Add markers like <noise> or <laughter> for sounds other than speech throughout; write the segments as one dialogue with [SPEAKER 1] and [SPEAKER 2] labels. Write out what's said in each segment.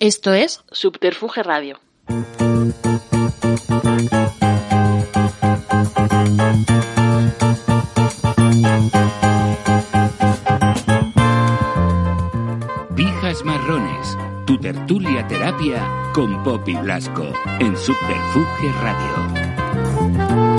[SPEAKER 1] Esto es Subterfuge Radio.
[SPEAKER 2] Pijas Marrones, tu tertulia terapia con Poppy Blasco en Subterfuge Radio.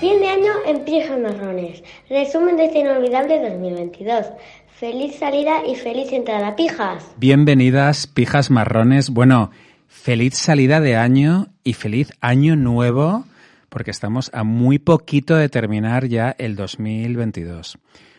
[SPEAKER 3] Fin de año en Pijas Marrones. Resumen de este inolvidable 2022. Feliz salida y feliz entrada, pijas.
[SPEAKER 4] Bienvenidas, pijas marrones. Bueno, feliz salida de año y feliz año nuevo, porque estamos a muy poquito de terminar ya el 2022.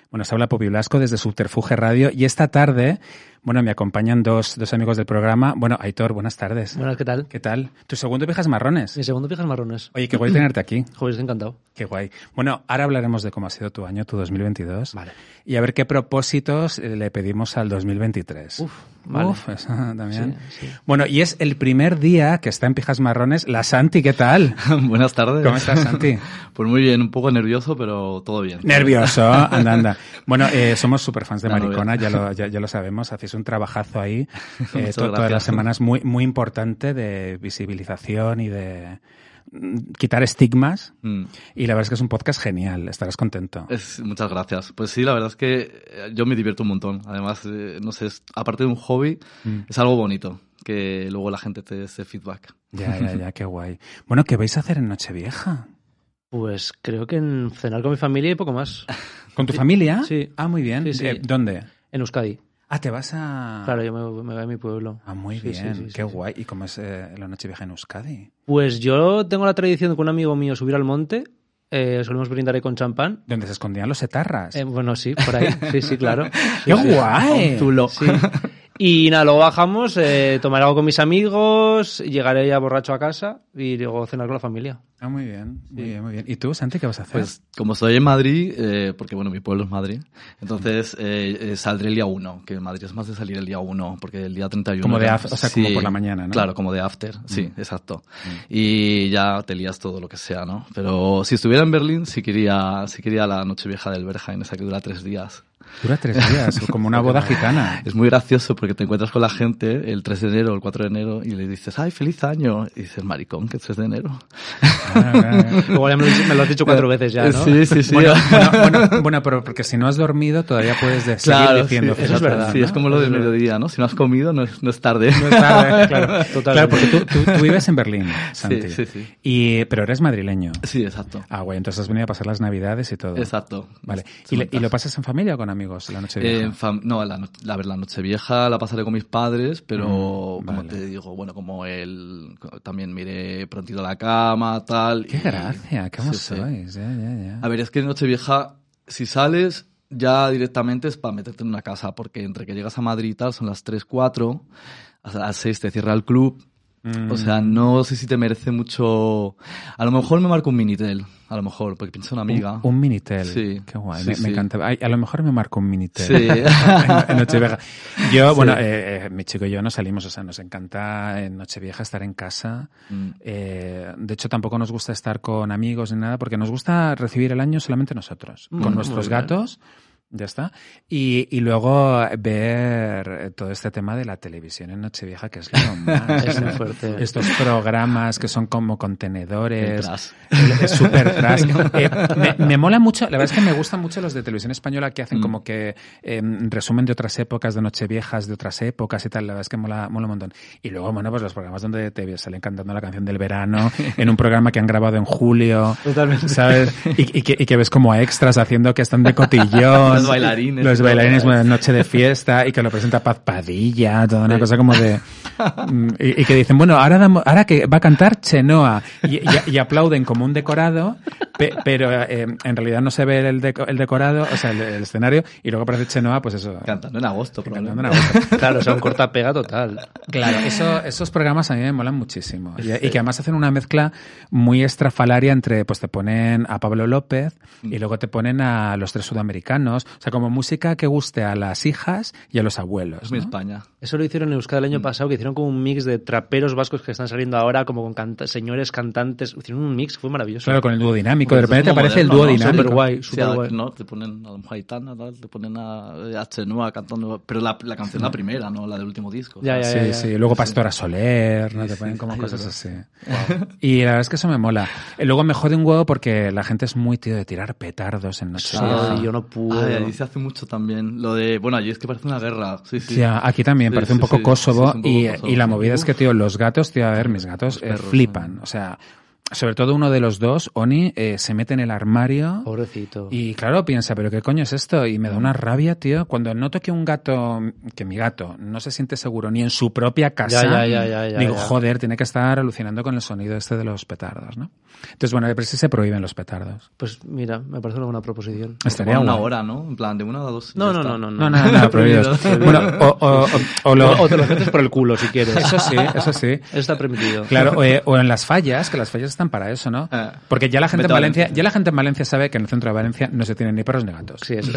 [SPEAKER 4] Bueno, se habla Popi Blasco desde Subterfuge Radio y esta tarde, bueno, me acompañan dos, dos amigos del programa. Bueno, Aitor, buenas tardes.
[SPEAKER 5] Buenas, ¿qué tal?
[SPEAKER 4] ¿Qué tal? Tu segundo Pijas Marrones.
[SPEAKER 5] Mi segundo pijas marrones.
[SPEAKER 4] Oye, qué guay tenerte aquí.
[SPEAKER 5] Joder, estoy encantado.
[SPEAKER 4] Qué guay. Bueno, ahora hablaremos de cómo ha sido tu año, tu 2022.
[SPEAKER 5] Vale.
[SPEAKER 4] Y a ver qué propósitos eh, le pedimos al 2023.
[SPEAKER 5] Uf, vale.
[SPEAKER 4] Uf, eso <laughs> también.
[SPEAKER 5] Sí, sí.
[SPEAKER 4] Bueno, y es el primer día que está en Pijas Marrones. La Santi, ¿qué
[SPEAKER 6] <laughs>
[SPEAKER 4] tal?
[SPEAKER 6] Buenas tardes.
[SPEAKER 4] ¿Cómo estás, Santi?
[SPEAKER 6] Pues muy bien, un poco nervioso, pero todo bien.
[SPEAKER 4] Nervioso, anda, anda. Bueno, eh, somos súper fans de
[SPEAKER 6] No, no
[SPEAKER 4] Maricona,
[SPEAKER 6] veo.
[SPEAKER 4] ya lo, ya, ya lo sabemos. Hacéis un trabajazo
[SPEAKER 6] <laughs>
[SPEAKER 4] ahí eh, to-
[SPEAKER 6] Muchas
[SPEAKER 4] todas
[SPEAKER 6] gracias.
[SPEAKER 4] las semanas muy, muy importante de visibilización y de mm, quitar estigmas.
[SPEAKER 6] Mm.
[SPEAKER 4] Y la verdad es que es un podcast genial, estarás contento.
[SPEAKER 6] Es- muchas gracias. Pues sí, la verdad es que eh, yo me divierto un montón. Además, eh, no sé, es- aparte de un hobby, es algo bonito que luego la gente te dé ese feedback.
[SPEAKER 4] Ya, ya, ya, qué guay. Bueno, ¿qué vais a hacer en Nochevieja?
[SPEAKER 5] Pues creo que en cenar con mi familia y poco más.
[SPEAKER 4] <laughs> ¿Con tu familia?
[SPEAKER 5] sí.
[SPEAKER 4] Ah, muy bien.
[SPEAKER 5] Sí, sí.
[SPEAKER 4] Eh, ¿Dónde?
[SPEAKER 5] En Euskadi.
[SPEAKER 4] Ah, te vas a...
[SPEAKER 5] Claro, yo me, me voy a mi pueblo.
[SPEAKER 4] Ah, muy
[SPEAKER 5] Sí, sí,
[SPEAKER 4] bien,
[SPEAKER 5] sí, sí,
[SPEAKER 4] qué
[SPEAKER 5] sí.
[SPEAKER 4] guay. ¿Y cómo es eh, la Nochevieja en Euskadi?
[SPEAKER 5] Pues yo tengo la tradición de que un amigo mío subir al monte, eh, solemos brindar ahí con champán.
[SPEAKER 4] Donde se escondían los etarras.
[SPEAKER 5] Eh, pues, ah, bueno, sí, por ahí. Sí, sí, claro. Sí,
[SPEAKER 4] <laughs> ¡Qué
[SPEAKER 5] sí.
[SPEAKER 4] guay!
[SPEAKER 5] Un Zulo. Sí. Y nada, luego bajamos, eh, tomar algo con mis amigos, llegaré ya borracho a casa y luego cenar con la familia.
[SPEAKER 4] Ah, muy bien, muy bien, muy bien. ¿Y tú, Santi, qué vas a hacer?
[SPEAKER 6] Pues como estoy en Madrid, eh, porque bueno, mi pueblo es Madrid, entonces eh, eh, saldré el día 1, que en Madrid es más de salir el día 1, porque el día 31...
[SPEAKER 4] Como de
[SPEAKER 6] ya-
[SPEAKER 4] af- o sea, como por la mañana, ¿no? Mm.
[SPEAKER 6] Claro, como de after, sí, exacto. Y ya te lías todo lo que sea, ¿no? Pero si estuviera en Berlín, sí quería, sí quería la Nochevieja del Berghain, esa que dura tres días.
[SPEAKER 4] Dura tres días,
[SPEAKER 5] <laughs>
[SPEAKER 4] como una boda gitana.
[SPEAKER 6] Es muy gracioso porque te encuentras con la gente el 3 de enero, el 4 de enero, y le dices, ¡ay, feliz año! Y dices, maricón, que es 3 de enero.
[SPEAKER 4] Ah, ah, ah.
[SPEAKER 5] Luego ya me lo, me lo has dicho
[SPEAKER 4] <laughs>
[SPEAKER 5] cuatro veces ya, ¿no?
[SPEAKER 6] eh, Sí, sí, sí. <laughs>
[SPEAKER 4] Bueno, bueno, bueno, bueno, pero porque si no has dormido todavía puedes de- seguir diciendo.
[SPEAKER 6] sí, eso es
[SPEAKER 4] feliz
[SPEAKER 6] verdad.
[SPEAKER 4] Navidad,
[SPEAKER 6] Sí,
[SPEAKER 4] ¿no?
[SPEAKER 6] es como lo del mediodía, ¿no? Si no has comido, no es, no es tarde.
[SPEAKER 4] No es <laughs> tarde, claro.
[SPEAKER 5] Totalmente.
[SPEAKER 4] Claro, porque tú, tú- tú vives en Berlín, Santi.
[SPEAKER 6] sí, sí.
[SPEAKER 4] Y, pero eres madrileño.
[SPEAKER 6] <laughs> Sí, exacto.
[SPEAKER 4] Ah, güey, entonces has venido a pasar las navidades y todo.
[SPEAKER 6] Exacto.
[SPEAKER 4] Vale.
[SPEAKER 6] Sí,
[SPEAKER 4] ¿Y, le- y
[SPEAKER 6] ventaja.
[SPEAKER 4] lo pasas en familia o con amigos la noche
[SPEAKER 6] Eh,
[SPEAKER 4] vieja?
[SPEAKER 6] en fam- no, la, no- la, a ver, la noche vieja la pasaré con mis padres, pero
[SPEAKER 4] Mm,
[SPEAKER 6] como
[SPEAKER 4] vale.
[SPEAKER 6] te digo, bueno, como él co- también miré prontito a la cama, tal.
[SPEAKER 4] Qué
[SPEAKER 6] y-
[SPEAKER 4] gracia, qué
[SPEAKER 6] sí,
[SPEAKER 4] vos
[SPEAKER 6] sí.
[SPEAKER 4] sois. Ya, ya,
[SPEAKER 6] A
[SPEAKER 4] ya.
[SPEAKER 6] ver, es que en Nochevieja, si sales, ya directamente es para meterte en una casa, porque entre que llegas a Madrid y tal, son las 3, 4, a las 6 te cierra el club.
[SPEAKER 4] Mm.
[SPEAKER 6] O sea, no sé si te merece mucho. A lo mejor me marco un minitel, a lo mejor, porque pienso en una amiga.
[SPEAKER 4] Un, un minitel.
[SPEAKER 6] Sí,
[SPEAKER 4] Qué guay,
[SPEAKER 6] sí,
[SPEAKER 4] me, me
[SPEAKER 6] sí.
[SPEAKER 4] encanta. Ay, a lo mejor me marco un minitel.
[SPEAKER 6] Sí.
[SPEAKER 4] <laughs> en, en Nochevieja.
[SPEAKER 6] <laughs>
[SPEAKER 4] Yo, bueno, eh, eh, mi chico y yo no salimos, o sea, nos encanta en Nochevieja estar en casa.
[SPEAKER 6] Mm.
[SPEAKER 4] Eh, de hecho, tampoco nos gusta estar con amigos ni nada, porque nos gusta recibir el año solamente nosotros,
[SPEAKER 5] Mm,
[SPEAKER 4] con
[SPEAKER 5] muy
[SPEAKER 4] nuestros
[SPEAKER 5] bien.
[SPEAKER 4] gatos. Ya está. Y, y luego ver eh, todo este tema de la televisión en Nochevieja, que es lo
[SPEAKER 5] <laughs>
[SPEAKER 4] más.
[SPEAKER 5] Es
[SPEAKER 4] ¿no?
[SPEAKER 5] muy fuerte.
[SPEAKER 4] Estos programas que son como
[SPEAKER 6] El
[SPEAKER 4] contenedores.
[SPEAKER 6] tras.
[SPEAKER 4] El- <laughs> Es súper trash. Eh, me, me mola mucho, la verdad es que me gustan mucho los de televisión española que hacen
[SPEAKER 6] Mm.
[SPEAKER 4] como que eh, resumen de otras épocas, de nocheviejas, de otras épocas y tal. La verdad es que mola, mola un montón. Y luego, bueno, pues los programas donde te salen cantando la canción del verano, en un programa que han grabado en julio. <laughs>
[SPEAKER 5] Totalmente.
[SPEAKER 4] ¿Sabes? Y, y que, y que ves como a extras haciendo que están de cotillón
[SPEAKER 6] Los bailarines.
[SPEAKER 4] Los
[SPEAKER 6] y
[SPEAKER 4] bailarines,
[SPEAKER 6] todo.
[SPEAKER 4] una noche de fiesta y que lo presenta Paz Padilla, toda una cosa como de... mm, Y, y que dicen, bueno, ahora, damos- ahora que va a cantar Chenoa y, y- y aplauden como un decorado, pe- pero eh, en realidad no se ve el, deco- el decorado, o sea, el, el escenario, y luego aparece Chenoa, pues eso...
[SPEAKER 6] Cantando en agosto,
[SPEAKER 4] cantando
[SPEAKER 6] probablemente.
[SPEAKER 4] una voz.
[SPEAKER 5] Claro, o sea, un corta pega total.
[SPEAKER 4] Claro, eso- esos programas a mí me molan muchísimo. Y, y que además hacen una mezcla muy estrafalaria entre, pues te ponen a Pablo López
[SPEAKER 6] Mm.
[SPEAKER 4] y luego te ponen a los tres sudamericanos. O sea, como música que guste a las hijas y a los abuelos.
[SPEAKER 6] <laughs> Es mi
[SPEAKER 4] ¿no?
[SPEAKER 6] España.
[SPEAKER 5] Eso lo hicieron en Euskadi
[SPEAKER 4] Mm.
[SPEAKER 5] el año pasado, que hicieron como un mix de traperos vascos que están saliendo ahora, como con canta- señores cantantes. Hicieron un mix, fue maravilloso.
[SPEAKER 4] Claro, con el dúo dinámico. De
[SPEAKER 6] Porque
[SPEAKER 4] repente te
[SPEAKER 6] es como
[SPEAKER 4] aparece el
[SPEAKER 6] moderno,
[SPEAKER 4] dúo
[SPEAKER 6] ¿no?
[SPEAKER 4] dinámico.
[SPEAKER 5] Súper guay,
[SPEAKER 6] Sí,
[SPEAKER 5] súper
[SPEAKER 6] a-
[SPEAKER 5] guay.
[SPEAKER 6] ¿no? Te ponen a la mujer gitana, tal, te ponen a, a Chenoa cantando, pero la, la canción la primera, no la del último disco.
[SPEAKER 5] Ya,
[SPEAKER 6] O sea,
[SPEAKER 5] ya,
[SPEAKER 4] Sí,
[SPEAKER 5] ya, ya.
[SPEAKER 4] sí. Luego Pastora Soler, ¿no?
[SPEAKER 6] Sí,
[SPEAKER 4] Te
[SPEAKER 6] sí.
[SPEAKER 4] ponen como
[SPEAKER 6] Ay,
[SPEAKER 4] cosas
[SPEAKER 6] verdad.
[SPEAKER 4] así. Y la verdad es que eso me mola. Eh, Luego me jode un huevo porque la gente es muy tío de tirar petardos en noche.
[SPEAKER 5] Sí,
[SPEAKER 6] Ah.
[SPEAKER 5] yo no puedo.
[SPEAKER 6] Ay, ahí se hace mucho también. Lo de, bueno, allí es que parece una guerra. Sí, sí.
[SPEAKER 4] Sí, a- aquí también
[SPEAKER 6] Sí,
[SPEAKER 4] parece un
[SPEAKER 6] sí,
[SPEAKER 4] poco
[SPEAKER 6] sí.
[SPEAKER 4] Kosovo,
[SPEAKER 6] Sí, es un poco
[SPEAKER 4] y,
[SPEAKER 6] Kosovo,
[SPEAKER 4] y la
[SPEAKER 6] sí.
[SPEAKER 4] movida es que, tío, los gatos, tío, a ver, mis gatos eh,
[SPEAKER 6] perros, sí.
[SPEAKER 4] flipan. O sea, sobre todo uno de los dos, Oni, eh, se mete en el armario
[SPEAKER 5] Pobrecito.
[SPEAKER 4] y, claro, piensa, pero ¿qué coño es esto? Y me da una rabia, tío, cuando noto que un gato, que mi gato, no se siente seguro ni en su propia casa.
[SPEAKER 5] Ya, ya, ya, ya, ya,
[SPEAKER 4] digo,
[SPEAKER 5] ya.
[SPEAKER 4] joder, tiene que estar alucinando con el sonido este de los petardos, ¿no? Entonces, bueno, pero sí se prohíben los petardos.
[SPEAKER 5] Pues mira, me parece una buena proposición.
[SPEAKER 4] Estaría
[SPEAKER 6] una
[SPEAKER 4] guay.
[SPEAKER 6] hora, ¿no? En plan, de una a dos. y
[SPEAKER 5] No,
[SPEAKER 6] ya
[SPEAKER 5] no,
[SPEAKER 6] está.
[SPEAKER 5] no, no,
[SPEAKER 4] No, no, no, prohibidos.
[SPEAKER 6] Prohibido.
[SPEAKER 4] Bueno, o, o- o- o lo-
[SPEAKER 5] O te lo metes por el culo si quieres.
[SPEAKER 4] Eso sí, eso sí.
[SPEAKER 5] Eso está permitido.
[SPEAKER 4] Claro, o, eh, o en las fallas, que las fallas están para eso, ¿no?
[SPEAKER 6] Ah.
[SPEAKER 4] Porque ya la gente en
[SPEAKER 6] Vete a
[SPEAKER 4] Valencia,
[SPEAKER 6] Valencia.
[SPEAKER 4] ya la gente en Valencia sabe que en el centro de Valencia no se tienen ni perros ni gatos.
[SPEAKER 5] Sí, eso.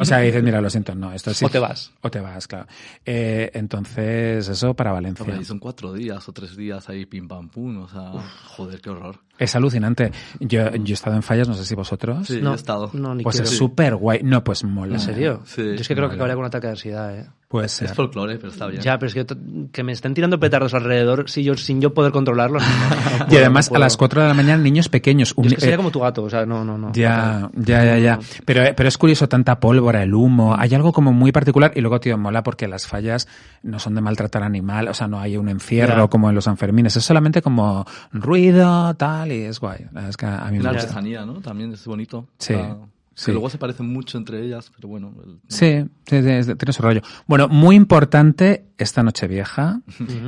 [SPEAKER 4] O sea, dices, mira, lo siento, no, esto sí.
[SPEAKER 5] O te vas.
[SPEAKER 4] O te vas, claro. Eh, entonces, eso para Valencia.
[SPEAKER 6] Hombre, ahí son cuatro días o tres días ahí, pim pam pum. O sea, joder, qué horror.
[SPEAKER 4] Es alucinante. Yo, yo he estado en fallas, no sé si vosotros.
[SPEAKER 6] Sí, yo he estado.
[SPEAKER 5] No, ni
[SPEAKER 4] pues
[SPEAKER 5] quiero.
[SPEAKER 4] es súper guay. No, pues mola.
[SPEAKER 5] ¿En serio?
[SPEAKER 6] Sí.
[SPEAKER 5] Yo es que creo que acabaría con un ataque de ansiedad, ¿eh?
[SPEAKER 4] Puede ser.
[SPEAKER 6] Es folclore, pero está bien.
[SPEAKER 5] Ya, pero es que, to- que me estén tirando petardos alrededor si yo, sin yo poder controlarlos. <laughs> no, no
[SPEAKER 4] y
[SPEAKER 5] puedo,
[SPEAKER 4] además,
[SPEAKER 5] no
[SPEAKER 4] a las
[SPEAKER 5] puedo.
[SPEAKER 4] 4 de la mañana, niños pequeños. un-
[SPEAKER 5] Yo es que sería
[SPEAKER 4] eh,
[SPEAKER 5] como tu gato, o sea, no, no, no.
[SPEAKER 4] Ya, ya, ya, ya. Pero, eh, pero es curioso, tanta pólvora, el humo, hay algo como muy particular y luego, tío, mola porque las fallas no son de maltratar animal, o sea, no hay un encierro
[SPEAKER 5] Ya.
[SPEAKER 4] como en los Sanfermines, es solamente como ruido, tal, y es guay. La verdad es que a mí
[SPEAKER 6] La
[SPEAKER 4] me gusta.
[SPEAKER 6] artesanía, ¿no? También es bonito.
[SPEAKER 4] Sí,
[SPEAKER 6] Está-
[SPEAKER 4] sí.
[SPEAKER 6] Que luego se parecen mucho entre ellas, pero bueno. el-
[SPEAKER 4] Sí, sí, sí, es- tiene su rollo. Bueno, muy importante esta noche vieja,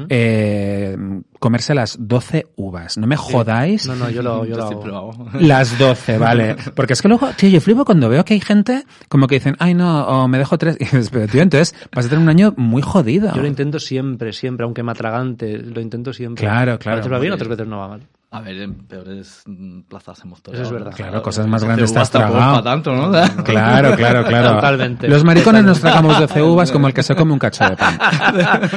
[SPEAKER 4] eh, comerse las 12 uvas. No me jodáis.
[SPEAKER 5] No, no, yo
[SPEAKER 6] <laughs>
[SPEAKER 5] lo, yo
[SPEAKER 6] Yo
[SPEAKER 5] lo
[SPEAKER 6] siempre
[SPEAKER 5] hago.
[SPEAKER 6] lo hago.
[SPEAKER 4] Las 12,
[SPEAKER 5] <laughs>
[SPEAKER 4] vale. Porque es que luego, tío, yo flipo cuando veo que hay gente como que dicen, ay no, o me dejo tres. <laughs> Y dices, pero tío, entonces vas a tener un año muy jodido.
[SPEAKER 5] Yo lo intento siempre, siempre, aunque me atragante, lo intento siempre.
[SPEAKER 4] Claro, claro.
[SPEAKER 5] A veces va bien, otras veces no va mal.
[SPEAKER 6] A ver, en peores mm, plazas hemos tocado.
[SPEAKER 5] Eso es verdad.
[SPEAKER 4] Claro, cosas más grandes te has
[SPEAKER 6] Tampoco
[SPEAKER 4] tragado.
[SPEAKER 6] es pa' tanto, ¿no? <laughs>
[SPEAKER 4] Claro, claro, claro.
[SPEAKER 5] Totalmente.
[SPEAKER 4] Los maricones nos tragamos 12 uvas como el que se come un cacho de pan.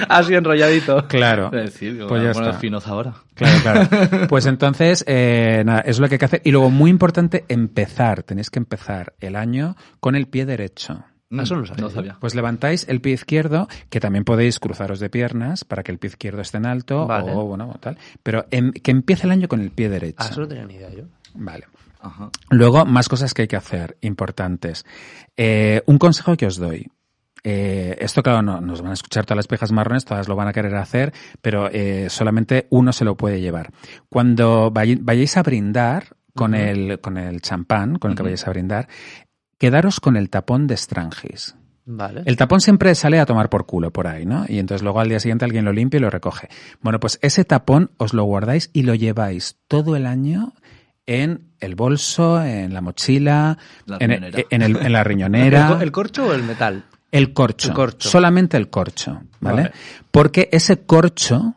[SPEAKER 5] Así enrolladito.
[SPEAKER 4] Claro.
[SPEAKER 6] Es decir, digo,
[SPEAKER 4] Pues ya
[SPEAKER 6] bueno,
[SPEAKER 4] está.
[SPEAKER 6] finos ahora.
[SPEAKER 5] Ah,
[SPEAKER 4] Claro, claro. Pues entonces, eh, nada, es lo que hay que hacer. Y luego, muy importante, empezar. Tenéis que empezar el año con el pie derecho.
[SPEAKER 5] Ah, eso no lo sabía.
[SPEAKER 6] Mm, No sabía.
[SPEAKER 4] Pues levantáis el pie izquierdo, que también podéis cruzaros de piernas para que el pie izquierdo esté en alto
[SPEAKER 5] Vale.
[SPEAKER 4] o bueno, tal. Pero em- que empiece el año con el pie derecho.
[SPEAKER 5] Ah, eso no tenía ni idea yo.
[SPEAKER 4] Vale.
[SPEAKER 6] Ajá.
[SPEAKER 4] Luego, más cosas que hay que hacer, importantes. Eh, un consejo que os doy. Eh, esto, claro, no, nos van a escuchar todas las pejas marrones, todas lo van a querer hacer, pero eh, solamente uno se lo puede llevar. Cuando vay- vayáis a brindar con, el, con el champán, con el que
[SPEAKER 6] Ujú.
[SPEAKER 4] vayáis a brindar, quedaros con el tapón de Strangis.
[SPEAKER 5] Vale.
[SPEAKER 4] El tapón siempre sale a tomar por culo por ahí, ¿no? Y entonces luego al día siguiente alguien lo limpia y lo recoge. Bueno, pues ese tapón os lo guardáis y lo lleváis todo el año en el bolso, en la mochila,
[SPEAKER 6] La
[SPEAKER 4] en, e-
[SPEAKER 6] riñonera.
[SPEAKER 4] en el- en la riñonera.
[SPEAKER 5] ¿El, co- el corcho o el metal?
[SPEAKER 4] El corcho,
[SPEAKER 5] El corcho.
[SPEAKER 4] Solamente el corcho, ¿vale?
[SPEAKER 5] Vale.
[SPEAKER 4] Porque ese corcho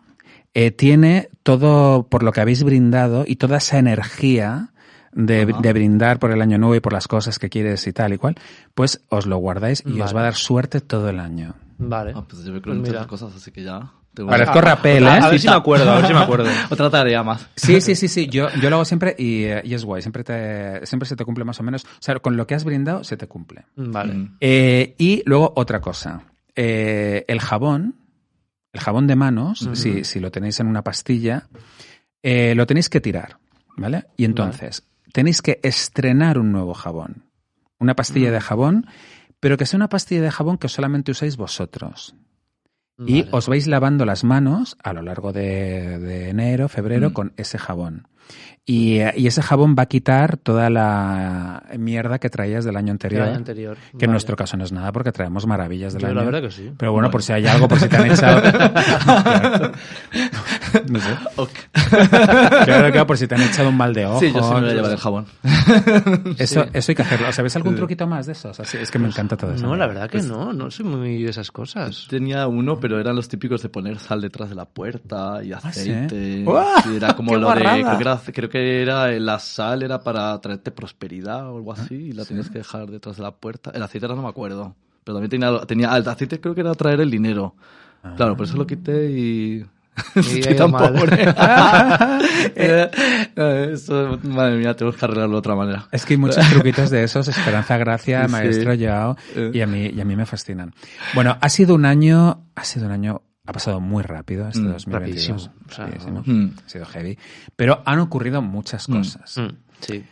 [SPEAKER 4] eh, tiene todo por lo que habéis brindado y toda esa energía de, de brindar por el año nuevo y por las cosas que quieres y tal y cual, pues os lo guardáis y os
[SPEAKER 5] Vale.
[SPEAKER 4] va a dar suerte todo el año.
[SPEAKER 5] Vale.
[SPEAKER 6] Ah, pues yo creo
[SPEAKER 5] Pues
[SPEAKER 6] en
[SPEAKER 5] mira.
[SPEAKER 6] muchas cosas, así que ya. tengo-
[SPEAKER 4] Parezco rapel,
[SPEAKER 5] A, a
[SPEAKER 4] ¿eh?
[SPEAKER 5] ver si me acuerdo, a ver si me acuerdo.
[SPEAKER 6] <laughs> Otra tarea más.
[SPEAKER 4] Sí, sí, sí, sí. Yo, yo lo hago siempre y, eh, y es guay. Siempre, te, siempre se te cumple más o menos. O sea, con lo que has brindado se te cumple.
[SPEAKER 5] Vale.
[SPEAKER 6] Mm.
[SPEAKER 4] Eh, y luego otra cosa. Eh, el jabón, el jabón de manos,
[SPEAKER 5] Ujú.
[SPEAKER 4] si, si lo tenéis en una pastilla, eh, lo tenéis que tirar, ¿vale? Y entonces, tenéis que estrenar un nuevo jabón. Una pastilla de jabón, pero que sea una pastilla de jabón que solamente usáis vosotros. Y
[SPEAKER 5] Mm, Vale.
[SPEAKER 4] os vais lavando las manos a lo largo de, de enero, febrero,
[SPEAKER 6] Mm.
[SPEAKER 4] con ese jabón. Y, eh, y ese jabón va a quitar toda la mierda que traías del año anterior.
[SPEAKER 5] año anterior,
[SPEAKER 4] Que
[SPEAKER 5] vale.
[SPEAKER 4] en nuestro caso no es nada porque traemos maravillas del
[SPEAKER 5] Yo
[SPEAKER 4] año.
[SPEAKER 5] la verdad que sí.
[SPEAKER 4] Pero bueno, por si hay algo, por si te han
[SPEAKER 6] <laughs>
[SPEAKER 5] <laughs>
[SPEAKER 4] echado. Claro. no sé.
[SPEAKER 6] Ok.
[SPEAKER 4] Claro, claro, por si te han echado un mal de ojo.
[SPEAKER 6] sí, yo siempre voy a llevar el jabón.
[SPEAKER 4] Eso, eso hay que hacerlo. O sea, ¿ves algún truquito más de esos? Así, es que me encanta todo eso.
[SPEAKER 5] Pues No, la verdad que
[SPEAKER 4] pues
[SPEAKER 5] no, no soy muy de esas cosas.
[SPEAKER 6] Tenía uno, pero eran los típicos de poner sal detrás de la puerta y
[SPEAKER 4] Ah, sí?
[SPEAKER 6] aceite.
[SPEAKER 4] ¡Uah!
[SPEAKER 6] Sí, era como
[SPEAKER 4] ¡Qué
[SPEAKER 6] lo de.
[SPEAKER 4] guarrada!
[SPEAKER 6] Creo que, era- creo que era eh, la sal era para traerte prosperidad o algo así y la
[SPEAKER 4] Ah,
[SPEAKER 6] tenías que dejar detrás de la puerta. El aceite ahora no me acuerdo. Pero también tenía, tenía. ah, El aceite creo que era traer el dinero. Claro, por eso lo
[SPEAKER 4] Ah.
[SPEAKER 6] quité y. <laughs>
[SPEAKER 5] Y ha
[SPEAKER 6] Estoy
[SPEAKER 5] ido
[SPEAKER 6] tan
[SPEAKER 5] mal.
[SPEAKER 6] pobre.
[SPEAKER 4] <laughs>
[SPEAKER 6] Eh, eh, eso, madre mía, tengo que arreglarlo de otra manera.
[SPEAKER 4] Es que hay
[SPEAKER 5] <laughs>
[SPEAKER 4] muchos truquitos de esos, Esperanza Gracia,
[SPEAKER 6] Sí.
[SPEAKER 4] Maestro Yao,
[SPEAKER 6] Eh.
[SPEAKER 4] y a mí, y a mí me fascinan. Bueno, ha sido un año, ha sido un año, ha pasado muy rápido este
[SPEAKER 6] Mm,
[SPEAKER 4] 2022.
[SPEAKER 5] rapidísimo. O sea,
[SPEAKER 4] Rapidísimo.
[SPEAKER 6] Mm.
[SPEAKER 4] Ha sido heavy. Pero han ocurrido muchas cosas.
[SPEAKER 5] Mm, Sí.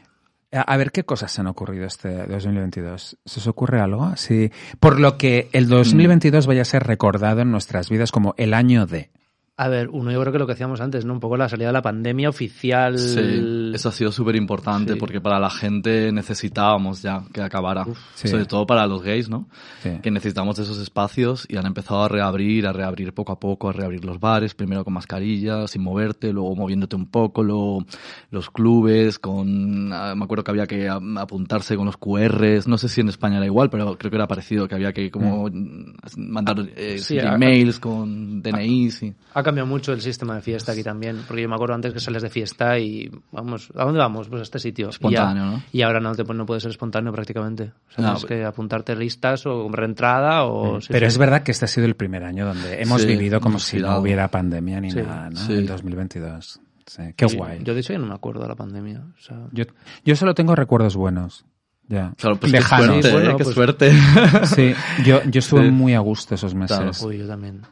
[SPEAKER 4] A a ver qué cosas han ocurrido este 2022. ¿Se os ocurre algo? Sí. Por lo que el 2022 vaya a ser recordado en nuestras vidas como el año de.
[SPEAKER 5] A ver, uno yo creo que lo que hacíamos antes, ¿no? Un poco la salida de la pandemia oficial.
[SPEAKER 6] Sí, eso ha sido súper importante
[SPEAKER 5] Sí.
[SPEAKER 6] porque para la gente necesitábamos ya que acabara.
[SPEAKER 4] Sí.
[SPEAKER 6] Sobre todo para los gays, ¿no?
[SPEAKER 4] Sí.
[SPEAKER 6] Que necesitamos esos espacios y han empezado a reabrir, a reabrir poco a poco, a reabrir los bares, primero con mascarilla, sin moverte, luego moviéndote un poco, luego los clubes, con... ah, Me acuerdo que había que am- apuntarse con los QRs, no sé si en España era igual, pero creo que era parecido, que había que como mm, mandar eh,
[SPEAKER 5] Sí, a-
[SPEAKER 6] emails con DNIs y...
[SPEAKER 5] Ha cambiado mucho el sistema de fiesta aquí también, porque yo me acuerdo antes que sales de fiesta y vamos, ¿a dónde vamos? Pues a este sitio.
[SPEAKER 6] Espontáneo,
[SPEAKER 5] y ya-
[SPEAKER 6] ¿no?
[SPEAKER 5] Y ahora no te no puede ser espontáneo prácticamente. O sea,
[SPEAKER 6] No,
[SPEAKER 5] tienes
[SPEAKER 6] pero-
[SPEAKER 5] que apuntarte listas o comprar entrada o oh, sí,
[SPEAKER 4] Pero
[SPEAKER 5] sí.
[SPEAKER 4] es verdad que este ha sido el primer año donde hemos
[SPEAKER 6] Sí,
[SPEAKER 4] vivido como
[SPEAKER 6] hemos
[SPEAKER 4] si no
[SPEAKER 6] girado.
[SPEAKER 4] hubiera pandemia ni
[SPEAKER 5] Sí,
[SPEAKER 4] nada, ¿no?
[SPEAKER 6] sí.
[SPEAKER 4] El 2022. Sí, qué
[SPEAKER 5] Sí,
[SPEAKER 4] guay.
[SPEAKER 5] Yo de hecho ya no me acuerdo de la pandemia. o sea,
[SPEAKER 4] Yo, yo solo tengo recuerdos buenos.
[SPEAKER 5] <laughs>
[SPEAKER 4] Ya.
[SPEAKER 6] Claro, pues
[SPEAKER 4] Lejanos.
[SPEAKER 6] qué
[SPEAKER 5] Sí,
[SPEAKER 6] suerte, ¿eh?
[SPEAKER 5] bueno,
[SPEAKER 6] qué
[SPEAKER 5] pues- <laughs>
[SPEAKER 6] suerte.
[SPEAKER 4] Sí, yo, yo estuve
[SPEAKER 6] Sí.
[SPEAKER 4] muy a gusto esos meses.
[SPEAKER 6] Claro.
[SPEAKER 5] uy, yo también.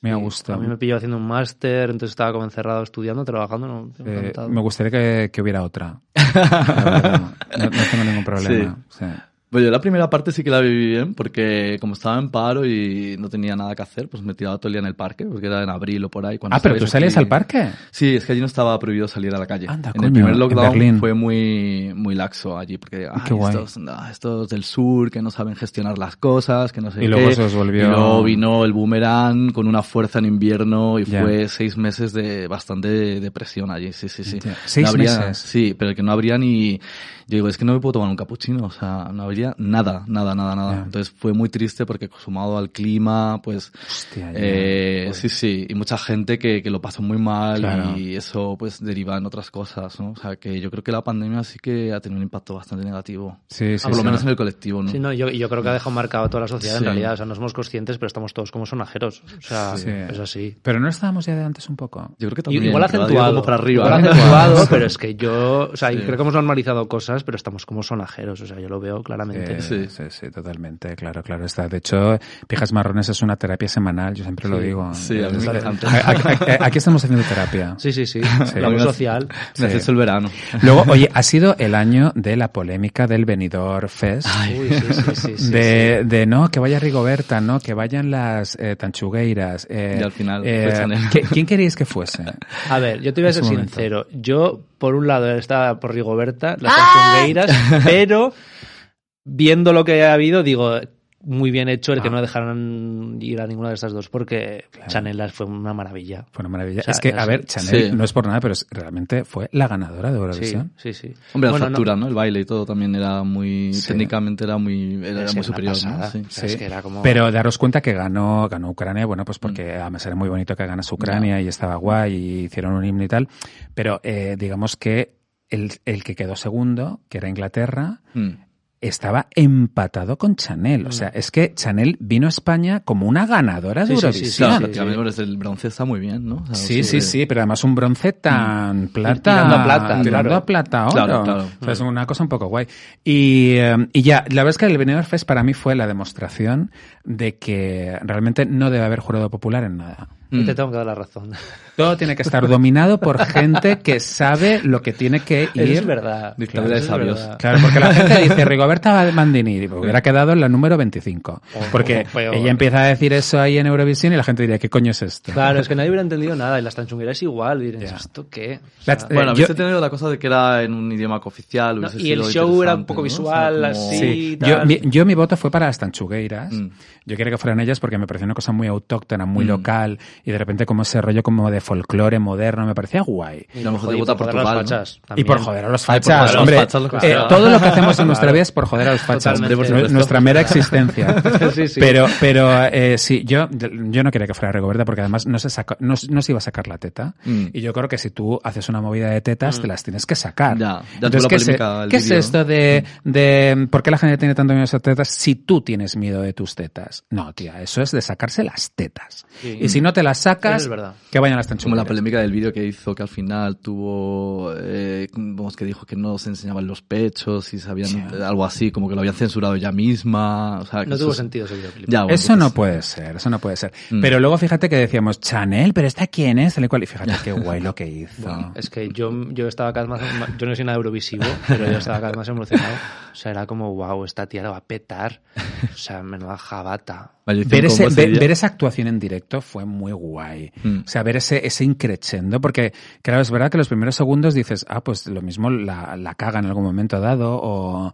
[SPEAKER 4] Muy a
[SPEAKER 5] Sí,
[SPEAKER 4] gusto.
[SPEAKER 5] A mí me pilló haciendo un máster, entonces estaba como encerrado estudiando, trabajando. No,
[SPEAKER 4] Eh,
[SPEAKER 5] encantado.
[SPEAKER 4] me gustaría que, que hubiera
[SPEAKER 5] <laughs>
[SPEAKER 4] otra. La verdad, No, no tengo ningún problema. Sí.
[SPEAKER 6] Bueno, Pues yo la primera parte sí que la viví bien, porque como estaba en paro y no tenía nada que hacer, pues me tiraba todo el día en el parque, porque era en abril o por ahí. cuando
[SPEAKER 4] Ah, pero tú
[SPEAKER 6] estabais
[SPEAKER 4] salías
[SPEAKER 6] aquí.
[SPEAKER 4] al parque.
[SPEAKER 6] Sí, es que allí no estaba prohibido salir a la calle.
[SPEAKER 4] Anda,
[SPEAKER 6] en
[SPEAKER 4] coño,
[SPEAKER 6] el primer
[SPEAKER 4] en
[SPEAKER 6] lockdown
[SPEAKER 4] Berlín.
[SPEAKER 6] fue muy, muy laxo allí, porque "Ay,
[SPEAKER 4] Qué guay.
[SPEAKER 6] estos, no, estos del sur que no saben gestionar las cosas, que no sé
[SPEAKER 4] Y luego
[SPEAKER 6] qué".
[SPEAKER 4] eso os volvió-
[SPEAKER 6] Y luego vino el boomerang con una fuerza en invierno y
[SPEAKER 4] Ya.
[SPEAKER 6] fue seis meses de bastante depresión allí, sí, sí, sí.
[SPEAKER 4] Ya. Seis
[SPEAKER 6] habría-
[SPEAKER 4] meses.
[SPEAKER 6] Sí, pero que no habría ni... Yo digo, es que no me puedo tomar un capuchino, o sea, no habría nada, nada, nada, nada.
[SPEAKER 4] Ya.
[SPEAKER 6] Entonces fue muy triste porque sumado al clima, pues...
[SPEAKER 4] Hostia, ya.
[SPEAKER 6] Eh,
[SPEAKER 4] Joder.
[SPEAKER 6] sí, sí, y mucha gente que, que lo pasó muy mal
[SPEAKER 4] Claro.
[SPEAKER 6] y eso pues deriva en otras cosas, ¿no? O sea, que yo creo que la pandemia sí que ha tenido un impacto bastante negativo.
[SPEAKER 4] Sí, sí,
[SPEAKER 6] por lo
[SPEAKER 4] sí.
[SPEAKER 6] menos en el colectivo, ¿no?
[SPEAKER 5] Sí, no, yo, yo creo que ha dejado marcado a toda la sociedad en
[SPEAKER 6] Sí.
[SPEAKER 5] realidad. O sea, no somos conscientes, pero estamos todos como sonajeros. O sea,
[SPEAKER 4] Sí.
[SPEAKER 5] es así.
[SPEAKER 4] Pero no estábamos ya de antes un poco.
[SPEAKER 6] Yo creo que
[SPEAKER 5] Y-
[SPEAKER 6] también.
[SPEAKER 5] igual
[SPEAKER 6] que lo ha ido
[SPEAKER 5] acentuado.
[SPEAKER 6] Como para arriba.
[SPEAKER 5] igual
[SPEAKER 6] ¿no? <laughs>
[SPEAKER 5] acentuado, pero es que yo, o sea,
[SPEAKER 6] Sí.
[SPEAKER 5] creo que hemos normalizado cosas, pero estamos como sonajeros, o sea, yo lo veo claramente.
[SPEAKER 4] Eh, sí.
[SPEAKER 6] Sí.
[SPEAKER 4] sí, totalmente, claro, claro. Está. De hecho, Pijas Marrones es una terapia semanal, yo siempre lo digo.
[SPEAKER 6] sí, a mí
[SPEAKER 4] Es-
[SPEAKER 6] me
[SPEAKER 4] es-
[SPEAKER 6] encanta.
[SPEAKER 4] a- a- a- aquí estamos haciendo terapia.
[SPEAKER 5] Sí, sí, sí.
[SPEAKER 4] <laughs> A
[SPEAKER 5] La
[SPEAKER 4] mí
[SPEAKER 5] voz
[SPEAKER 4] me-
[SPEAKER 5] social.
[SPEAKER 6] Me has
[SPEAKER 4] Sí.
[SPEAKER 6] hecho el verano.
[SPEAKER 4] Luego, oye, ha sido el año de la polémica del Benidorm Fest.
[SPEAKER 6] Ah,
[SPEAKER 5] Uy, sí, sí, sí, sí,
[SPEAKER 4] de, de, no, que vaya Rigoberta, no, que vayan las eh, tanchugueiras. eh,
[SPEAKER 6] Y al final, pues,
[SPEAKER 4] eh,
[SPEAKER 6] fue Chanel.
[SPEAKER 4] ¿qué- ¿Quién queríais que fuese?
[SPEAKER 5] sí. A ver, yo te voy a
[SPEAKER 4] En
[SPEAKER 5] ser
[SPEAKER 4] su momento.
[SPEAKER 5] sincero. Yo, por un lado, estaba por Rigoberta, las
[SPEAKER 6] ¡Ah!
[SPEAKER 4] <laughs>
[SPEAKER 5] tanchugueiras, pero viendo lo que ha habido, digo, muy bien hecho el
[SPEAKER 4] Ah.
[SPEAKER 5] que no dejaran ir a ninguna de estas dos, porque Chanelas fue una maravilla.
[SPEAKER 4] Fue una maravilla.
[SPEAKER 5] O sea,
[SPEAKER 4] es que,
[SPEAKER 5] ya
[SPEAKER 4] a
[SPEAKER 5] sí.
[SPEAKER 4] ver, Chanel
[SPEAKER 6] Sí.
[SPEAKER 4] no es por nada, pero es- realmente fue la ganadora de
[SPEAKER 5] Sí,
[SPEAKER 4] Eurovisión.
[SPEAKER 5] sí, sí.
[SPEAKER 6] Hombre, la
[SPEAKER 5] Bueno, no-
[SPEAKER 6] factura, ¿no? El baile y todo también era muy.
[SPEAKER 4] Sí.
[SPEAKER 6] Técnicamente era muy, era,
[SPEAKER 5] Es que
[SPEAKER 6] muy
[SPEAKER 5] era una
[SPEAKER 6] superior, ¿no?
[SPEAKER 5] pasada.
[SPEAKER 6] Sí.
[SPEAKER 5] O sea, es que era como-
[SPEAKER 4] Pero daros cuenta que ganó, ganó Ucrania, bueno, pues
[SPEAKER 5] Mm.
[SPEAKER 4] porque además era muy bonito que ganas Ucrania y estaba guay y hicieron un himno y tal. Pero eh, digamos que el, el que quedó segundo, que era Inglaterra,
[SPEAKER 6] Mm.
[SPEAKER 4] estaba empatado con Chanel. O sea, es que Chanel vino a España como una ganadora de
[SPEAKER 5] Mm. Sí, sí, sí,
[SPEAKER 4] Eurovisión.
[SPEAKER 5] sí,
[SPEAKER 6] Claro,
[SPEAKER 5] sí.
[SPEAKER 6] prácticamente, pero es el bronce está muy bien, ¿no? O
[SPEAKER 5] Ah,
[SPEAKER 6] sea,
[SPEAKER 4] Sí, sí, sí, pero además un bronce tan plata.
[SPEAKER 5] Mm. Tirando a plata,
[SPEAKER 4] tirando
[SPEAKER 5] claro.
[SPEAKER 4] a plata oro.
[SPEAKER 6] Claro, claro.
[SPEAKER 4] O sea, es una cosa un poco guay. Y, eh, y ya, la verdad es que el Benidorm Fest para mí fue la demostración de que realmente no debe haber jurado popular en nada.
[SPEAKER 6] Mm.
[SPEAKER 5] Y te tengo que dar la razón.
[SPEAKER 4] Todo tiene que estar dominado
[SPEAKER 5] <laughs>
[SPEAKER 4] por gente que sabe lo que tiene que ir.
[SPEAKER 5] Es verdad. claro,
[SPEAKER 6] Dictadura de
[SPEAKER 5] eso es
[SPEAKER 6] sabios.
[SPEAKER 5] verdad.
[SPEAKER 4] Claro, porque la gente dice Rigoberta Bandini, digo, hubiera quedado en la número 25.
[SPEAKER 5] Ojo,
[SPEAKER 4] Porque
[SPEAKER 5] peor.
[SPEAKER 4] ella empieza a decir eso ahí en Eurovisión y la gente diría, ¿qué coño es esto?
[SPEAKER 5] Claro, es que nadie hubiera entendido nada. Y las tanchungueras igual. y dirían, ¿esto qué? O sea,
[SPEAKER 4] Las- eh,
[SPEAKER 6] Bueno,
[SPEAKER 4] yo-
[SPEAKER 6] hubiese tenido la cosa de que era en un idioma oficial.
[SPEAKER 5] No,
[SPEAKER 6] hubiese
[SPEAKER 5] y el
[SPEAKER 6] sido
[SPEAKER 5] show era un
[SPEAKER 6] interesante,
[SPEAKER 5] poco
[SPEAKER 6] ¿no? O sea,
[SPEAKER 5] visual,
[SPEAKER 6] como-
[SPEAKER 5] así.
[SPEAKER 4] Sí,
[SPEAKER 5] tal.
[SPEAKER 4] yo mi, yo mi voto fue para las tanchugueiras.
[SPEAKER 6] Mm.
[SPEAKER 4] Yo quería que fueran ellas porque me parecía una cosa muy autóctona, muy
[SPEAKER 6] Mm.
[SPEAKER 4] local y de repente como ese rollo como de folclore moderno me parecía guay.
[SPEAKER 5] Y
[SPEAKER 6] a lo mejor
[SPEAKER 5] joder,
[SPEAKER 6] te vota
[SPEAKER 5] por joder
[SPEAKER 6] Portugal,
[SPEAKER 5] las
[SPEAKER 6] ¿no?
[SPEAKER 5] fachas
[SPEAKER 4] Y
[SPEAKER 5] también.
[SPEAKER 4] por joder a los
[SPEAKER 6] Ay, por joder a
[SPEAKER 4] fachas,
[SPEAKER 6] los
[SPEAKER 4] hombre.
[SPEAKER 6] fachas, lo que
[SPEAKER 4] eh,
[SPEAKER 6] sea.
[SPEAKER 4] todo lo que hacemos
[SPEAKER 6] <laughs>
[SPEAKER 4] en nuestra vida es por joder a los fachas.
[SPEAKER 5] Totalmente.
[SPEAKER 4] Hombre, por Nuestra mera
[SPEAKER 6] <laughs>
[SPEAKER 4] existencia.
[SPEAKER 5] Sí, sí.
[SPEAKER 4] Pero, pero eh, sí, yo, yo no quería que fuera Rigoberta porque además no se, saca- no, se- no se iba a sacar la teta.
[SPEAKER 6] Mm.
[SPEAKER 4] Y yo creo que si tú haces una movida de tetas, te las tienes que sacar.
[SPEAKER 6] Ya, ya tuvo
[SPEAKER 4] Entonces,
[SPEAKER 6] la
[SPEAKER 4] ¿qué, se-
[SPEAKER 6] polémica el
[SPEAKER 4] qué es
[SPEAKER 6] vídeo.
[SPEAKER 4] esto de, de por qué la gente tiene tanto miedo a esas tetas si tú tienes miedo de tus tetas? No, tía, eso es de sacarse las tetas.
[SPEAKER 5] Sí.
[SPEAKER 4] Y si no te las sacas,
[SPEAKER 5] Eso es verdad.
[SPEAKER 4] que vayan las
[SPEAKER 6] Como la
[SPEAKER 4] tanchugueiras.
[SPEAKER 6] polémica del vídeo que hizo que al final tuvo, eh, vamos, que dijo que no se enseñaban los pechos y sabían algo así, como que lo habían censurado ella misma. O sea, que
[SPEAKER 5] No
[SPEAKER 6] eso
[SPEAKER 5] tuvo
[SPEAKER 6] es-
[SPEAKER 5] sentido ese videoclip.
[SPEAKER 6] Ya, bueno,
[SPEAKER 4] Eso no
[SPEAKER 6] pues,
[SPEAKER 4] puede ser, eso no puede ser.
[SPEAKER 6] Mm.
[SPEAKER 4] Pero luego fíjate que decíamos, Chanel, pero ¿esta quién es? Tal y cual. Y fíjate qué guay lo que
[SPEAKER 6] <laughs>
[SPEAKER 4] hizo.
[SPEAKER 5] Es que yo, yo estaba cada vez más. Yo no soy nada eurovisivo, pero yo estaba cada vez más emocionado. O sea, era como, wow, esta tía la va a petar. O sea, menuda jabata.
[SPEAKER 6] vale, hizo
[SPEAKER 4] ver,
[SPEAKER 6] un
[SPEAKER 4] ese-
[SPEAKER 6] combo
[SPEAKER 4] ve-
[SPEAKER 6] día.
[SPEAKER 4] ver esa actuación en directo fue muy guay.
[SPEAKER 6] Mm.
[SPEAKER 4] O sea, ver ese, ese increchendo, porque claro, es verdad que los primeros segundos dices, ah, pues lo mismo la, la caga en algún momento dado o,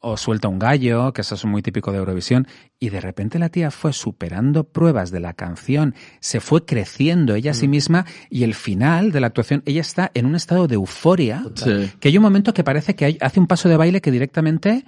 [SPEAKER 4] o suelta un gallo, que eso es muy típico de Eurovisión, y de repente la tía fue superando pruebas de la canción, se fue creciendo ella a sí misma y el final de la actuación, ella está en un estado de euforia.
[SPEAKER 6] Sí.
[SPEAKER 4] Que hay un momento que parece que hay- hace un paso de baile que directamente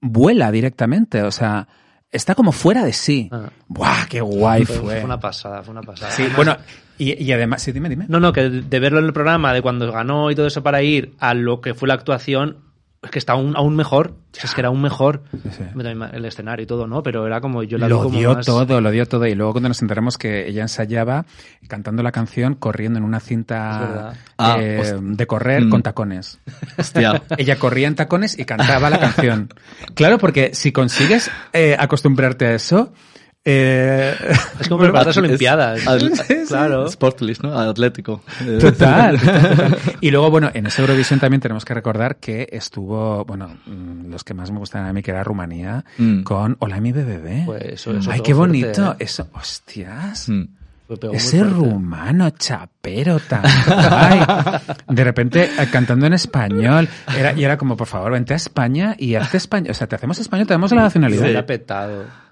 [SPEAKER 4] vuela directamente. O sea, está como fuera de sí.
[SPEAKER 5] Ah.
[SPEAKER 4] ¡Buah, qué guay
[SPEAKER 5] Fue,
[SPEAKER 4] fue!
[SPEAKER 5] fue Pues, una pasada, fue una pasada.
[SPEAKER 4] Sí,
[SPEAKER 5] Además,
[SPEAKER 4] bueno, y, y además, sí, dime, dime.
[SPEAKER 5] No, no, que de verlo en el programa, de cuando ganó y todo eso para ir a lo que fue la actuación, es que está aún, aún mejor. Es que era aún mejor
[SPEAKER 4] sí.
[SPEAKER 5] el escenario y todo, ¿no? Pero era como yo la vi
[SPEAKER 4] Lo
[SPEAKER 5] como
[SPEAKER 4] dio
[SPEAKER 5] más-
[SPEAKER 4] todo, lo dio todo. Y luego cuando nos enteramos que ella ensayaba cantando la canción corriendo en una
[SPEAKER 5] Es verdad.
[SPEAKER 4] cinta
[SPEAKER 6] Ah,
[SPEAKER 4] eh,
[SPEAKER 6] host-
[SPEAKER 4] de correr
[SPEAKER 6] Mm.
[SPEAKER 4] con tacones. <laughs>
[SPEAKER 6] Hostia.
[SPEAKER 4] Ella corría en tacones y cantaba la canción. Claro, porque si consigues eh, acostumbrarte a eso... <laughs> eh,
[SPEAKER 5] Es como preparar las Olimpiadas.
[SPEAKER 6] Es- al-
[SPEAKER 4] <laughs>
[SPEAKER 5] claro.
[SPEAKER 6] Sportlist, ¿no? Atlético. Eh,
[SPEAKER 4] Total. total. Y luego, bueno, en esa Eurovisión también tenemos que recordar que estuvo, bueno, mm, los que más me gustan a mí, que era Rumanía,
[SPEAKER 6] <laughs> Mm.
[SPEAKER 4] con Hola mi bebé.
[SPEAKER 5] Pues eso- eso
[SPEAKER 4] Ay,
[SPEAKER 5] pegó
[SPEAKER 4] qué
[SPEAKER 5] fuerte,
[SPEAKER 4] bonito.
[SPEAKER 5] ¿eh?
[SPEAKER 4] Eso, hostias.
[SPEAKER 6] Mm.
[SPEAKER 5] Fue- pegó muy
[SPEAKER 4] Ese
[SPEAKER 5] fuerte.
[SPEAKER 4] rumano chapero tan guay. De repente eh, cantando en español. Era, y era como, por favor, vente a España y hazte español. O sea, te hacemos español, te damos la nacionalidad.
[SPEAKER 5] Lo ha petado.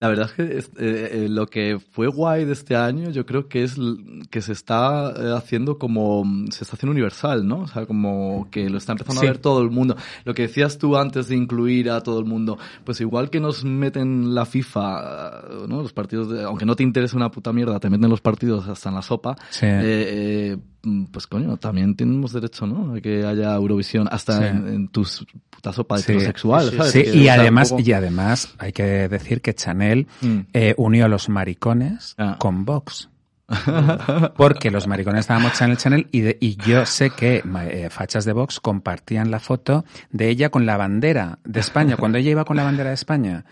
[SPEAKER 6] La verdad es que es- eh, eh, lo que fue guay de este año, yo creo que es l- que se está eh, haciendo como mm, se está haciendo universal, ¿no? O sea, como que lo está empezando
[SPEAKER 4] Sí.
[SPEAKER 6] a ver todo el mundo. Lo que decías tú antes de incluir a todo el mundo, pues igual que nos meten la FIFA, eh, ¿no? Los partidos, de- aunque no te interese una puta mierda, te meten los partidos hasta en la sopa.
[SPEAKER 4] Sí.
[SPEAKER 6] Eh, eh, mm, pues coño, también tenemos derecho, ¿no? A que haya Eurovisión hasta
[SPEAKER 4] Sí.
[SPEAKER 6] en, en tus puta sopa
[SPEAKER 4] Sí.
[SPEAKER 6] heterosexual,
[SPEAKER 5] Sí,
[SPEAKER 6] ¿sabes?
[SPEAKER 4] Sí,
[SPEAKER 6] Que, o
[SPEAKER 4] y
[SPEAKER 6] sea, un
[SPEAKER 4] además,
[SPEAKER 6] poco-
[SPEAKER 4] y además hay que decir que Chanel
[SPEAKER 6] Mm.
[SPEAKER 4] eh, unió a los maricones
[SPEAKER 6] Ah.
[SPEAKER 4] con Vox. <laughs> Porque los maricones estábamos Chanel Chanel y, de- y yo sé que ma- eh, fachas de Vox compartían la foto de ella con la bandera de
[SPEAKER 6] <laughs>
[SPEAKER 4] España, cuando ella iba con la bandera de España.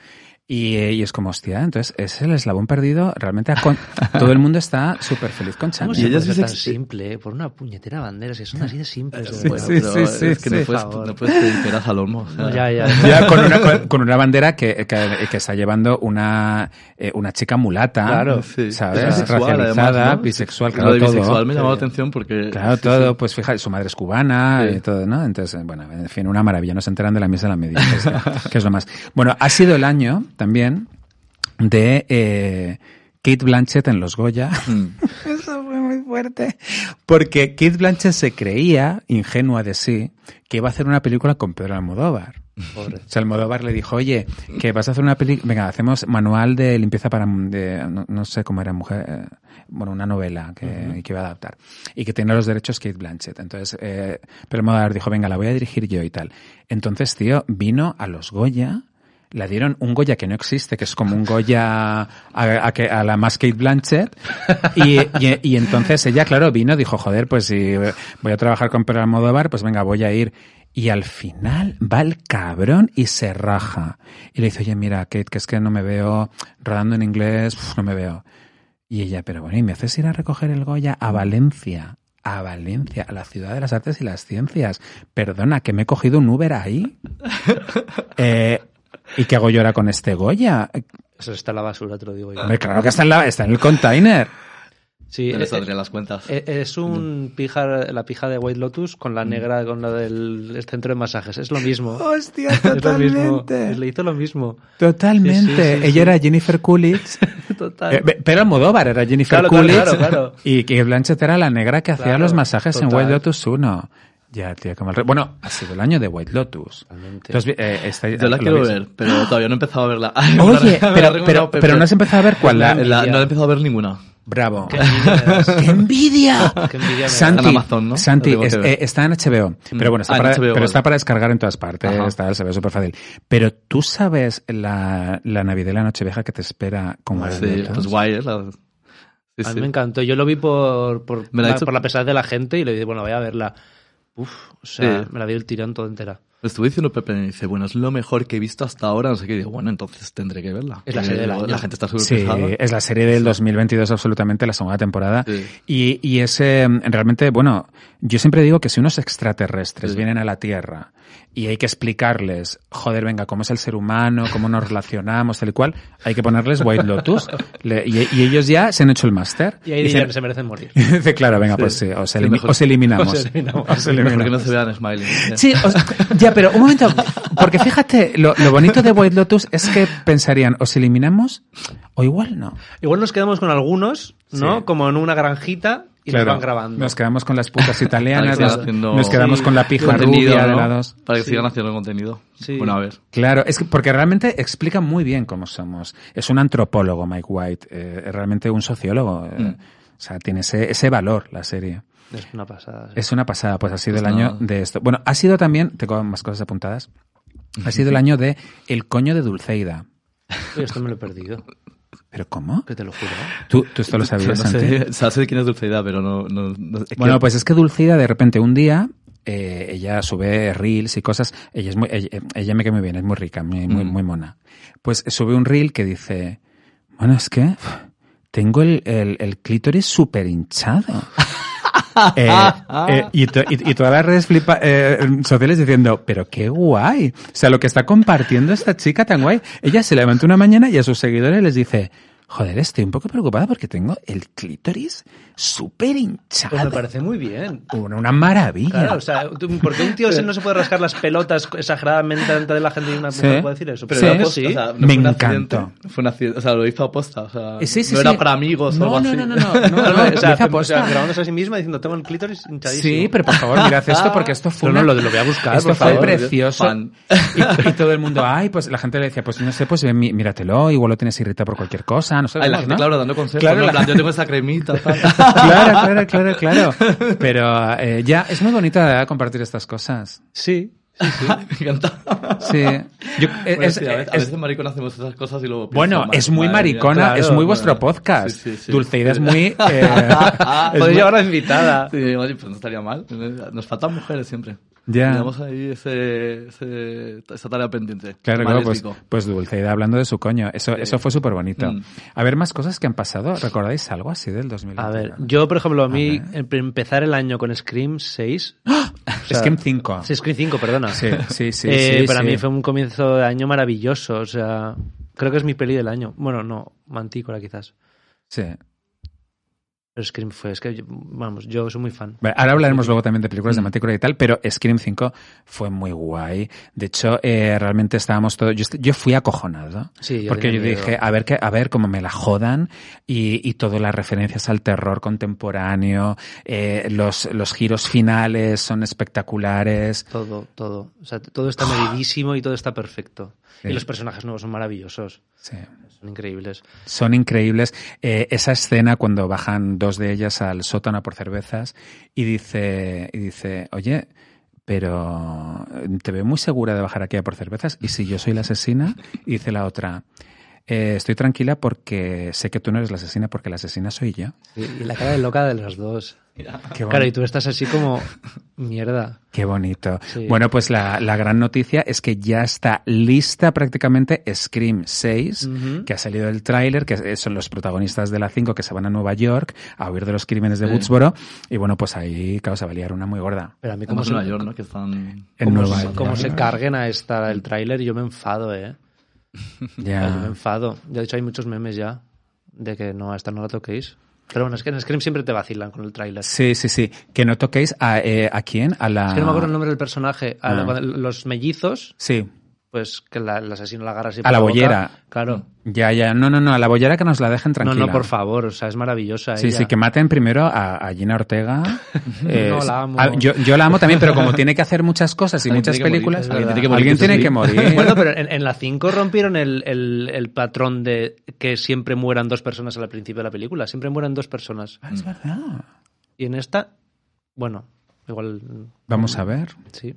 [SPEAKER 4] Y, eh, y es como, hostia, entonces es el eslabón perdido. Realmente
[SPEAKER 6] <laughs>
[SPEAKER 4] a con- todo el mundo está súper feliz con Chanel.
[SPEAKER 5] ¿Cómo se
[SPEAKER 6] Y
[SPEAKER 5] puede
[SPEAKER 6] ellas
[SPEAKER 5] ser
[SPEAKER 6] dicen
[SPEAKER 5] tan
[SPEAKER 6] que-
[SPEAKER 5] simple? eh? Por una puñetera bandera, si son así de simples.
[SPEAKER 6] Pero
[SPEAKER 5] de
[SPEAKER 6] bueno,
[SPEAKER 5] verdad.
[SPEAKER 4] sí,
[SPEAKER 6] pero
[SPEAKER 4] sí,
[SPEAKER 6] es
[SPEAKER 4] sí,
[SPEAKER 6] que no
[SPEAKER 4] sí.
[SPEAKER 6] puedes,
[SPEAKER 5] Por favor.
[SPEAKER 6] no puedes pedir peras al olmo. o sea.
[SPEAKER 5] No, ya, ya.
[SPEAKER 6] <laughs>
[SPEAKER 4] <laughs> Ya, con una, con, con una bandera que, que- que está llevando una, eh, una chica mulata,
[SPEAKER 5] Claro,
[SPEAKER 6] Ah, Sí.
[SPEAKER 4] ¿sabes?
[SPEAKER 6] Es bisexual,
[SPEAKER 4] Racializada,
[SPEAKER 6] además, ¿no?
[SPEAKER 4] bisexual,
[SPEAKER 6] Lo
[SPEAKER 4] claro,
[SPEAKER 6] de
[SPEAKER 4] todo.
[SPEAKER 6] bisexual me llamó la atención porque...
[SPEAKER 4] Claro,
[SPEAKER 6] sí,
[SPEAKER 4] todo,
[SPEAKER 6] sí.
[SPEAKER 4] pues fíjate, su madre es cubana
[SPEAKER 6] Sí.
[SPEAKER 4] y todo, ¿no? Entonces, bueno, en fin, una maravilla, no se enteran de la misa de la media, que
[SPEAKER 6] <laughs>
[SPEAKER 4] es- que es lo más. Bueno, ha sido el año también de eh, Kate Blanchett en los Goya.
[SPEAKER 6] <laughs> Mm.
[SPEAKER 4] <laughs> Eso fue muy fuerte. Porque Kate Blanchett se creía, ingenua de sí, que iba a hacer una película con Pedro Almodóvar.
[SPEAKER 5] Pobre.
[SPEAKER 4] O sea, Almodóvar le dijo, oye, que vas a hacer una película, venga, hacemos manual de limpieza para, de- no, no sé cómo era, mujer, eh, bueno, una novela que, que iba a adaptar y que tenía los derechos Kate Blanchett. Entonces, eh, pero Almodóvar dijo, venga, la voy a dirigir yo y tal. Entonces, tío, vino a los Goya, la dieron un Goya que no existe, que es como un Goya a, a que- a la más Kate Blanchett. Y, y- y entonces ella, claro, vino, dijo, joder, pues si voy a trabajar con Pedro Almodóvar, pues venga, voy a ir. Y al final va el cabrón y se raja. Y le dice, oye, mira, Kate, que es que no me veo rodando en inglés, uf, no me veo. Y ella, pero bueno, ¿y me haces ir a recoger el Goya a Valencia? A Valencia, a la ciudad de las artes y las ciencias. Perdona, que me he cogido un Uber ahí. Eh, ¿Y qué hago yo ahora con este Goya?
[SPEAKER 5] Eso está en la basura, te lo digo yo.
[SPEAKER 4] Hombre, claro que está en, la- está en el container.
[SPEAKER 5] Sí, eh,
[SPEAKER 6] No les saldrían las cuentas.
[SPEAKER 5] eh, es un pija, la pija de White Lotus con la negra, con la del centro de masajes. Es lo
[SPEAKER 4] <laughs>
[SPEAKER 5] mismo. <laughs>
[SPEAKER 4] Hostia,
[SPEAKER 5] Es lo mismo. Le hizo lo mismo.
[SPEAKER 4] Totalmente.
[SPEAKER 5] Sí, sí, sí,
[SPEAKER 4] ella
[SPEAKER 5] sí.
[SPEAKER 4] era Jennifer
[SPEAKER 5] <laughs>
[SPEAKER 4] Coolidge.
[SPEAKER 5] Total.
[SPEAKER 4] Eh, pe- Pero Almodóvar era Jennifer
[SPEAKER 5] Claro, claro,
[SPEAKER 4] Coolidge.
[SPEAKER 5] claro, claro.
[SPEAKER 4] Y que Blanchett era la negra que hacía
[SPEAKER 5] Claro,
[SPEAKER 4] los masajes en
[SPEAKER 5] total.
[SPEAKER 4] White Lotus 1. Ya, tío, qué mal re- Bueno, ha sido el año de White Lotus.
[SPEAKER 5] Totalmente.
[SPEAKER 4] ¿Tú has vi- eh, está-
[SPEAKER 6] Yo la
[SPEAKER 4] lo
[SPEAKER 6] quiero
[SPEAKER 4] ves? Ah.
[SPEAKER 6] ver, pero todavía no he empezado a verla. <laughs>
[SPEAKER 4] Oye,
[SPEAKER 5] <laughs>
[SPEAKER 6] Me la ha
[SPEAKER 4] pero, pero,
[SPEAKER 6] recomendado
[SPEAKER 4] pero no has
[SPEAKER 6] Pepe.
[SPEAKER 4] empezado a ver cuál. la-
[SPEAKER 5] La-
[SPEAKER 6] La- no he empezado a ver ninguna.
[SPEAKER 4] Bravo.
[SPEAKER 5] Qué envidia.
[SPEAKER 4] <laughs> ¡Qué envidia!
[SPEAKER 5] Qué envidia me da.
[SPEAKER 4] Santi,
[SPEAKER 6] Está en Amazon, ¿no?
[SPEAKER 4] Santi
[SPEAKER 6] Lo tengo que
[SPEAKER 4] es-
[SPEAKER 6] ver.
[SPEAKER 4] eh, está en HBO, pero bueno, está,
[SPEAKER 6] Ah, en
[SPEAKER 4] para,
[SPEAKER 6] HBO,
[SPEAKER 4] pero
[SPEAKER 6] vale.
[SPEAKER 4] está para descargar en todas partes,
[SPEAKER 6] Ajá.
[SPEAKER 4] está, se ve súper fácil. Pero tú sabes la, la Navidad y la Nochevieja que te espera con White
[SPEAKER 6] Sí,
[SPEAKER 4] Lotus?
[SPEAKER 6] pues guay, ¿eh? La- sí,
[SPEAKER 5] A mí
[SPEAKER 6] sí.
[SPEAKER 5] me encantó. Yo lo vi por, por,
[SPEAKER 6] Me la he
[SPEAKER 5] la,
[SPEAKER 6] hecho-
[SPEAKER 5] por la pesada de la gente y le dije, bueno, voy a verla. Uf, o sea,
[SPEAKER 6] Sí.
[SPEAKER 5] me la dio el tirón toda entera.
[SPEAKER 6] Me estuve diciendo Pepe, me dice, bueno, es lo mejor que he visto hasta ahora, no sé qué, y digo, bueno, entonces tendré que verla.
[SPEAKER 5] Es la serie del
[SPEAKER 6] la,
[SPEAKER 5] año.
[SPEAKER 6] la gente está súper
[SPEAKER 4] Sí,
[SPEAKER 6] pesada.
[SPEAKER 4] es la serie del 2022 absolutamente, la segunda temporada. <laughs>
[SPEAKER 6] Sí.
[SPEAKER 4] Y, y es eh, realmente, bueno, yo siempre digo que si unos extraterrestres
[SPEAKER 6] Sí.
[SPEAKER 4] vienen a la Tierra y hay que explicarles, joder, venga, cómo es el ser humano, cómo nos relacionamos, tal y cual, hay que ponerles White Lotus.
[SPEAKER 6] <laughs>
[SPEAKER 4] Le- y, y ellos ya se han hecho el máster.
[SPEAKER 5] Y ahí
[SPEAKER 4] Dicen-
[SPEAKER 5] dijeron, se merecen morir.
[SPEAKER 4] <laughs> Dice, claro, venga, pues sí, os,
[SPEAKER 6] Sí,
[SPEAKER 4] elimi-
[SPEAKER 6] mejor-
[SPEAKER 4] os
[SPEAKER 6] <laughs>
[SPEAKER 4] eliminamos.
[SPEAKER 5] os eliminamos.
[SPEAKER 4] Os
[SPEAKER 6] Mejor
[SPEAKER 4] eliminamos. <laughs>
[SPEAKER 6] que no se vean Smiley.
[SPEAKER 4] Sí, os- ya, pero un momento, porque fíjate, lo, lo bonito de White Lotus es que pensarían, ¿os eliminamos? O igual no.
[SPEAKER 5] Igual nos quedamos con algunos, ¿no?
[SPEAKER 4] Sí.
[SPEAKER 5] Como en una granjita y nos
[SPEAKER 4] Claro,
[SPEAKER 5] van grabando.
[SPEAKER 4] Nos quedamos con las putas italianas,
[SPEAKER 6] Para que
[SPEAKER 4] nos,
[SPEAKER 6] sigan haciendo
[SPEAKER 4] nos quedamos
[SPEAKER 5] Sí,
[SPEAKER 4] con la pija
[SPEAKER 6] Contenido,
[SPEAKER 4] rubia de
[SPEAKER 6] ¿no?
[SPEAKER 4] la dos.
[SPEAKER 6] Para que
[SPEAKER 5] Sí.
[SPEAKER 6] sigan haciendo contenido.
[SPEAKER 5] Sí.
[SPEAKER 6] Bueno, a ver.
[SPEAKER 4] Claro, es que porque realmente explica muy bien cómo somos. Es un antropólogo, Mike White, eh, es realmente un sociólogo. eh,
[SPEAKER 6] <laughs> Mm.
[SPEAKER 4] O sea, tiene ese, ese valor la serie.
[SPEAKER 5] Es una pasada. sí.
[SPEAKER 4] Es una pasada, pues ha sido
[SPEAKER 6] Pues
[SPEAKER 4] el año
[SPEAKER 6] nada.
[SPEAKER 4] de esto. Bueno, ha sido también, tengo más cosas apuntadas, ha sido el año de El coño de Dulceida.
[SPEAKER 5] Uy, esto me lo he perdido.
[SPEAKER 4] ¿Pero cómo?
[SPEAKER 5] Que te lo juro. ¿eh?
[SPEAKER 4] ¿Tú, tú esto lo sabías,
[SPEAKER 6] no
[SPEAKER 4] Santi?
[SPEAKER 6] <laughs> sé, o sea, sé de quién es Dulceida, pero no... no, no- es que-
[SPEAKER 4] Bueno, pues es que Dulceida de repente un día eh, ella sube reels y cosas. Ella es muy, ella, ella me cae muy bien, es muy rica, muy, muy,
[SPEAKER 6] Mm.
[SPEAKER 4] muy mona. Pues sube un reel que dice, bueno, es que tengo el, el- el clítoris súper hinchado. Eh, eh, y, to- y- y todas las redes flipa- eh, sociales diciendo, pero qué guay. O sea, lo que está compartiendo esta chica tan guay. Ella se levanta una mañana y a sus seguidores les dice, joder, estoy un poco preocupada porque tengo el clítoris súper hinchado.
[SPEAKER 5] Pues me parece muy bien.
[SPEAKER 4] Una, una maravilla.
[SPEAKER 5] Claro, o sea, tú- ¿por qué un tío ese no se puede rascar las pelotas exageradamente ante de la gente y una persona
[SPEAKER 4] Sí.
[SPEAKER 5] puede decir eso?
[SPEAKER 4] Sí.
[SPEAKER 5] no, pues
[SPEAKER 6] o sea,
[SPEAKER 4] Me
[SPEAKER 6] fue un accidente,
[SPEAKER 4] encantó.
[SPEAKER 6] Fue un accidente, o sea, lo hizo aposta, o sea,
[SPEAKER 4] Eh, sí, sí,
[SPEAKER 6] no
[SPEAKER 4] sí.
[SPEAKER 6] era para amigos
[SPEAKER 4] No,
[SPEAKER 6] o algo
[SPEAKER 4] no,
[SPEAKER 6] así.
[SPEAKER 4] no, no,
[SPEAKER 6] <laughs>
[SPEAKER 4] no, no, no,
[SPEAKER 5] No, no, o sea,
[SPEAKER 4] Empieza
[SPEAKER 5] o sea,
[SPEAKER 4] posta.
[SPEAKER 5] grabándose a sí misma diciendo, tengo el clítoris hinchadísimo.
[SPEAKER 4] Sí, pero por favor, mirad esto porque esto fue.
[SPEAKER 5] No, no,
[SPEAKER 4] una-
[SPEAKER 5] lo- lo voy a buscar,
[SPEAKER 4] Esto
[SPEAKER 5] por
[SPEAKER 4] fue
[SPEAKER 5] favor.
[SPEAKER 4] precioso.
[SPEAKER 6] Fan.
[SPEAKER 4] Y, y todo el mundo, ay, pues la gente le decía, pues no sé, pues ven, mí- míratelo, igual lo tienes irritado por cualquier cosa, no sé.
[SPEAKER 6] Ay, la
[SPEAKER 4] vamos,
[SPEAKER 6] gente,
[SPEAKER 4] ¿no?
[SPEAKER 6] claro, dando consejos,
[SPEAKER 4] Claro,
[SPEAKER 6] ¿no? En
[SPEAKER 4] la-
[SPEAKER 6] plan, yo tengo
[SPEAKER 4] <laughs>
[SPEAKER 6] esa cremita, tal.
[SPEAKER 4] Claro, claro, claro, claro. Pero eh, ya, es muy bonita eh, compartir estas cosas.
[SPEAKER 5] Sí.
[SPEAKER 6] <laughs> Me encanta.
[SPEAKER 4] Sí. Yo- eh,
[SPEAKER 6] Bueno,
[SPEAKER 4] es-
[SPEAKER 6] Pues sí, a,
[SPEAKER 4] es-
[SPEAKER 6] veces, a veces maricón hacemos esas cosas y luego... pienso,
[SPEAKER 4] bueno,
[SPEAKER 6] madre-
[SPEAKER 4] es muy
[SPEAKER 6] madre mía,
[SPEAKER 4] maricona,
[SPEAKER 6] claro,
[SPEAKER 4] es muy
[SPEAKER 6] bueno.
[SPEAKER 4] vuestro podcast.
[SPEAKER 6] Sí, sí, sí. Pues
[SPEAKER 4] Dulceida es
[SPEAKER 6] <laughs>
[SPEAKER 4] muy... eh, es
[SPEAKER 5] Podéis
[SPEAKER 4] muy-
[SPEAKER 5] llevarla invitada.
[SPEAKER 6] Sí, oye, pues no estaría mal. Nos faltan mujeres siempre.
[SPEAKER 4] Ya.
[SPEAKER 6] Tenemos ahí ese, ese- esa tarea pendiente.
[SPEAKER 4] Claro, claro, pues,
[SPEAKER 6] Maléfico.
[SPEAKER 4] pues Dulceida hablando de su coño. Eso, eso fue súper bonito.
[SPEAKER 6] Mm.
[SPEAKER 4] A ver, más cosas que han pasado. ¿Recordáis algo así del 2020?
[SPEAKER 5] A ver, yo, por ejemplo, a mí
[SPEAKER 4] A
[SPEAKER 5] em- empezar el año con Scream 6.
[SPEAKER 4] ¡Ah!
[SPEAKER 5] sea,
[SPEAKER 4] Scream 5.
[SPEAKER 5] Sí, Scream 5, perdona.
[SPEAKER 4] em- Sí, sí, sí,
[SPEAKER 5] Eh,
[SPEAKER 4] sí,
[SPEAKER 5] para
[SPEAKER 4] sí.
[SPEAKER 5] mí fue un comienzo de año maravilloso. O sea, creo que es mi peli del año. Bueno, no, Mantícora quizás.
[SPEAKER 4] Sí.
[SPEAKER 5] Pero Scream fue, es que, yo- vamos, yo soy muy fan.
[SPEAKER 4] Vale, ahora hablaremos luego también de películas
[SPEAKER 5] Mm.
[SPEAKER 4] de Mantícora y tal, pero Scream 5 fue muy guay. De hecho, eh, realmente estábamos todos. Yo, est- yo fui acojonado.
[SPEAKER 5] Sí, yo
[SPEAKER 4] porque yo
[SPEAKER 5] tenía miedo.
[SPEAKER 4] dije, a ver, que, a ver cómo me la jodan y, y todas las referencias al terror contemporáneo, eh, los, los giros finales son espectaculares.
[SPEAKER 5] Todo, todo. O sea, todo está medidísimo y todo está perfecto.
[SPEAKER 4] Sí.
[SPEAKER 5] Y los personajes nuevos son maravillosos.
[SPEAKER 4] Sí.
[SPEAKER 5] Son increíbles.
[SPEAKER 4] Son increíbles. Eh, esa escena cuando bajan dos de ellas al sótano por cervezas y dice, y dice, oye, pero eh, te veo muy segura de bajar aquí a por cervezas. Y si yo soy la asesina, y dice la otra, "Eh, estoy tranquila porque sé que tú no eres la asesina porque la asesina soy yo.
[SPEAKER 5] Y, y la cara de loca de las dos.
[SPEAKER 4] Qué
[SPEAKER 5] Claro, y
[SPEAKER 4] bonito.
[SPEAKER 5] tú estás así como, mierda.
[SPEAKER 4] Qué bonito.
[SPEAKER 5] Sí.
[SPEAKER 4] Bueno, pues la, la gran noticia es que ya está lista prácticamente Scream 6,
[SPEAKER 5] Ujú.
[SPEAKER 4] que ha salido el tráiler, que son los protagonistas de la 5 que se van a Nueva York a huir de los crímenes de
[SPEAKER 6] Sí.
[SPEAKER 4] Woodsboro. Y bueno, pues ahí, claro, se va a liar una muy gorda.
[SPEAKER 5] Pero a mí como
[SPEAKER 6] Como
[SPEAKER 5] se,
[SPEAKER 6] Nueva York, ¿no? Que están...
[SPEAKER 4] En
[SPEAKER 5] como
[SPEAKER 4] Nueva
[SPEAKER 5] se-
[SPEAKER 4] York.
[SPEAKER 5] como se carguen a esta el tráiler, yo me enfado, ¿eh? Yo me
[SPEAKER 4] Ya.
[SPEAKER 5] enfado. De hecho, hay muchos memes ya de que no, a esta no la toquéis. Pero bueno, es que en Scream siempre te vacilan con el tráiler.
[SPEAKER 4] Sí, sí, sí. Que no toquéis a, eh, ¿a quién, a la...
[SPEAKER 5] Es que no me acuerdo el nombre del personaje. A
[SPEAKER 4] Ah.
[SPEAKER 5] la- los mellizos,
[SPEAKER 4] Sí.
[SPEAKER 5] pues que la- el asesino la agarra así.
[SPEAKER 4] A
[SPEAKER 5] por
[SPEAKER 4] la
[SPEAKER 5] boca.
[SPEAKER 4] bollera.
[SPEAKER 5] Claro.
[SPEAKER 4] Ya, ya. No, no, no. A la bollera que nos la dejen tranquila.
[SPEAKER 5] No, no, por favor. O sea, es maravillosa.
[SPEAKER 4] Sí,
[SPEAKER 5] ella.
[SPEAKER 4] sí, que maten primero a, a Gina
[SPEAKER 6] <laughs>
[SPEAKER 4] Ortega. Eh,
[SPEAKER 5] No la amo.
[SPEAKER 4] a- yo, yo la amo también, pero como tiene que hacer muchas cosas y
[SPEAKER 6] Alguien
[SPEAKER 4] muchas
[SPEAKER 6] tiene que morir,
[SPEAKER 4] películas,
[SPEAKER 6] es verdad.
[SPEAKER 4] alguien tiene que
[SPEAKER 6] morir,
[SPEAKER 4] <laughs> morir.
[SPEAKER 5] Eh, Bueno, pero en, en la 5 rompieron el, el- el patrón de que siempre mueran dos personas al principio de la película. Siempre mueran dos personas.
[SPEAKER 4] Ah, es verdad.
[SPEAKER 5] Y en esta, bueno, igual. mm,
[SPEAKER 4] Vamos a ver.
[SPEAKER 5] Sí.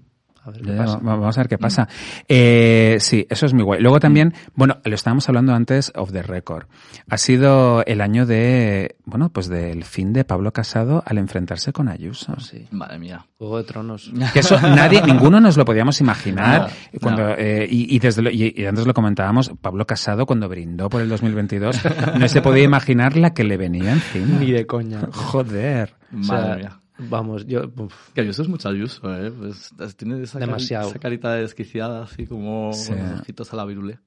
[SPEAKER 5] A ver qué
[SPEAKER 4] Ya,
[SPEAKER 5] pasa.
[SPEAKER 4] va- Vamos a ver qué pasa. Eh, sí, eso es muy guay. Luego también, bueno, lo estábamos hablando antes of the record. Ha sido el año de, bueno, pues del fin de Pablo Casado al enfrentarse con Ayuso.
[SPEAKER 5] Sí.
[SPEAKER 6] Madre mía.
[SPEAKER 5] Juego de Tronos.
[SPEAKER 4] Que eso nadie,
[SPEAKER 5] <laughs>
[SPEAKER 4] ninguno nos lo podíamos imaginar.
[SPEAKER 6] No,
[SPEAKER 4] cuando,
[SPEAKER 6] no.
[SPEAKER 4] eh, y, y desde lo- y- y antes lo comentábamos, Pablo Casado cuando brindó por el
[SPEAKER 5] <laughs>
[SPEAKER 4] 2022 no se podía imaginar la que le venía encima.
[SPEAKER 5] Ni de coña.
[SPEAKER 4] Joder.
[SPEAKER 5] O sea,
[SPEAKER 6] Madre mía.
[SPEAKER 5] Vamos, yo. uf.
[SPEAKER 6] Que Ayuso es mucho Ayuso, ¿eh? Pues, es- tiene esa, cari-
[SPEAKER 5] Demasiado.
[SPEAKER 6] esa carita desquiciada, así como
[SPEAKER 4] Sí.
[SPEAKER 6] con los ojitos a la virule.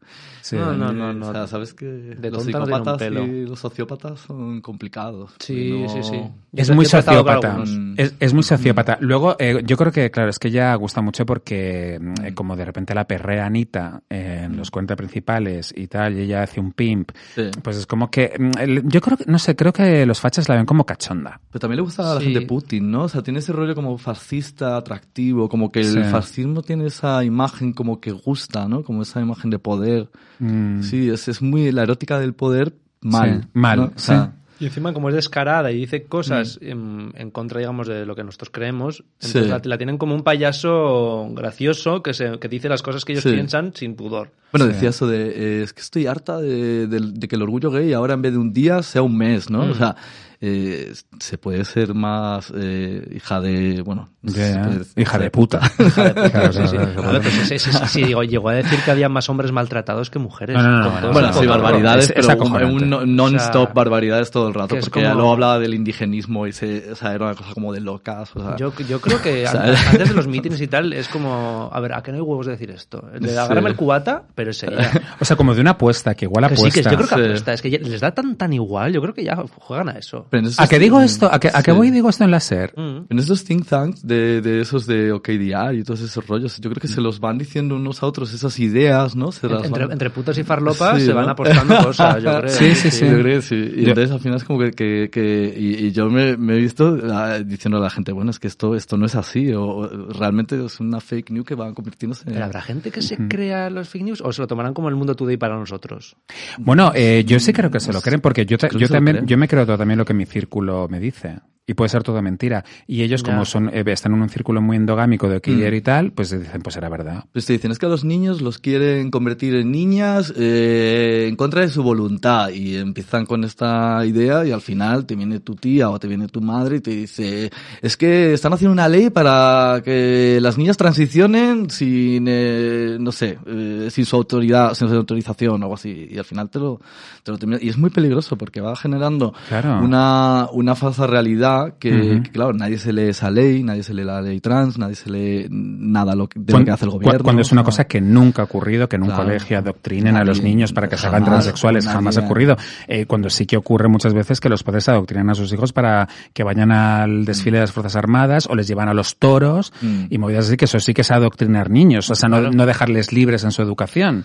[SPEAKER 4] Sí.
[SPEAKER 5] No, no, no,
[SPEAKER 6] Eh,
[SPEAKER 5] no.
[SPEAKER 6] O sea, sabes que los
[SPEAKER 5] tonta no tiene un
[SPEAKER 6] psicópatas
[SPEAKER 5] pelo.
[SPEAKER 6] y los sociópatas son complicados.
[SPEAKER 5] Sí,
[SPEAKER 6] porque
[SPEAKER 5] sí,
[SPEAKER 6] no-
[SPEAKER 5] sí.
[SPEAKER 4] Es
[SPEAKER 5] Yo-
[SPEAKER 4] muy
[SPEAKER 5] yo he tratado con
[SPEAKER 4] sociópata.
[SPEAKER 5] algunos. Mm.
[SPEAKER 6] algunos.
[SPEAKER 4] Es, es muy sociópata. Luego, eh, yo creo que, claro, es que ella gusta mucho porque, mm, eh, como de repente la perrea Anita eh, en
[SPEAKER 5] Mm.
[SPEAKER 4] los cuentas principales y tal, y ella hace un pimp,
[SPEAKER 6] Sí.
[SPEAKER 4] pues es como que. mm, el- Yo creo que, no sé, creo que los fachas la ven como cachonda.
[SPEAKER 6] Pero también le gusta a la
[SPEAKER 5] Sí.
[SPEAKER 6] gente Putin, ¿no? O sea, tiene ese rollo como fascista, atractivo, como que
[SPEAKER 4] Sí.
[SPEAKER 6] el fascismo tiene esa imagen como que gusta, ¿no? Como esa imagen de poder.
[SPEAKER 4] Mm.
[SPEAKER 6] Sí, es, es muy la erótica del poder mal.
[SPEAKER 4] Sí, mal,
[SPEAKER 6] ¿no? O sea,
[SPEAKER 5] Y encima, como es descarada y dice cosas en, en contra, digamos, de lo que nosotros creemos,
[SPEAKER 6] Sí.
[SPEAKER 5] entonces la, la tienen como un payaso gracioso que, se, que dice las cosas que ellos
[SPEAKER 6] Sí.
[SPEAKER 5] piensan sin pudor.
[SPEAKER 6] Bueno,
[SPEAKER 4] Sí.
[SPEAKER 6] decía eso de, eh, es que estoy harta de, de- de que el orgullo gay ahora en vez de un día sea un mes, ¿no?
[SPEAKER 5] Mm.
[SPEAKER 6] O sea, eh, se puede ser más eh, hija de, bueno, no sé si se
[SPEAKER 4] Ya,
[SPEAKER 6] puede
[SPEAKER 5] Pues,
[SPEAKER 4] ya.
[SPEAKER 6] decir-
[SPEAKER 4] Hija de puta.
[SPEAKER 5] <laughs>
[SPEAKER 4] <laughs> Claro,
[SPEAKER 5] Sí,
[SPEAKER 4] claro,
[SPEAKER 5] sí.
[SPEAKER 4] claro,
[SPEAKER 5] A
[SPEAKER 4] claro.
[SPEAKER 5] ver, pues sí, sí, sí, sí, digo, llegó a decir que había más hombres maltratados que mujeres.
[SPEAKER 4] No, no, no,
[SPEAKER 5] Con
[SPEAKER 4] no,
[SPEAKER 5] todo
[SPEAKER 6] Bueno,
[SPEAKER 5] ese
[SPEAKER 6] sí,
[SPEAKER 5] porro.
[SPEAKER 6] barbaridades,
[SPEAKER 4] Es- es
[SPEAKER 6] pero un,
[SPEAKER 4] acojonante.
[SPEAKER 6] un no- non-stop
[SPEAKER 5] O sea,
[SPEAKER 6] barbaridades todo el rato,
[SPEAKER 5] que es
[SPEAKER 6] porque
[SPEAKER 5] como-
[SPEAKER 6] luego hablaba del indigenismo y se, o sea, era una cosa como de locas, o sea,
[SPEAKER 5] Yo, yo creo
[SPEAKER 4] <laughs>
[SPEAKER 6] <laughs>
[SPEAKER 5] que
[SPEAKER 6] O sea,
[SPEAKER 5] antes, antes de los mítines y tal es como, a ver, ¿a qué no hay huevos de decir esto? Le
[SPEAKER 6] Sí.
[SPEAKER 5] agarrame el cubata, pero
[SPEAKER 4] <laughs>
[SPEAKER 5] es ella.
[SPEAKER 4] O sea, como de una apuesta, que igual
[SPEAKER 5] Que sí,
[SPEAKER 4] apuesta.
[SPEAKER 5] que yo creo que
[SPEAKER 6] Sí.
[SPEAKER 5] apuesta, es que ya- les da tan tan igual, yo creo que ya juegan a eso.
[SPEAKER 6] pero en esos-
[SPEAKER 4] ¿A qué digo esto? ¿A qué, a qué
[SPEAKER 6] Sí.
[SPEAKER 4] voy y digo esto en la SER?
[SPEAKER 5] Mm.
[SPEAKER 6] En esos think tanks de, de esos de OKDR y todos esos rollos, yo creo que se los van diciendo unos a otros esas ideas, ¿no? Se las
[SPEAKER 5] Entre,
[SPEAKER 6] van-
[SPEAKER 5] entre putos y farlopas
[SPEAKER 6] Sí,
[SPEAKER 5] se
[SPEAKER 6] ¿no?
[SPEAKER 4] <laughs>
[SPEAKER 5] van apostando cosas, yo creo.
[SPEAKER 4] Sí, sí, sí.
[SPEAKER 6] Yo creo que sí. Y
[SPEAKER 4] Yo-
[SPEAKER 6] entonces al final es como que... que- que- y, y yo me, me he visto ah, diciendo a la gente, bueno, es que esto, esto no es así, o, o realmente es una fake news que van convirtiéndose en...
[SPEAKER 5] Pero habrá gente que se crea los fake news o se lo tomarán como el mundo today para nosotros.
[SPEAKER 4] Bueno, eh, yo sí creo que se lo
[SPEAKER 5] Pues
[SPEAKER 4] creen, porque yo, ta-
[SPEAKER 6] Creo que
[SPEAKER 4] yo
[SPEAKER 6] se lo
[SPEAKER 4] también
[SPEAKER 6] creen.
[SPEAKER 4] yo me creo todo también lo que mi círculo me dice. Y puede ser todo mentira. Y ellos, como
[SPEAKER 5] Ya. Mm.
[SPEAKER 4] son eh, están en un círculo muy endogámico de killer y tal, pues dicen, pues era verdad.
[SPEAKER 6] Pues te dicen, es que a los niños los quieren convertir en niñas eh, en contra de su voluntad. Y empiezan con esta idea y al final te viene tu tía o te viene tu madre y te dice, es que están haciendo una ley para que las niñas transicionen sin, eh, no sé, eh, sin su autoridad, sin su autorización o algo así. Y al final te lo, te lo termina- Y es muy peligroso porque va generando
[SPEAKER 4] Claro.
[SPEAKER 6] una, una falsa realidad que,
[SPEAKER 4] Ujú.
[SPEAKER 6] que, claro, nadie se lee esa ley, nadie se lee la ley trans, nadie se lee nada lo que, de
[SPEAKER 4] Cuan-
[SPEAKER 6] lo que hace el
[SPEAKER 4] cua-
[SPEAKER 6] gobierno.
[SPEAKER 4] Cuando es una
[SPEAKER 6] o sea.
[SPEAKER 4] cosa que nunca ha ocurrido, que en un
[SPEAKER 6] Claro.
[SPEAKER 4] colegio adoctrinen a
[SPEAKER 6] Nadie-
[SPEAKER 4] los niños para que se hagan
[SPEAKER 6] jamás,
[SPEAKER 4] transexuales,
[SPEAKER 6] nadie-
[SPEAKER 4] jamás ha ocurrido. Eh, cuando sí que ocurre muchas veces que los padres adoctrinan a sus hijos para que vayan al desfile de las Fuerzas Armadas o les llevan a los toros
[SPEAKER 6] Mm.
[SPEAKER 4] y movidas así, que eso sí que es adoctrinar niños, o sea, no, no dejarles libres en su educación.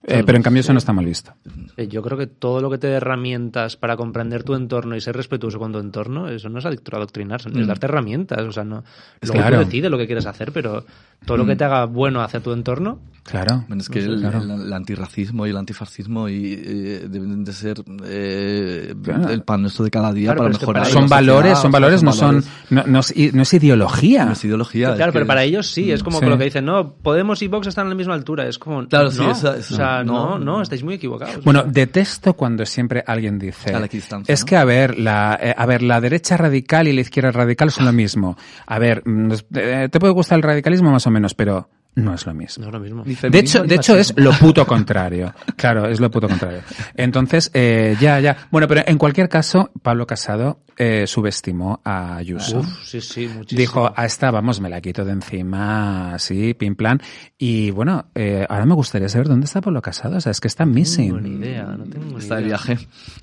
[SPEAKER 4] Eh,
[SPEAKER 6] Claro,
[SPEAKER 4] pero en cambio eso
[SPEAKER 6] sí.
[SPEAKER 4] no está mal visto.
[SPEAKER 5] Eh, Yo creo que todo lo que te dé herramientas para comprender tu entorno y ser respetuoso con tu entorno, eso no es adic- adoctrinar,
[SPEAKER 6] Mm.
[SPEAKER 5] son- es darte herramientas. O sea, no,
[SPEAKER 4] Es
[SPEAKER 5] luego
[SPEAKER 4] claro.
[SPEAKER 5] tú decides lo que quieres hacer, pero todo
[SPEAKER 6] Mm.
[SPEAKER 5] lo que te haga bueno hacia tu entorno,
[SPEAKER 4] Claro.
[SPEAKER 6] Bueno, es que el,
[SPEAKER 4] Claro.
[SPEAKER 6] el- el antirracismo y el antifascismo y, eh, deben de ser eh,
[SPEAKER 4] Claro.
[SPEAKER 6] el pan nuestro de cada día
[SPEAKER 5] Claro,
[SPEAKER 6] para
[SPEAKER 5] pero es que
[SPEAKER 6] mejorar.
[SPEAKER 5] para
[SPEAKER 6] la
[SPEAKER 4] son
[SPEAKER 6] sociedad,
[SPEAKER 4] valores,
[SPEAKER 6] o
[SPEAKER 4] son
[SPEAKER 6] sea,
[SPEAKER 4] valores, no son,
[SPEAKER 6] valores,
[SPEAKER 4] no, no es, i- no es ideología.
[SPEAKER 6] no es ideología. es
[SPEAKER 5] claro,
[SPEAKER 6] que mm,
[SPEAKER 5] pero para
[SPEAKER 6] es-
[SPEAKER 5] ellos sí, es como
[SPEAKER 4] Sí.
[SPEAKER 5] con lo que dicen, no, Podemos y Vox están a la misma altura, es como, no,
[SPEAKER 6] Claro, sí, esa-
[SPEAKER 5] o
[SPEAKER 6] esa-
[SPEAKER 5] sea, Ah, no, no, estáis muy equivocados.
[SPEAKER 4] Pues Bueno, detesto cuando siempre alguien dice.
[SPEAKER 6] A la equidistancia,
[SPEAKER 4] Es
[SPEAKER 6] ¿no?
[SPEAKER 4] que, a ver, la, eh, a ver, la derecha radical y la izquierda radical
[SPEAKER 5] Ah.
[SPEAKER 4] son lo mismo. A ver, mm, nos- eh, te puede gustar el radicalismo más o menos, pero no es lo mismo.
[SPEAKER 5] No es lo mismo.
[SPEAKER 6] Ni feminismo
[SPEAKER 4] De hecho,
[SPEAKER 6] ni
[SPEAKER 4] de hecho es
[SPEAKER 6] machismo. <laughs>
[SPEAKER 4] lo puto contrario. Claro, es lo puto contrario. Entonces, eh, ya, ya. Bueno, pero en cualquier caso, Pablo Casado eh, subestimó a Ayuso.
[SPEAKER 5] Uf, sí, sí, muchísimo.
[SPEAKER 4] Dijo, a esta, vamos, me la quito de encima, así, pin plan. Y bueno, eh, ahora me gustaría saber dónde está Pablo Casado. O sea, es que está
[SPEAKER 5] No tengo ni
[SPEAKER 4] missing.
[SPEAKER 5] idea, no tengo ni
[SPEAKER 6] Está de
[SPEAKER 5] idea.
[SPEAKER 6] viaje.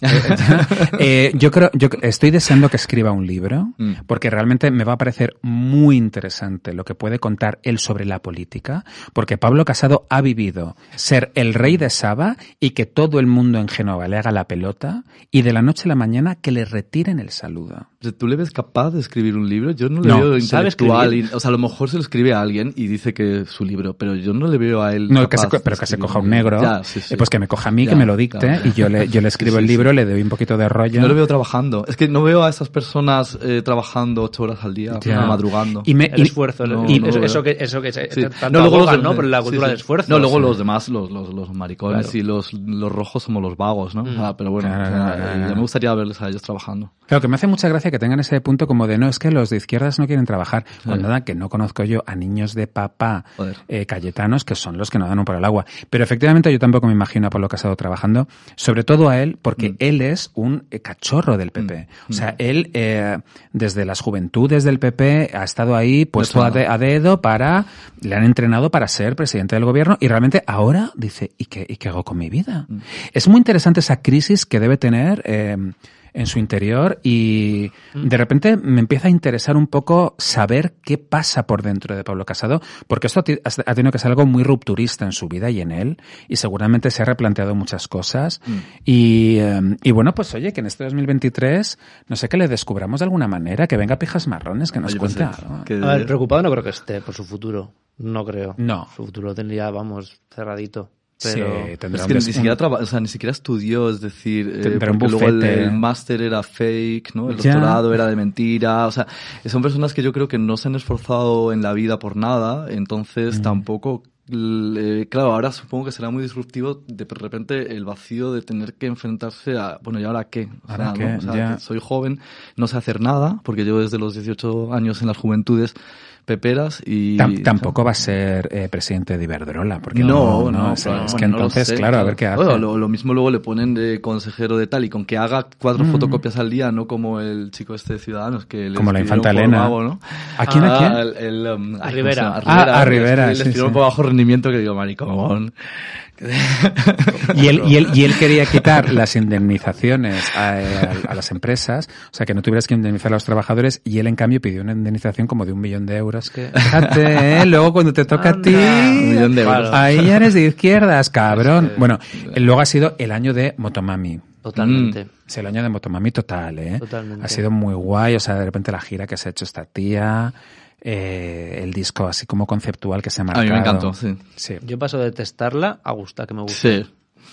[SPEAKER 6] <laughs>
[SPEAKER 4] Eh, yo creo, yo estoy deseando que escriba un libro,
[SPEAKER 6] Mm.
[SPEAKER 4] porque realmente me va a parecer muy interesante lo que puede contar él sobre la política, porque Pablo Casado ha vivido ser el rey de Saba y que todo el mundo en Génova le haga la pelota y de la noche a la mañana que le retiren el saludo.
[SPEAKER 6] O sea, ¿Tú le ves capaz de escribir un libro? Yo no le
[SPEAKER 4] No.
[SPEAKER 6] veo
[SPEAKER 5] ¿Sabe
[SPEAKER 6] intelectual.
[SPEAKER 5] escribir?
[SPEAKER 6] y- o sea, a lo mejor se lo escribe a alguien y dice que es su libro, pero yo no le veo a él.
[SPEAKER 4] No, que
[SPEAKER 6] capaz
[SPEAKER 4] se co-
[SPEAKER 6] de
[SPEAKER 4] pero que se
[SPEAKER 6] escribir
[SPEAKER 4] coja un negro,
[SPEAKER 6] Ya, sí, sí.
[SPEAKER 4] eh, pues que me coja a mí,
[SPEAKER 6] Ya,
[SPEAKER 4] que me lo dicte
[SPEAKER 6] claro.
[SPEAKER 4] y yo le, yo le escribo
[SPEAKER 6] Sí,
[SPEAKER 4] el
[SPEAKER 6] sí,
[SPEAKER 4] libro, le doy un poquito de rollo.
[SPEAKER 6] No lo veo trabajando. Es que no veo a esas personas eh, trabajando ocho horas al día,
[SPEAKER 4] Ya.
[SPEAKER 6] madrugando.
[SPEAKER 4] Y me-
[SPEAKER 5] El
[SPEAKER 4] y-
[SPEAKER 5] esfuerzo, el-
[SPEAKER 6] No,
[SPEAKER 5] y
[SPEAKER 6] no
[SPEAKER 5] eso,
[SPEAKER 6] lo
[SPEAKER 5] eso
[SPEAKER 6] veo.
[SPEAKER 5] que, eso que se-
[SPEAKER 6] Sí.
[SPEAKER 5] eh, tanto
[SPEAKER 6] No, luego
[SPEAKER 5] abogan,
[SPEAKER 6] los-
[SPEAKER 5] ¿no? Por la
[SPEAKER 6] sí,
[SPEAKER 5] cultura
[SPEAKER 6] sí.
[SPEAKER 5] del esfuerzo.
[SPEAKER 6] No, luego
[SPEAKER 5] Sí.
[SPEAKER 6] los demás, los, los, los maricones
[SPEAKER 5] Claro.
[SPEAKER 6] y los, los rojos somos los vagos, ¿no?
[SPEAKER 5] Mm.
[SPEAKER 6] Ah, pero bueno,
[SPEAKER 4] Claro,
[SPEAKER 6] o sea,
[SPEAKER 4] claro,
[SPEAKER 6] eh,
[SPEAKER 4] claro.
[SPEAKER 6] ya me gustaría verles a ellos trabajando.
[SPEAKER 4] Claro, que me hace mucha gracia que tengan ese punto como de no, es que los de izquierdas no quieren trabajar. Cuando nada, que no conozco yo a niños de papá
[SPEAKER 6] Joder.
[SPEAKER 4] eh, cayetanos que son los que no dan un por el agua. Pero efectivamente yo tampoco me imagino a Pablo Casado trabajando, sobre todo a él, porque él es un eh, cachorro del PP. O sea, él eh, desde las juventudes del PP ha estado ahí puesto a,
[SPEAKER 6] Desde
[SPEAKER 4] de- a dedo para, le han entrenado para ser presidente del gobierno y realmente ahora dice, ¿y qué, y qué hago con mi vida?
[SPEAKER 6] Mm.
[SPEAKER 4] Es muy interesante esa crisis que debe tener. eh, en su interior y
[SPEAKER 6] Mm.
[SPEAKER 4] de repente me empieza a interesar un poco saber qué pasa por dentro de Pablo Casado, porque esto ha ti- ha tenido que ser algo muy rupturista en su vida y en él, y seguramente se ha replanteado muchas cosas.
[SPEAKER 6] Mm.
[SPEAKER 4] Y, eh, y bueno, pues oye, que en este 2023, no sé, que le descubramos de alguna manera, que venga Pijas Marrones, que nos
[SPEAKER 6] Oye, pues,
[SPEAKER 4] cuente
[SPEAKER 6] eh,
[SPEAKER 4] algo.
[SPEAKER 6] que-
[SPEAKER 5] A ver, preocupado no creo que esté por su futuro. No creo.
[SPEAKER 4] No.
[SPEAKER 5] Su futuro lo tendría, vamos, cerradito.
[SPEAKER 4] Sí,
[SPEAKER 5] Pero...
[SPEAKER 4] tendrá
[SPEAKER 6] es
[SPEAKER 4] un
[SPEAKER 6] que ni
[SPEAKER 4] des-
[SPEAKER 6] siquiera,
[SPEAKER 4] un-
[SPEAKER 6] traba- o sea, ni siquiera estudió, es decir, eh,
[SPEAKER 4] Tendrá un
[SPEAKER 6] porque luego el,
[SPEAKER 4] bufete.
[SPEAKER 6] el máster era fake, ¿no? El
[SPEAKER 4] Ya.
[SPEAKER 6] doctorado era de mentira, o sea, son personas que yo creo que no se han esforzado en la vida por nada,
[SPEAKER 4] Mm.
[SPEAKER 6] entonces tampoco l- eh, claro, ahora supongo que será muy disruptivo de repente el vacío de tener que enfrentarse a, bueno, ¿y ahora qué? O
[SPEAKER 4] ¿Ahora
[SPEAKER 6] sea,
[SPEAKER 4] qué?
[SPEAKER 6] ¿no? O sea,
[SPEAKER 4] Ya.
[SPEAKER 6] que soy joven, no sé hacer nada, porque yo desde los 18 años en las juventudes peperas y...
[SPEAKER 4] Tam- tampoco va a ser eh, presidente de Iberdrola, porque
[SPEAKER 6] No, no,
[SPEAKER 4] o sea,
[SPEAKER 6] claro,
[SPEAKER 4] es
[SPEAKER 6] bueno,
[SPEAKER 4] que
[SPEAKER 6] no lo
[SPEAKER 4] entonces,
[SPEAKER 6] sé,
[SPEAKER 4] claro, a ver qué hace.
[SPEAKER 6] Bueno, lo, lo mismo luego le ponen de consejero de tal y con que haga cuatro fotocopias al día, no como el chico este de Ciudadanos que le
[SPEAKER 4] Mm. Como la
[SPEAKER 6] escribieron
[SPEAKER 4] Infanta
[SPEAKER 6] por
[SPEAKER 4] Elena.
[SPEAKER 6] vago, ¿no?
[SPEAKER 4] ¿A quién, a quién?
[SPEAKER 6] El, el, um, ay, ¿cómo
[SPEAKER 5] Rivera.
[SPEAKER 6] se llama?
[SPEAKER 5] Ah,
[SPEAKER 4] a
[SPEAKER 6] le
[SPEAKER 4] Rivera,
[SPEAKER 6] escribieron-
[SPEAKER 4] sí,
[SPEAKER 6] Le escribieron
[SPEAKER 4] sí.
[SPEAKER 6] por bajo rendimiento que digo, maricón.
[SPEAKER 4] Y él, y, él,
[SPEAKER 6] <laughs>
[SPEAKER 4] y él quería quitar las indemnizaciones a, eh, a- a las empresas, o sea, que no tuvieras que indemnizar a los trabajadores, y él, en cambio, pidió una indemnización como de un millón de euros.
[SPEAKER 5] que-
[SPEAKER 4] Fíjate, ¿eh? luego cuando te toca a ti...
[SPEAKER 5] Anda.
[SPEAKER 6] Un millón de euros.
[SPEAKER 4] Ahí ya eres de izquierdas, cabrón. Bueno, luego ha sido el año de Motomami.
[SPEAKER 5] Totalmente.
[SPEAKER 4] Es el año de Motomami total, ¿eh?
[SPEAKER 5] Totalmente.
[SPEAKER 4] Ha sido muy guay, o sea, de repente la gira que se ha hecho esta tía, eh, el disco así como conceptual que se ha
[SPEAKER 6] A
[SPEAKER 4] marcado.
[SPEAKER 6] mí me encantó, sí.
[SPEAKER 4] Sí,
[SPEAKER 5] Yo paso de detestarla a gustar, que me gusta.
[SPEAKER 6] Sí.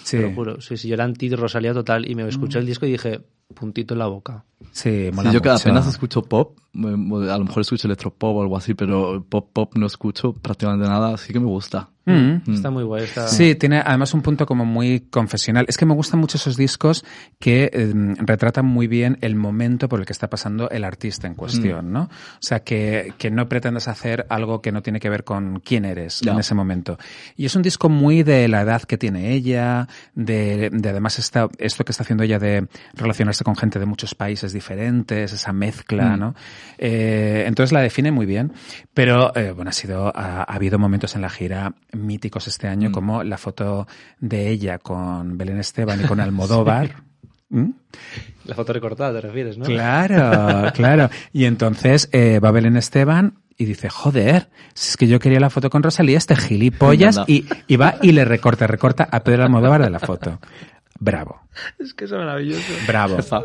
[SPEAKER 4] sí. Mm.
[SPEAKER 5] Te lo juro. Sí, sí, yo era anti Rosalía total y me escuché el disco y dije, puntito en la boca.
[SPEAKER 4] Sí,
[SPEAKER 6] Sí,
[SPEAKER 4] mola
[SPEAKER 6] yo que
[SPEAKER 4] mucho.
[SPEAKER 6] apenas escucho pop, eh, a lo mejor escucho electropop o algo así, pero pop pop no escucho prácticamente nada, así que me gusta.
[SPEAKER 4] Mm.
[SPEAKER 5] Está muy guay. Está...
[SPEAKER 4] Sí, tiene además un punto como muy confesional. Es que me gustan mucho esos discos que eh, retratan muy bien el momento por el que está pasando el artista en
[SPEAKER 6] Mm.
[SPEAKER 4] cuestión, ¿no? O sea, que, que no pretendas hacer algo que no tiene que ver con quién eres
[SPEAKER 6] Ya.
[SPEAKER 4] en ese momento. Y es un disco muy de la edad que tiene ella, de, de además esta, esto que está haciendo ella de relacionarse con gente de muchos países diferentes, esa mezcla,
[SPEAKER 6] Mm.
[SPEAKER 4] ¿no? Eh, entonces la define muy bien, pero eh, bueno, ha sido, ha, ha habido momentos en la gira míticos este año, como la foto de ella con Belén Esteban y con Almodóvar. ¿Mm?
[SPEAKER 5] La foto recortada, te refieres, ¿no?
[SPEAKER 4] Claro, claro. Y entonces eh, va Belén Esteban y dice, joder, si es que yo quería la foto con Rosalía, este gilipollas,
[SPEAKER 6] Anda.
[SPEAKER 4] y, y va y le recorta, recorta a Pedro Almodóvar de la foto. Bravo,
[SPEAKER 5] Es que es maravilloso.
[SPEAKER 4] bravo.
[SPEAKER 6] Está.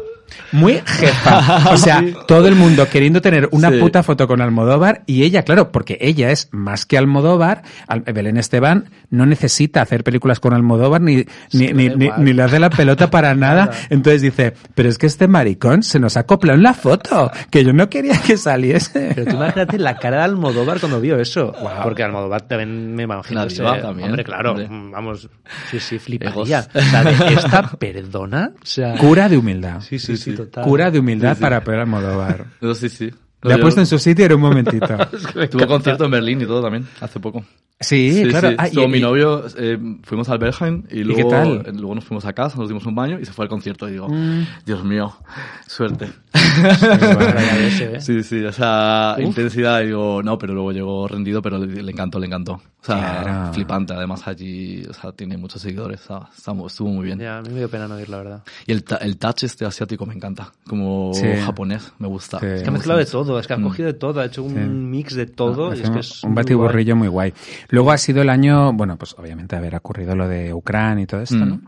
[SPEAKER 4] Muy jefa. O sea, todo el mundo queriendo tener una
[SPEAKER 6] Sí.
[SPEAKER 4] puta foto con Almodóvar y ella, claro, porque ella es más que Almodóvar. Al- Belén Esteban no necesita hacer películas con Almodóvar ni, ni,
[SPEAKER 5] que
[SPEAKER 4] ni,
[SPEAKER 5] da
[SPEAKER 4] ni-
[SPEAKER 5] igual.
[SPEAKER 4] ni le hace la pelota para nada. Entonces dice, pero es que este maricón se nos ha acoplado en la foto, que yo no quería que saliese.
[SPEAKER 5] Pero tú imagínate la cara de Almodóvar cuando vio eso. Porque Almodóvar también me imagino.
[SPEAKER 6] La
[SPEAKER 5] ese-
[SPEAKER 6] diva también,
[SPEAKER 5] Hombre, claro.
[SPEAKER 6] hombre.
[SPEAKER 5] mm, Vamos. Sí, sí, fliparía. O sea, de
[SPEAKER 4] <laughs>
[SPEAKER 5] esta perdona. O sea,
[SPEAKER 4] Cura de humildad.
[SPEAKER 5] sí, sí, sí, total.
[SPEAKER 4] Cura de humildad para Pedro Almodóvar.
[SPEAKER 6] No, sí, sí.
[SPEAKER 4] Le ha
[SPEAKER 6] Yo-
[SPEAKER 4] puesto en su sitio en un momentito.
[SPEAKER 6] Tuvo concierto en Berlín y todo también, hace poco.
[SPEAKER 4] Sí, claro. Ah, y-
[SPEAKER 6] Estuvo mi
[SPEAKER 4] y-
[SPEAKER 6] novio, eh, fuimos al Berghain y luego,
[SPEAKER 4] qué tal? Mm.
[SPEAKER 6] luego nos fuimos a casa, nos dimos un baño y se fue al concierto. Y digo, Dios mío, suerte. Sí, sí, o sea, intensidad, digo, no, pero luego llegó rendido, pero le, le encantó, le encantó. O sea,
[SPEAKER 4] Claro.
[SPEAKER 6] flipante, además allí, o sea, tiene muchos seguidores, o sea, está mu- estuvo muy bien. Pues
[SPEAKER 5] Ya, a mí me dio pena no oír, la verdad.
[SPEAKER 6] Y el, ta- el touch este asiático me encanta, como
[SPEAKER 4] Sí.
[SPEAKER 6] japonés, me gusta.
[SPEAKER 4] Sí. Es
[SPEAKER 5] Es
[SPEAKER 4] que
[SPEAKER 5] que ha
[SPEAKER 6] Me
[SPEAKER 5] mezclado de
[SPEAKER 6] gusta mucho.
[SPEAKER 5] todo, es que ha
[SPEAKER 6] Mm.
[SPEAKER 5] cogido de todo, ha hecho un
[SPEAKER 4] Sí.
[SPEAKER 5] mix de todo. y es que
[SPEAKER 4] Hacemos
[SPEAKER 5] es
[SPEAKER 4] un
[SPEAKER 5] muy
[SPEAKER 4] batiburrillo muy guay. Luego ha sido el año, bueno, pues obviamente haber ocurrido lo de Ucrania y todo esto,
[SPEAKER 6] Mm.
[SPEAKER 4] ¿no?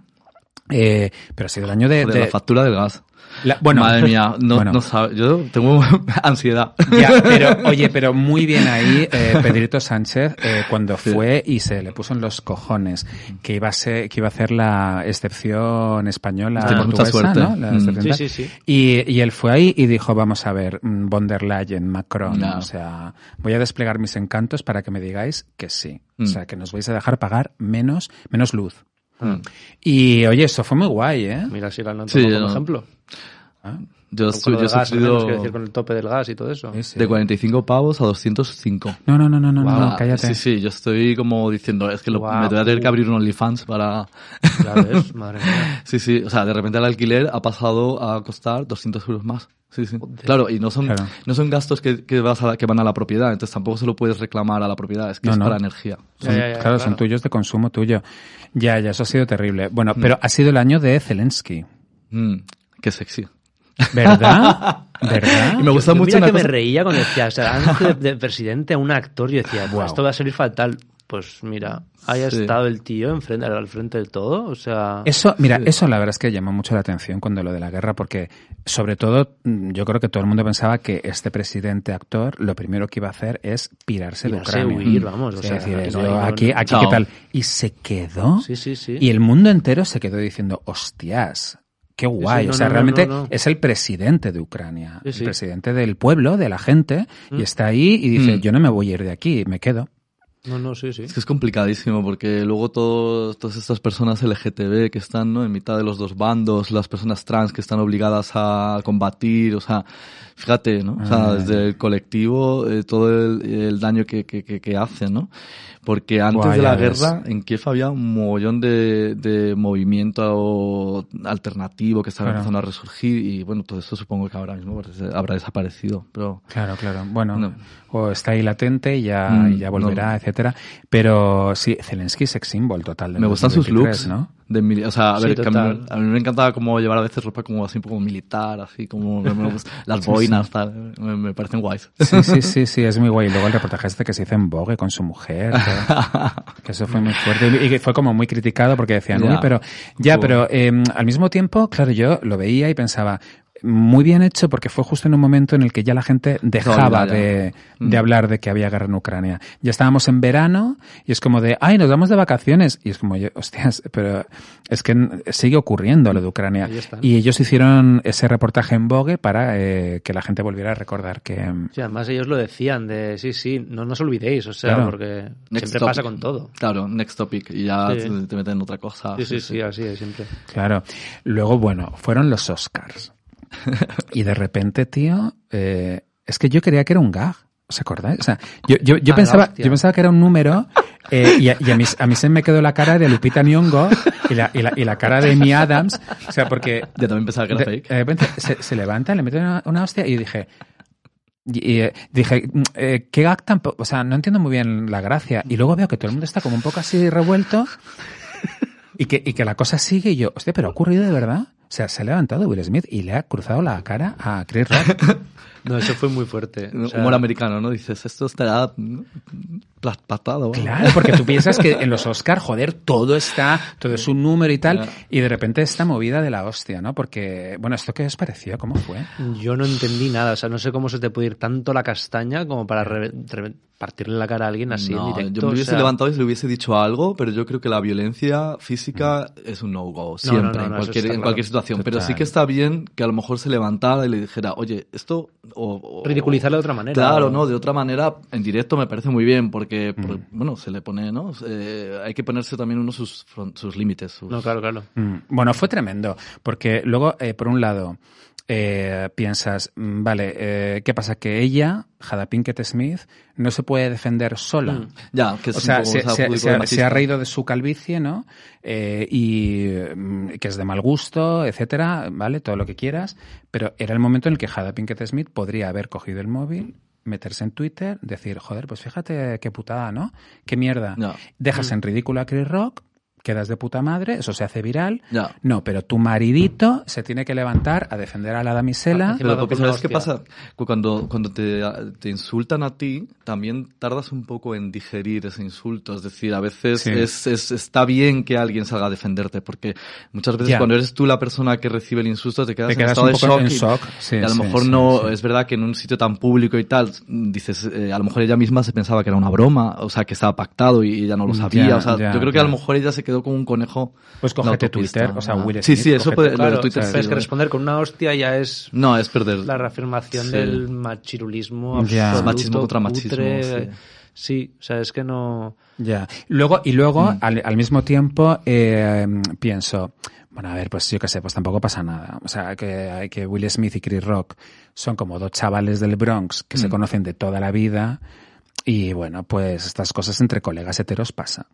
[SPEAKER 4] Eh, pero ha sido el año de...
[SPEAKER 6] Joder,
[SPEAKER 4] de-
[SPEAKER 6] la factura del gas.
[SPEAKER 4] la- bueno,
[SPEAKER 6] Madre
[SPEAKER 4] <laughs>
[SPEAKER 6] mía, no,
[SPEAKER 4] bueno,
[SPEAKER 6] no sabe- yo tengo <laughs> ansiedad.
[SPEAKER 4] ya, pero, oye, pero muy bien ahí eh, Pedrito Sánchez eh, cuando fue y se le puso en los cojones que iba a ser, que iba a hacer la excepción española
[SPEAKER 6] Tenemos mucha
[SPEAKER 4] portuguesa,
[SPEAKER 6] suerte.
[SPEAKER 4] ¿no? La
[SPEAKER 6] Mm.
[SPEAKER 4] excepción
[SPEAKER 5] Sí,
[SPEAKER 4] tal.
[SPEAKER 5] sí, sí.
[SPEAKER 4] Y, y él fue ahí y dijo, vamos a ver, mm, von der Leyen, Macron,
[SPEAKER 6] No.
[SPEAKER 4] o sea, voy a desplegar mis encantos para que me digáis que sí. O
[SPEAKER 6] Mm.
[SPEAKER 4] sea, que nos vais a dejar pagar menos, menos luz.
[SPEAKER 6] Mm.
[SPEAKER 4] Y oye, eso fue muy guay, ¿eh?
[SPEAKER 5] guay. Mira si la han
[SPEAKER 6] Sí,
[SPEAKER 5] tomado como
[SPEAKER 6] no.
[SPEAKER 5] ejemplo.
[SPEAKER 6] Yo,
[SPEAKER 5] Con
[SPEAKER 6] su-
[SPEAKER 5] lo
[SPEAKER 6] yo he
[SPEAKER 5] del gas, al menos,
[SPEAKER 6] sufrido
[SPEAKER 5] quiero decir, con el tope del gas y todo eso.
[SPEAKER 4] Sí, sí.
[SPEAKER 6] de 45 pavos a 205.
[SPEAKER 4] No, no, no, no, no, no,
[SPEAKER 6] Guau.
[SPEAKER 4] cállate.
[SPEAKER 6] Sí, sí, yo estoy como diciendo, es que lo-
[SPEAKER 5] Guau.
[SPEAKER 6] me voy a tener que abrir un OnlyFans para...
[SPEAKER 5] Ya ves, madre mía.
[SPEAKER 6] Sí, sí, o sea, de repente el alquiler ha pasado a costar 200 euros más. Sí, sí. Claro, y no son,
[SPEAKER 4] Claro.
[SPEAKER 6] no son gastos que, que, vas a la- que van a la propiedad, entonces tampoco se lo puedes reclamar a la propiedad, es que
[SPEAKER 4] No,
[SPEAKER 6] es
[SPEAKER 4] no.
[SPEAKER 6] para energía.
[SPEAKER 5] Ya,
[SPEAKER 4] Son-
[SPEAKER 5] ya, ya,
[SPEAKER 4] claro, son
[SPEAKER 5] claro.
[SPEAKER 4] tuyos de consumo tuyo. Ya, ya, eso ha sido terrible. Bueno, pero ha sido el año de Zelensky,
[SPEAKER 6] Mm, qué sexy. <laughs>
[SPEAKER 4] ¿verdad? ¿Verdad?
[SPEAKER 6] Y me gusta
[SPEAKER 5] Ah, Yo mira
[SPEAKER 6] mucho una
[SPEAKER 5] que me
[SPEAKER 6] cosa-
[SPEAKER 5] reía cuando decía, o sea, antes de, de presidente a un actor, yo decía, "Buah,
[SPEAKER 4] Guau.
[SPEAKER 5] esto va a salir fatal. Pues mira, haya
[SPEAKER 6] Sí.
[SPEAKER 5] estado el tío enfrente, al frente de todo, o sea...
[SPEAKER 4] Eso, mira, eso la verdad es que llamó mucho la atención cuando lo de la guerra, porque sobre todo mm, yo creo que todo el mundo pensaba que este presidente actor lo primero que iba a hacer es pirarse de
[SPEAKER 5] no sé,
[SPEAKER 4] Ucrania. Mm.
[SPEAKER 5] huir, vamos, o
[SPEAKER 4] Sí,
[SPEAKER 5] sea...
[SPEAKER 4] decir,
[SPEAKER 5] no
[SPEAKER 4] es,
[SPEAKER 5] hay
[SPEAKER 4] yo,
[SPEAKER 5] ningún-
[SPEAKER 4] aquí, aquí
[SPEAKER 6] Chao.
[SPEAKER 4] qué tal. Y se quedó.
[SPEAKER 5] Sí, sí, sí.
[SPEAKER 4] Y el mundo entero se quedó diciendo, hostias, qué guay.
[SPEAKER 5] sí, no,
[SPEAKER 4] o sea,
[SPEAKER 5] no, no,
[SPEAKER 4] realmente
[SPEAKER 5] no, no.
[SPEAKER 4] es el presidente de Ucrania,
[SPEAKER 5] Sí, sí.
[SPEAKER 4] el presidente del pueblo, de la gente, y está ahí y dice,
[SPEAKER 6] Mm.
[SPEAKER 4] yo no me voy a ir de aquí, me quedo.
[SPEAKER 5] No, no, sí, sí.
[SPEAKER 6] Es que es complicadísimo porque luego todos, todas estas personas LGTB que están ¿no? en mitad de los dos bandos, las personas trans que están obligadas a combatir, o sea, fíjate, ¿no? O sea, desde el colectivo, eh, todo el, el daño que, que, que, que hacen, ¿no? Porque antes
[SPEAKER 4] Guau,
[SPEAKER 6] de
[SPEAKER 4] ya
[SPEAKER 6] la
[SPEAKER 4] ves.
[SPEAKER 6] guerra, en Kiev había un mogollón de, de movimiento alternativo que estaba
[SPEAKER 4] Claro.
[SPEAKER 6] empezando a resurgir y bueno, todo eso supongo que ahora mismo pues, habrá desaparecido, pero...
[SPEAKER 4] Claro, claro. Bueno,
[SPEAKER 6] No.
[SPEAKER 4] o está ahí latente y ya,
[SPEAKER 6] Mm,
[SPEAKER 4] y ya volverá,
[SPEAKER 6] no.
[SPEAKER 4] etcétera. Pero sí, Zelensky sex symbol total. del
[SPEAKER 6] Me gustan sus
[SPEAKER 4] 2023,
[SPEAKER 6] looks.
[SPEAKER 4] ¿no?
[SPEAKER 6] De mili- o sea, a,
[SPEAKER 5] Sí,
[SPEAKER 6] ver, que a,
[SPEAKER 5] total.
[SPEAKER 6] mí, a mí me encantaba como llevar a veces ropa como así un poco militar, así como
[SPEAKER 5] <laughs>
[SPEAKER 6] me- me gusta- las boinas, tal. Me, me parecen guays.
[SPEAKER 4] Sí, sí, sí, sí, es muy guay. Y luego el reportaje este que se hizo en Vogue con su
[SPEAKER 6] <laughs>
[SPEAKER 4] mujer, que, que eso fue muy fuerte y que fue como muy criticado porque decían,
[SPEAKER 6] Ya.
[SPEAKER 4] "Uy, pero ya,
[SPEAKER 6] Uf.
[SPEAKER 4] pero eh, al mismo tiempo, claro, yo lo veía y pensaba, muy bien hecho porque fue justo en un momento en el que ya la gente dejaba
[SPEAKER 6] No, ya, ya.
[SPEAKER 4] de, de
[SPEAKER 6] Mm.
[SPEAKER 4] hablar de que había guerra en Ucrania. Ya estábamos en verano y es como de, ay, nos vamos de vacaciones. Y es como, yo, hostias, pero es que n- sigue ocurriendo lo de Ucrania.
[SPEAKER 5] Ahí está.
[SPEAKER 4] Y ellos hicieron ese reportaje en Vogue para eh, que la gente volviera a recordar que... mm,
[SPEAKER 5] Sí, además ellos lo decían de, sí, sí, no nos olvidéis, o sea,
[SPEAKER 4] Claro.
[SPEAKER 5] porque
[SPEAKER 6] Next
[SPEAKER 5] siempre
[SPEAKER 6] topic.
[SPEAKER 5] pasa con todo.
[SPEAKER 6] Claro, next topic. Y ya
[SPEAKER 5] Sí.
[SPEAKER 6] te, te meten en otra cosa.
[SPEAKER 5] Sí, sí, sí, así es siempre.
[SPEAKER 4] Claro. Luego, bueno, fueron los
[SPEAKER 5] <laughs>
[SPEAKER 4] Oscars. Y de repente, tío, eh, es que yo creía que era un gag. ¿Os acordáis? O sea, yo, yo, yo
[SPEAKER 5] Ah, la
[SPEAKER 4] pensaba,
[SPEAKER 5] hostia.
[SPEAKER 4] yo pensaba que era un número eh, y, a, y a mí, a mí se me quedó la cara de Lupita Nyong'o y la, y la, y la cara de Amy Adams. O sea, porque
[SPEAKER 6] Ya también pensaba que era
[SPEAKER 4] de,
[SPEAKER 6] fake.
[SPEAKER 5] eh,
[SPEAKER 4] de repente se, se levanta, le mete una, una hostia y dije... y- y, eh, dije, mm, eh, ¿qué gag tampoco? O sea, no entiendo muy bien la gracia. Y luego veo que todo el mundo está como un poco así revuelto y que, y que la cosa sigue y yo, hostia, pero ha ocurrido de verdad. sea, se ha levantado Will Smith y le ha cruzado la cara a Chris
[SPEAKER 6] <laughs>
[SPEAKER 4] Rock.
[SPEAKER 5] No, eso fue muy fuerte. O sea,
[SPEAKER 6] Humor americano, ¿no? Dices, esto estará mm, plas- patado. ¿vale?
[SPEAKER 4] claro, porque tú piensas que en los Oscar, joder, todo está, todo es un número y tal,
[SPEAKER 6] Claro.
[SPEAKER 4] y de repente esta movida de la hostia, ¿no? Porque, bueno, ¿esto qué os pareció? ¿Cómo fue?
[SPEAKER 5] Yo no entendí nada, o sea, no sé cómo se te puede ir tanto la castaña como para re- re- partirle la cara a alguien así
[SPEAKER 6] No,
[SPEAKER 5] en directo.
[SPEAKER 6] yo me
[SPEAKER 5] o
[SPEAKER 6] hubiese
[SPEAKER 5] sea,
[SPEAKER 6] levantado y le hubiese dicho algo, pero yo creo que la violencia física es un no-go, siempre,
[SPEAKER 5] Mm. no, no,
[SPEAKER 6] en,
[SPEAKER 5] eso
[SPEAKER 6] cualquier,
[SPEAKER 5] está
[SPEAKER 6] en cualquier
[SPEAKER 5] claro.
[SPEAKER 6] situación. Pero sí
[SPEAKER 4] Total.
[SPEAKER 6] que está bien que a lo mejor se levantara y le dijera, oye, esto... O, o-
[SPEAKER 5] Ridiculizarle de otra manera.
[SPEAKER 6] Claro,
[SPEAKER 5] o-
[SPEAKER 6] no, de otra manera, en directo me parece muy bien, porque, por-
[SPEAKER 5] Mm.
[SPEAKER 6] bueno, se le pone, ¿no? Eh, hay que ponerse también uno sus, fron- sus límites. sus-
[SPEAKER 5] No, claro, claro.
[SPEAKER 4] Mm, Bueno, fue tremendo, porque luego, eh, por un lado, eh, piensas, mm, vale, eh, ¿qué pasa? Que ella, Jada Pinkett Smith, no se puede defender sola.
[SPEAKER 5] Mm.
[SPEAKER 6] Ya, que es
[SPEAKER 4] O sea,
[SPEAKER 6] un poco,
[SPEAKER 4] se,
[SPEAKER 6] o sea,
[SPEAKER 4] se-
[SPEAKER 6] público
[SPEAKER 4] se ha- se
[SPEAKER 6] de
[SPEAKER 4] ha
[SPEAKER 6] machista.
[SPEAKER 4] reído de su calvicie, ¿no? Eh, y mm, que es de mal gusto, etcétera, ¿vale? Todo lo que quieras. Pero era el momento en el que Jada Pinkett Smith podría haber cogido el móvil, meterse en Twitter, decir, joder, pues fíjate qué putada, ¿no? Qué mierda.
[SPEAKER 6] Ya,
[SPEAKER 4] Dejas en ridículo a Chris Rock, quedas de puta madre, eso se hace viral.
[SPEAKER 6] ya.
[SPEAKER 4] No, pero tu maridito se tiene que levantar a defender a la damisela.
[SPEAKER 5] Encima
[SPEAKER 6] Pero
[SPEAKER 5] va
[SPEAKER 6] porque,
[SPEAKER 5] con una
[SPEAKER 6] ¿sabes qué pasa? Cu- Cuando, cuando te, te insultan a ti, también tardas un poco en digerir ese insulto. Es decir, a veces
[SPEAKER 4] Sí.
[SPEAKER 6] es, es- está bien que alguien salga a defenderte, porque muchas veces
[SPEAKER 4] Ya.
[SPEAKER 6] cuando eres tú la persona que recibe el insulto, te quedas,
[SPEAKER 4] Te
[SPEAKER 6] en
[SPEAKER 4] quedas
[SPEAKER 6] estado
[SPEAKER 4] un
[SPEAKER 6] de
[SPEAKER 4] poco
[SPEAKER 6] shock.
[SPEAKER 4] en
[SPEAKER 6] y-
[SPEAKER 4] shock. Sí,
[SPEAKER 6] y a lo
[SPEAKER 4] sí,
[SPEAKER 6] mejor
[SPEAKER 4] sí,
[SPEAKER 6] no,
[SPEAKER 4] sí.
[SPEAKER 6] es verdad que en un sitio tan público y tal, dices, eh, a lo mejor ella misma se pensaba que era una broma, o sea, que estaba pactado y ella no lo sabía.
[SPEAKER 4] Ya,
[SPEAKER 6] o sea,
[SPEAKER 4] ya,
[SPEAKER 6] yo creo que a
[SPEAKER 4] ya.
[SPEAKER 6] lo mejor ella se quedó como un conejo.
[SPEAKER 4] Pues
[SPEAKER 6] en la
[SPEAKER 4] cógete
[SPEAKER 6] autopista,
[SPEAKER 4] Twitter, o sea,
[SPEAKER 6] ¿verdad?
[SPEAKER 4] Will
[SPEAKER 6] Sí,
[SPEAKER 4] Smith,
[SPEAKER 6] sí, eso
[SPEAKER 4] cógete-
[SPEAKER 6] puede, lo de
[SPEAKER 5] Claro,
[SPEAKER 6] Twitter.
[SPEAKER 5] pero es
[SPEAKER 6] sí,
[SPEAKER 5] que
[SPEAKER 6] lo-
[SPEAKER 5] responder con una hostia ya es
[SPEAKER 6] No, es perder.
[SPEAKER 5] la reafirmación
[SPEAKER 6] Mm. Sí.
[SPEAKER 5] del machirulismo
[SPEAKER 4] Ya.
[SPEAKER 5] absoluto,
[SPEAKER 4] Es
[SPEAKER 6] machismo contra machismo,
[SPEAKER 5] cutre.
[SPEAKER 6] sí.
[SPEAKER 5] Sí, eh, o sea, es que no...
[SPEAKER 4] Ya. Luego, y luego, al, al mismo tiempo, eh, pienso, bueno, a ver, pues yo qué sé, pues tampoco pasa nada. O sea, que, que Will Smith y Chris Rock son como dos chavales del Bronx que se
[SPEAKER 6] Mm.
[SPEAKER 4] conocen de toda la vida. Y bueno, pues estas cosas entre colegas heteros pasa.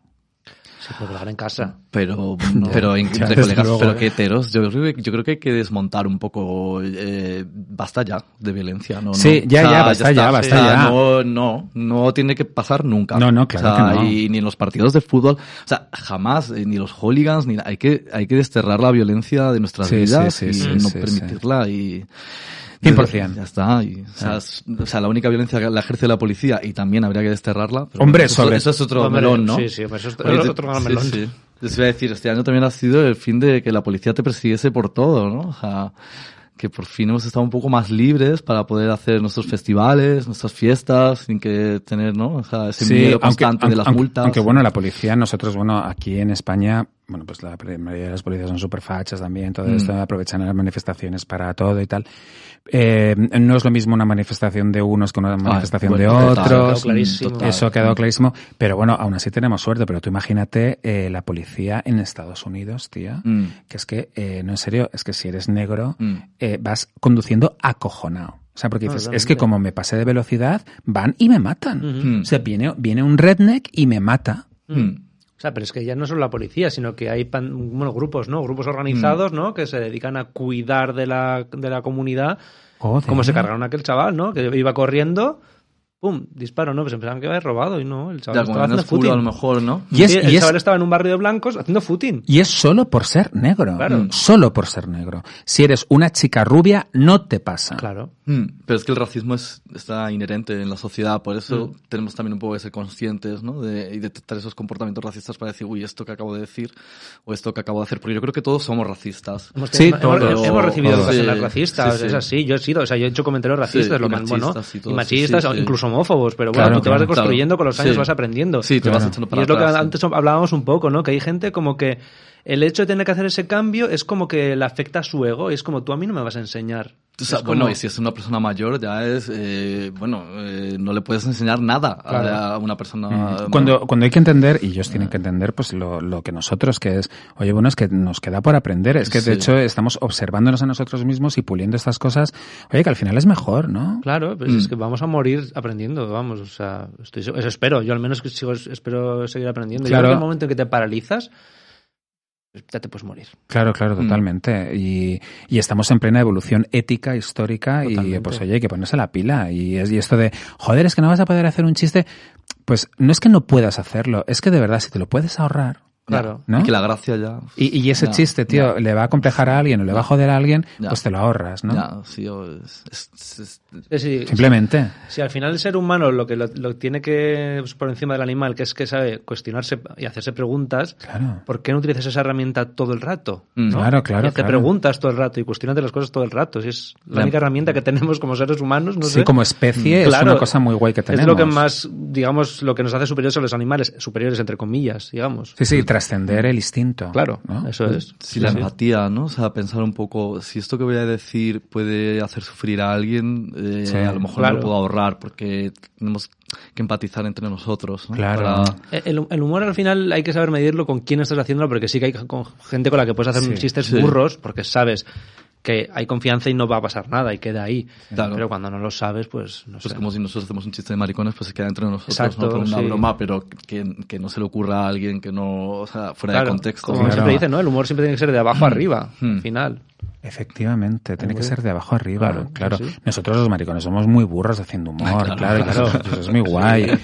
[SPEAKER 5] Se puede hablar en casa. <laughs>
[SPEAKER 6] Pero, pero en-
[SPEAKER 4] Ya,
[SPEAKER 6] de
[SPEAKER 4] desde
[SPEAKER 6] colegas,
[SPEAKER 4] luego,
[SPEAKER 6] pero
[SPEAKER 4] eh.
[SPEAKER 6] que heteros. Yo creo que, yo creo que hay que desmontar un poco, eh, basta ya de violencia, ¿no?
[SPEAKER 4] Sí,
[SPEAKER 6] no.
[SPEAKER 4] ya, ya, basta
[SPEAKER 6] está,
[SPEAKER 4] ya, basta ya.
[SPEAKER 6] No, no, no tiene que pasar nunca.
[SPEAKER 4] No, no, claro
[SPEAKER 6] O sea,
[SPEAKER 4] que no.
[SPEAKER 6] Y ni en los partidos de fútbol, o sea, jamás, eh, ni los hooligans, ni, hay que, hay que desterrar la violencia de nuestras
[SPEAKER 4] Sí,
[SPEAKER 6] vidas
[SPEAKER 4] sí,
[SPEAKER 6] y
[SPEAKER 4] sí, sí, sí,
[SPEAKER 6] no
[SPEAKER 4] sí.
[SPEAKER 6] permitirla y...
[SPEAKER 4] 100%.
[SPEAKER 6] Ya está. y, o,
[SPEAKER 4] Ah.
[SPEAKER 6] sea, es- o sea, la única violencia que la ejerce la policía y también habría que desterrarla. pero
[SPEAKER 4] Hombre,
[SPEAKER 6] eso,
[SPEAKER 4] sobre-
[SPEAKER 6] eso es otro
[SPEAKER 5] Hombre,
[SPEAKER 6] melón, ¿no?
[SPEAKER 5] Sí, sí, hombre, eso es
[SPEAKER 6] Oye, te-
[SPEAKER 5] otro gran melón.
[SPEAKER 6] Sí, sí. Les iba a decir, este año también ha sido el fin de que la policía te persiguiese por todo, ¿no? O sea, que por fin hemos estado un poco más libres para poder hacer nuestros festivales, nuestras fiestas, sin que tener, ¿no? O sea, ese miedo constante de las
[SPEAKER 4] aunque-
[SPEAKER 6] multas.
[SPEAKER 4] aunque, bueno, la policía, nosotros, bueno, aquí en España, bueno, pues la mayoría de las policías son súper fachas también, todo
[SPEAKER 6] Mm.
[SPEAKER 4] esto, aprovechan las manifestaciones para todo y tal. Eh, no es lo mismo una manifestación de unos que una
[SPEAKER 6] Ah,
[SPEAKER 4] manifestación
[SPEAKER 6] bueno,
[SPEAKER 4] de
[SPEAKER 6] total,
[SPEAKER 4] otros. mm,
[SPEAKER 5] clarísimo.
[SPEAKER 6] total.
[SPEAKER 4] Eso ha quedado clarísimo. Pero bueno, aún así tenemos suerte. Pero tú imagínate eh, la policía en Estados Unidos, tía.
[SPEAKER 6] Mm,
[SPEAKER 4] Que es que, eh, no en serio, es que si eres negro,
[SPEAKER 6] mm.
[SPEAKER 4] eh, vas conduciendo acojonado. O sea, porque
[SPEAKER 6] Ah,
[SPEAKER 5] No,
[SPEAKER 4] dices, es
[SPEAKER 5] totalmente.
[SPEAKER 4] que como me pasé de velocidad, van y me matan.
[SPEAKER 5] Ujú.
[SPEAKER 4] O sea, viene, viene un redneck y me mata.
[SPEAKER 6] Mm.
[SPEAKER 5] O sea, pero es que ya no solo la policía, sino que hay pan- bueno, grupos, ¿no? Grupos
[SPEAKER 6] Mm.
[SPEAKER 5] organizados, ¿no? Que se dedican a cuidar de la, de la comunidad.
[SPEAKER 4] Joder.
[SPEAKER 5] Como se cargaron a aquel chaval, ¿no? Que iba corriendo, ¡pum! Disparo, ¿no? Pues pensaban que había robado y no, el chaval
[SPEAKER 6] Ya, como
[SPEAKER 5] estaba haciendo
[SPEAKER 6] andas culo a lo
[SPEAKER 5] footing.
[SPEAKER 6] mejor, ¿no?
[SPEAKER 4] Y es,
[SPEAKER 5] Sí, el
[SPEAKER 4] y es-
[SPEAKER 5] chaval estaba en un barrio de blancos haciendo footing.
[SPEAKER 4] y es solo por ser negro. Mm.
[SPEAKER 5] Claro.
[SPEAKER 4] Solo por ser negro. Si eres una chica rubia, no te pasa.
[SPEAKER 5] Claro.
[SPEAKER 6] Mm, Pero es que el racismo es, está inherente en la sociedad, por eso
[SPEAKER 5] Hmm.
[SPEAKER 6] tenemos también un poco que ser conscientes ¿no? de, y detectar esos comportamientos racistas para decir, uy, esto que acabo de decir o esto que acabo de hacer, porque yo creo que todos somos racistas.
[SPEAKER 5] Hemos,
[SPEAKER 4] Sí,
[SPEAKER 5] tenido- hemos-
[SPEAKER 4] todo.
[SPEAKER 5] hemos recibido
[SPEAKER 4] Todo.
[SPEAKER 5] educación
[SPEAKER 6] Sí,
[SPEAKER 5] racista,
[SPEAKER 6] sí,
[SPEAKER 5] o sea,
[SPEAKER 6] sí.
[SPEAKER 5] es así. Yo he sido, o sea, yo he hecho comentarios racistas,
[SPEAKER 6] Sí,
[SPEAKER 5] lo
[SPEAKER 6] y
[SPEAKER 5] que bueno,
[SPEAKER 6] machistas y todo
[SPEAKER 5] y
[SPEAKER 6] eso,
[SPEAKER 5] machistas,
[SPEAKER 6] sí,
[SPEAKER 5] o
[SPEAKER 6] sí.
[SPEAKER 5] incluso homófobos, pero bueno,
[SPEAKER 4] Claro,
[SPEAKER 5] tú te vas
[SPEAKER 4] claro.
[SPEAKER 5] deconstruyendo con los años,
[SPEAKER 6] Sí.
[SPEAKER 5] vas aprendiendo.
[SPEAKER 6] Sí, te
[SPEAKER 4] Claro.
[SPEAKER 6] vas echando
[SPEAKER 5] Y
[SPEAKER 6] para
[SPEAKER 5] es lo que
[SPEAKER 6] atrás, sí.
[SPEAKER 5] antes hablábamos un poco, ¿no? Que hay gente como que el hecho de tener que hacer ese cambio es como que le afecta a su ego y es como tú a mí no me vas a enseñar.
[SPEAKER 6] O sea,
[SPEAKER 5] Es como-
[SPEAKER 6] bueno, y si es una persona mayor, ya es, eh, bueno, eh, no le puedes enseñar nada a-
[SPEAKER 5] Claro.
[SPEAKER 6] a, una
[SPEAKER 5] Ah,
[SPEAKER 6] persona.
[SPEAKER 4] Mm.
[SPEAKER 6] bueno,
[SPEAKER 4] Cuando, cuando hay que entender, y ellos tienen que entender, pues lo, lo que nosotros, que es, oye, bueno, es que nos queda por aprender, es que
[SPEAKER 6] Sí.
[SPEAKER 4] de hecho estamos observándonos a nosotros mismos y puliendo estas cosas, oye, que al final es mejor, ¿no?
[SPEAKER 5] Claro, pues
[SPEAKER 6] Mm.
[SPEAKER 5] es que vamos a morir aprendiendo, vamos, o sea, estoy, eso espero, yo al menos que sigo, espero seguir aprendiendo. Yo
[SPEAKER 4] Claro.
[SPEAKER 5] creo que el momento en que te paralizas, pues, ya te puedes morir.
[SPEAKER 4] Claro, claro,
[SPEAKER 6] Mm.
[SPEAKER 4] totalmente. Y, y estamos en plena evolución ética, histórica, y
[SPEAKER 5] Totalmente.
[SPEAKER 4] pues oye, hay que ponerse la pila. Y, es- y esto de, joder, es que no vas a poder hacer un chiste, pues no es que no puedas hacerlo, es que de verdad, si te lo puedes ahorrar,
[SPEAKER 5] Claro.
[SPEAKER 4] ¿no?
[SPEAKER 6] Y que la gracia ya.
[SPEAKER 4] Y, y ese
[SPEAKER 6] ya,
[SPEAKER 4] chiste, tío,
[SPEAKER 6] ya,
[SPEAKER 4] le va a complejar a alguien o le va a joder a alguien,
[SPEAKER 6] Ya.
[SPEAKER 4] pues te lo ahorras, ¿no?
[SPEAKER 6] ya, sí, o es- es- es-
[SPEAKER 5] Es decir,
[SPEAKER 4] Simplemente.
[SPEAKER 5] Si al final el ser humano lo que lo, lo tiene que pues, por encima del animal, que es que sabe cuestionarse y hacerse preguntas,
[SPEAKER 4] Claro.
[SPEAKER 5] ¿por qué no utilizas esa herramienta todo el rato?
[SPEAKER 6] Mm.
[SPEAKER 5] ¿no?
[SPEAKER 4] Claro, claro,
[SPEAKER 5] Y Te
[SPEAKER 4] claro.
[SPEAKER 5] preguntas todo el rato y cuestionate las cosas todo el rato. Si es la
[SPEAKER 6] La-
[SPEAKER 5] única herramienta que tenemos como seres humanos, no
[SPEAKER 4] sí,
[SPEAKER 5] sé.
[SPEAKER 4] como especie es
[SPEAKER 5] Claro,
[SPEAKER 4] una cosa muy guay que tenemos.
[SPEAKER 5] Es lo que más, digamos, lo que nos hace superiores a los animales, superiores entre comillas, digamos.
[SPEAKER 4] Sí, sí, trascender el instinto.
[SPEAKER 5] Claro,
[SPEAKER 4] ¿no?
[SPEAKER 5] eso es.
[SPEAKER 6] Sí,
[SPEAKER 5] Sí,
[SPEAKER 6] la
[SPEAKER 5] sí.
[SPEAKER 6] empatía, ¿no? O sea, pensar un poco si esto que voy a decir puede hacer sufrir a alguien, eh,
[SPEAKER 4] Sí,
[SPEAKER 6] a lo mejor
[SPEAKER 5] claro.
[SPEAKER 6] no lo puedo ahorrar porque tenemos que empatizar entre nosotros. ¿no?
[SPEAKER 4] Claro.
[SPEAKER 6] Para- pues,
[SPEAKER 5] Eh, El, el humor al final hay que saber medirlo con quién estás haciéndolo, porque sí que hay con gente con la que puedes hacer
[SPEAKER 4] Sí,
[SPEAKER 5] chistes
[SPEAKER 6] sí.
[SPEAKER 5] burros, porque sabes que hay confianza y no va a pasar nada y queda ahí.
[SPEAKER 6] Claro.
[SPEAKER 5] Pero cuando no lo sabes, pues no
[SPEAKER 6] Pues
[SPEAKER 5] sé.
[SPEAKER 6] como si nosotros hacemos un chiste de maricones, pues se queda entre nosotros,
[SPEAKER 5] Exacto,
[SPEAKER 6] ¿no? Como una
[SPEAKER 5] sí.
[SPEAKER 6] broma, pero que, que no se le ocurra a alguien que no, o sea, fuera
[SPEAKER 5] Claro,
[SPEAKER 6] de contexto.
[SPEAKER 5] Como
[SPEAKER 4] Claro.
[SPEAKER 5] siempre dicen, ¿no? El humor siempre tiene que ser de abajo arriba,
[SPEAKER 6] Hmm.
[SPEAKER 5] al final.
[SPEAKER 4] Efectivamente, tiene que ser de abajo arriba,
[SPEAKER 5] Claro,
[SPEAKER 4] claro.
[SPEAKER 5] sí, sí.
[SPEAKER 4] Nosotros los maricones somos muy burros haciendo humor,
[SPEAKER 6] Ah,
[SPEAKER 4] claro,
[SPEAKER 6] claro,
[SPEAKER 4] y Eso, eso es muy guay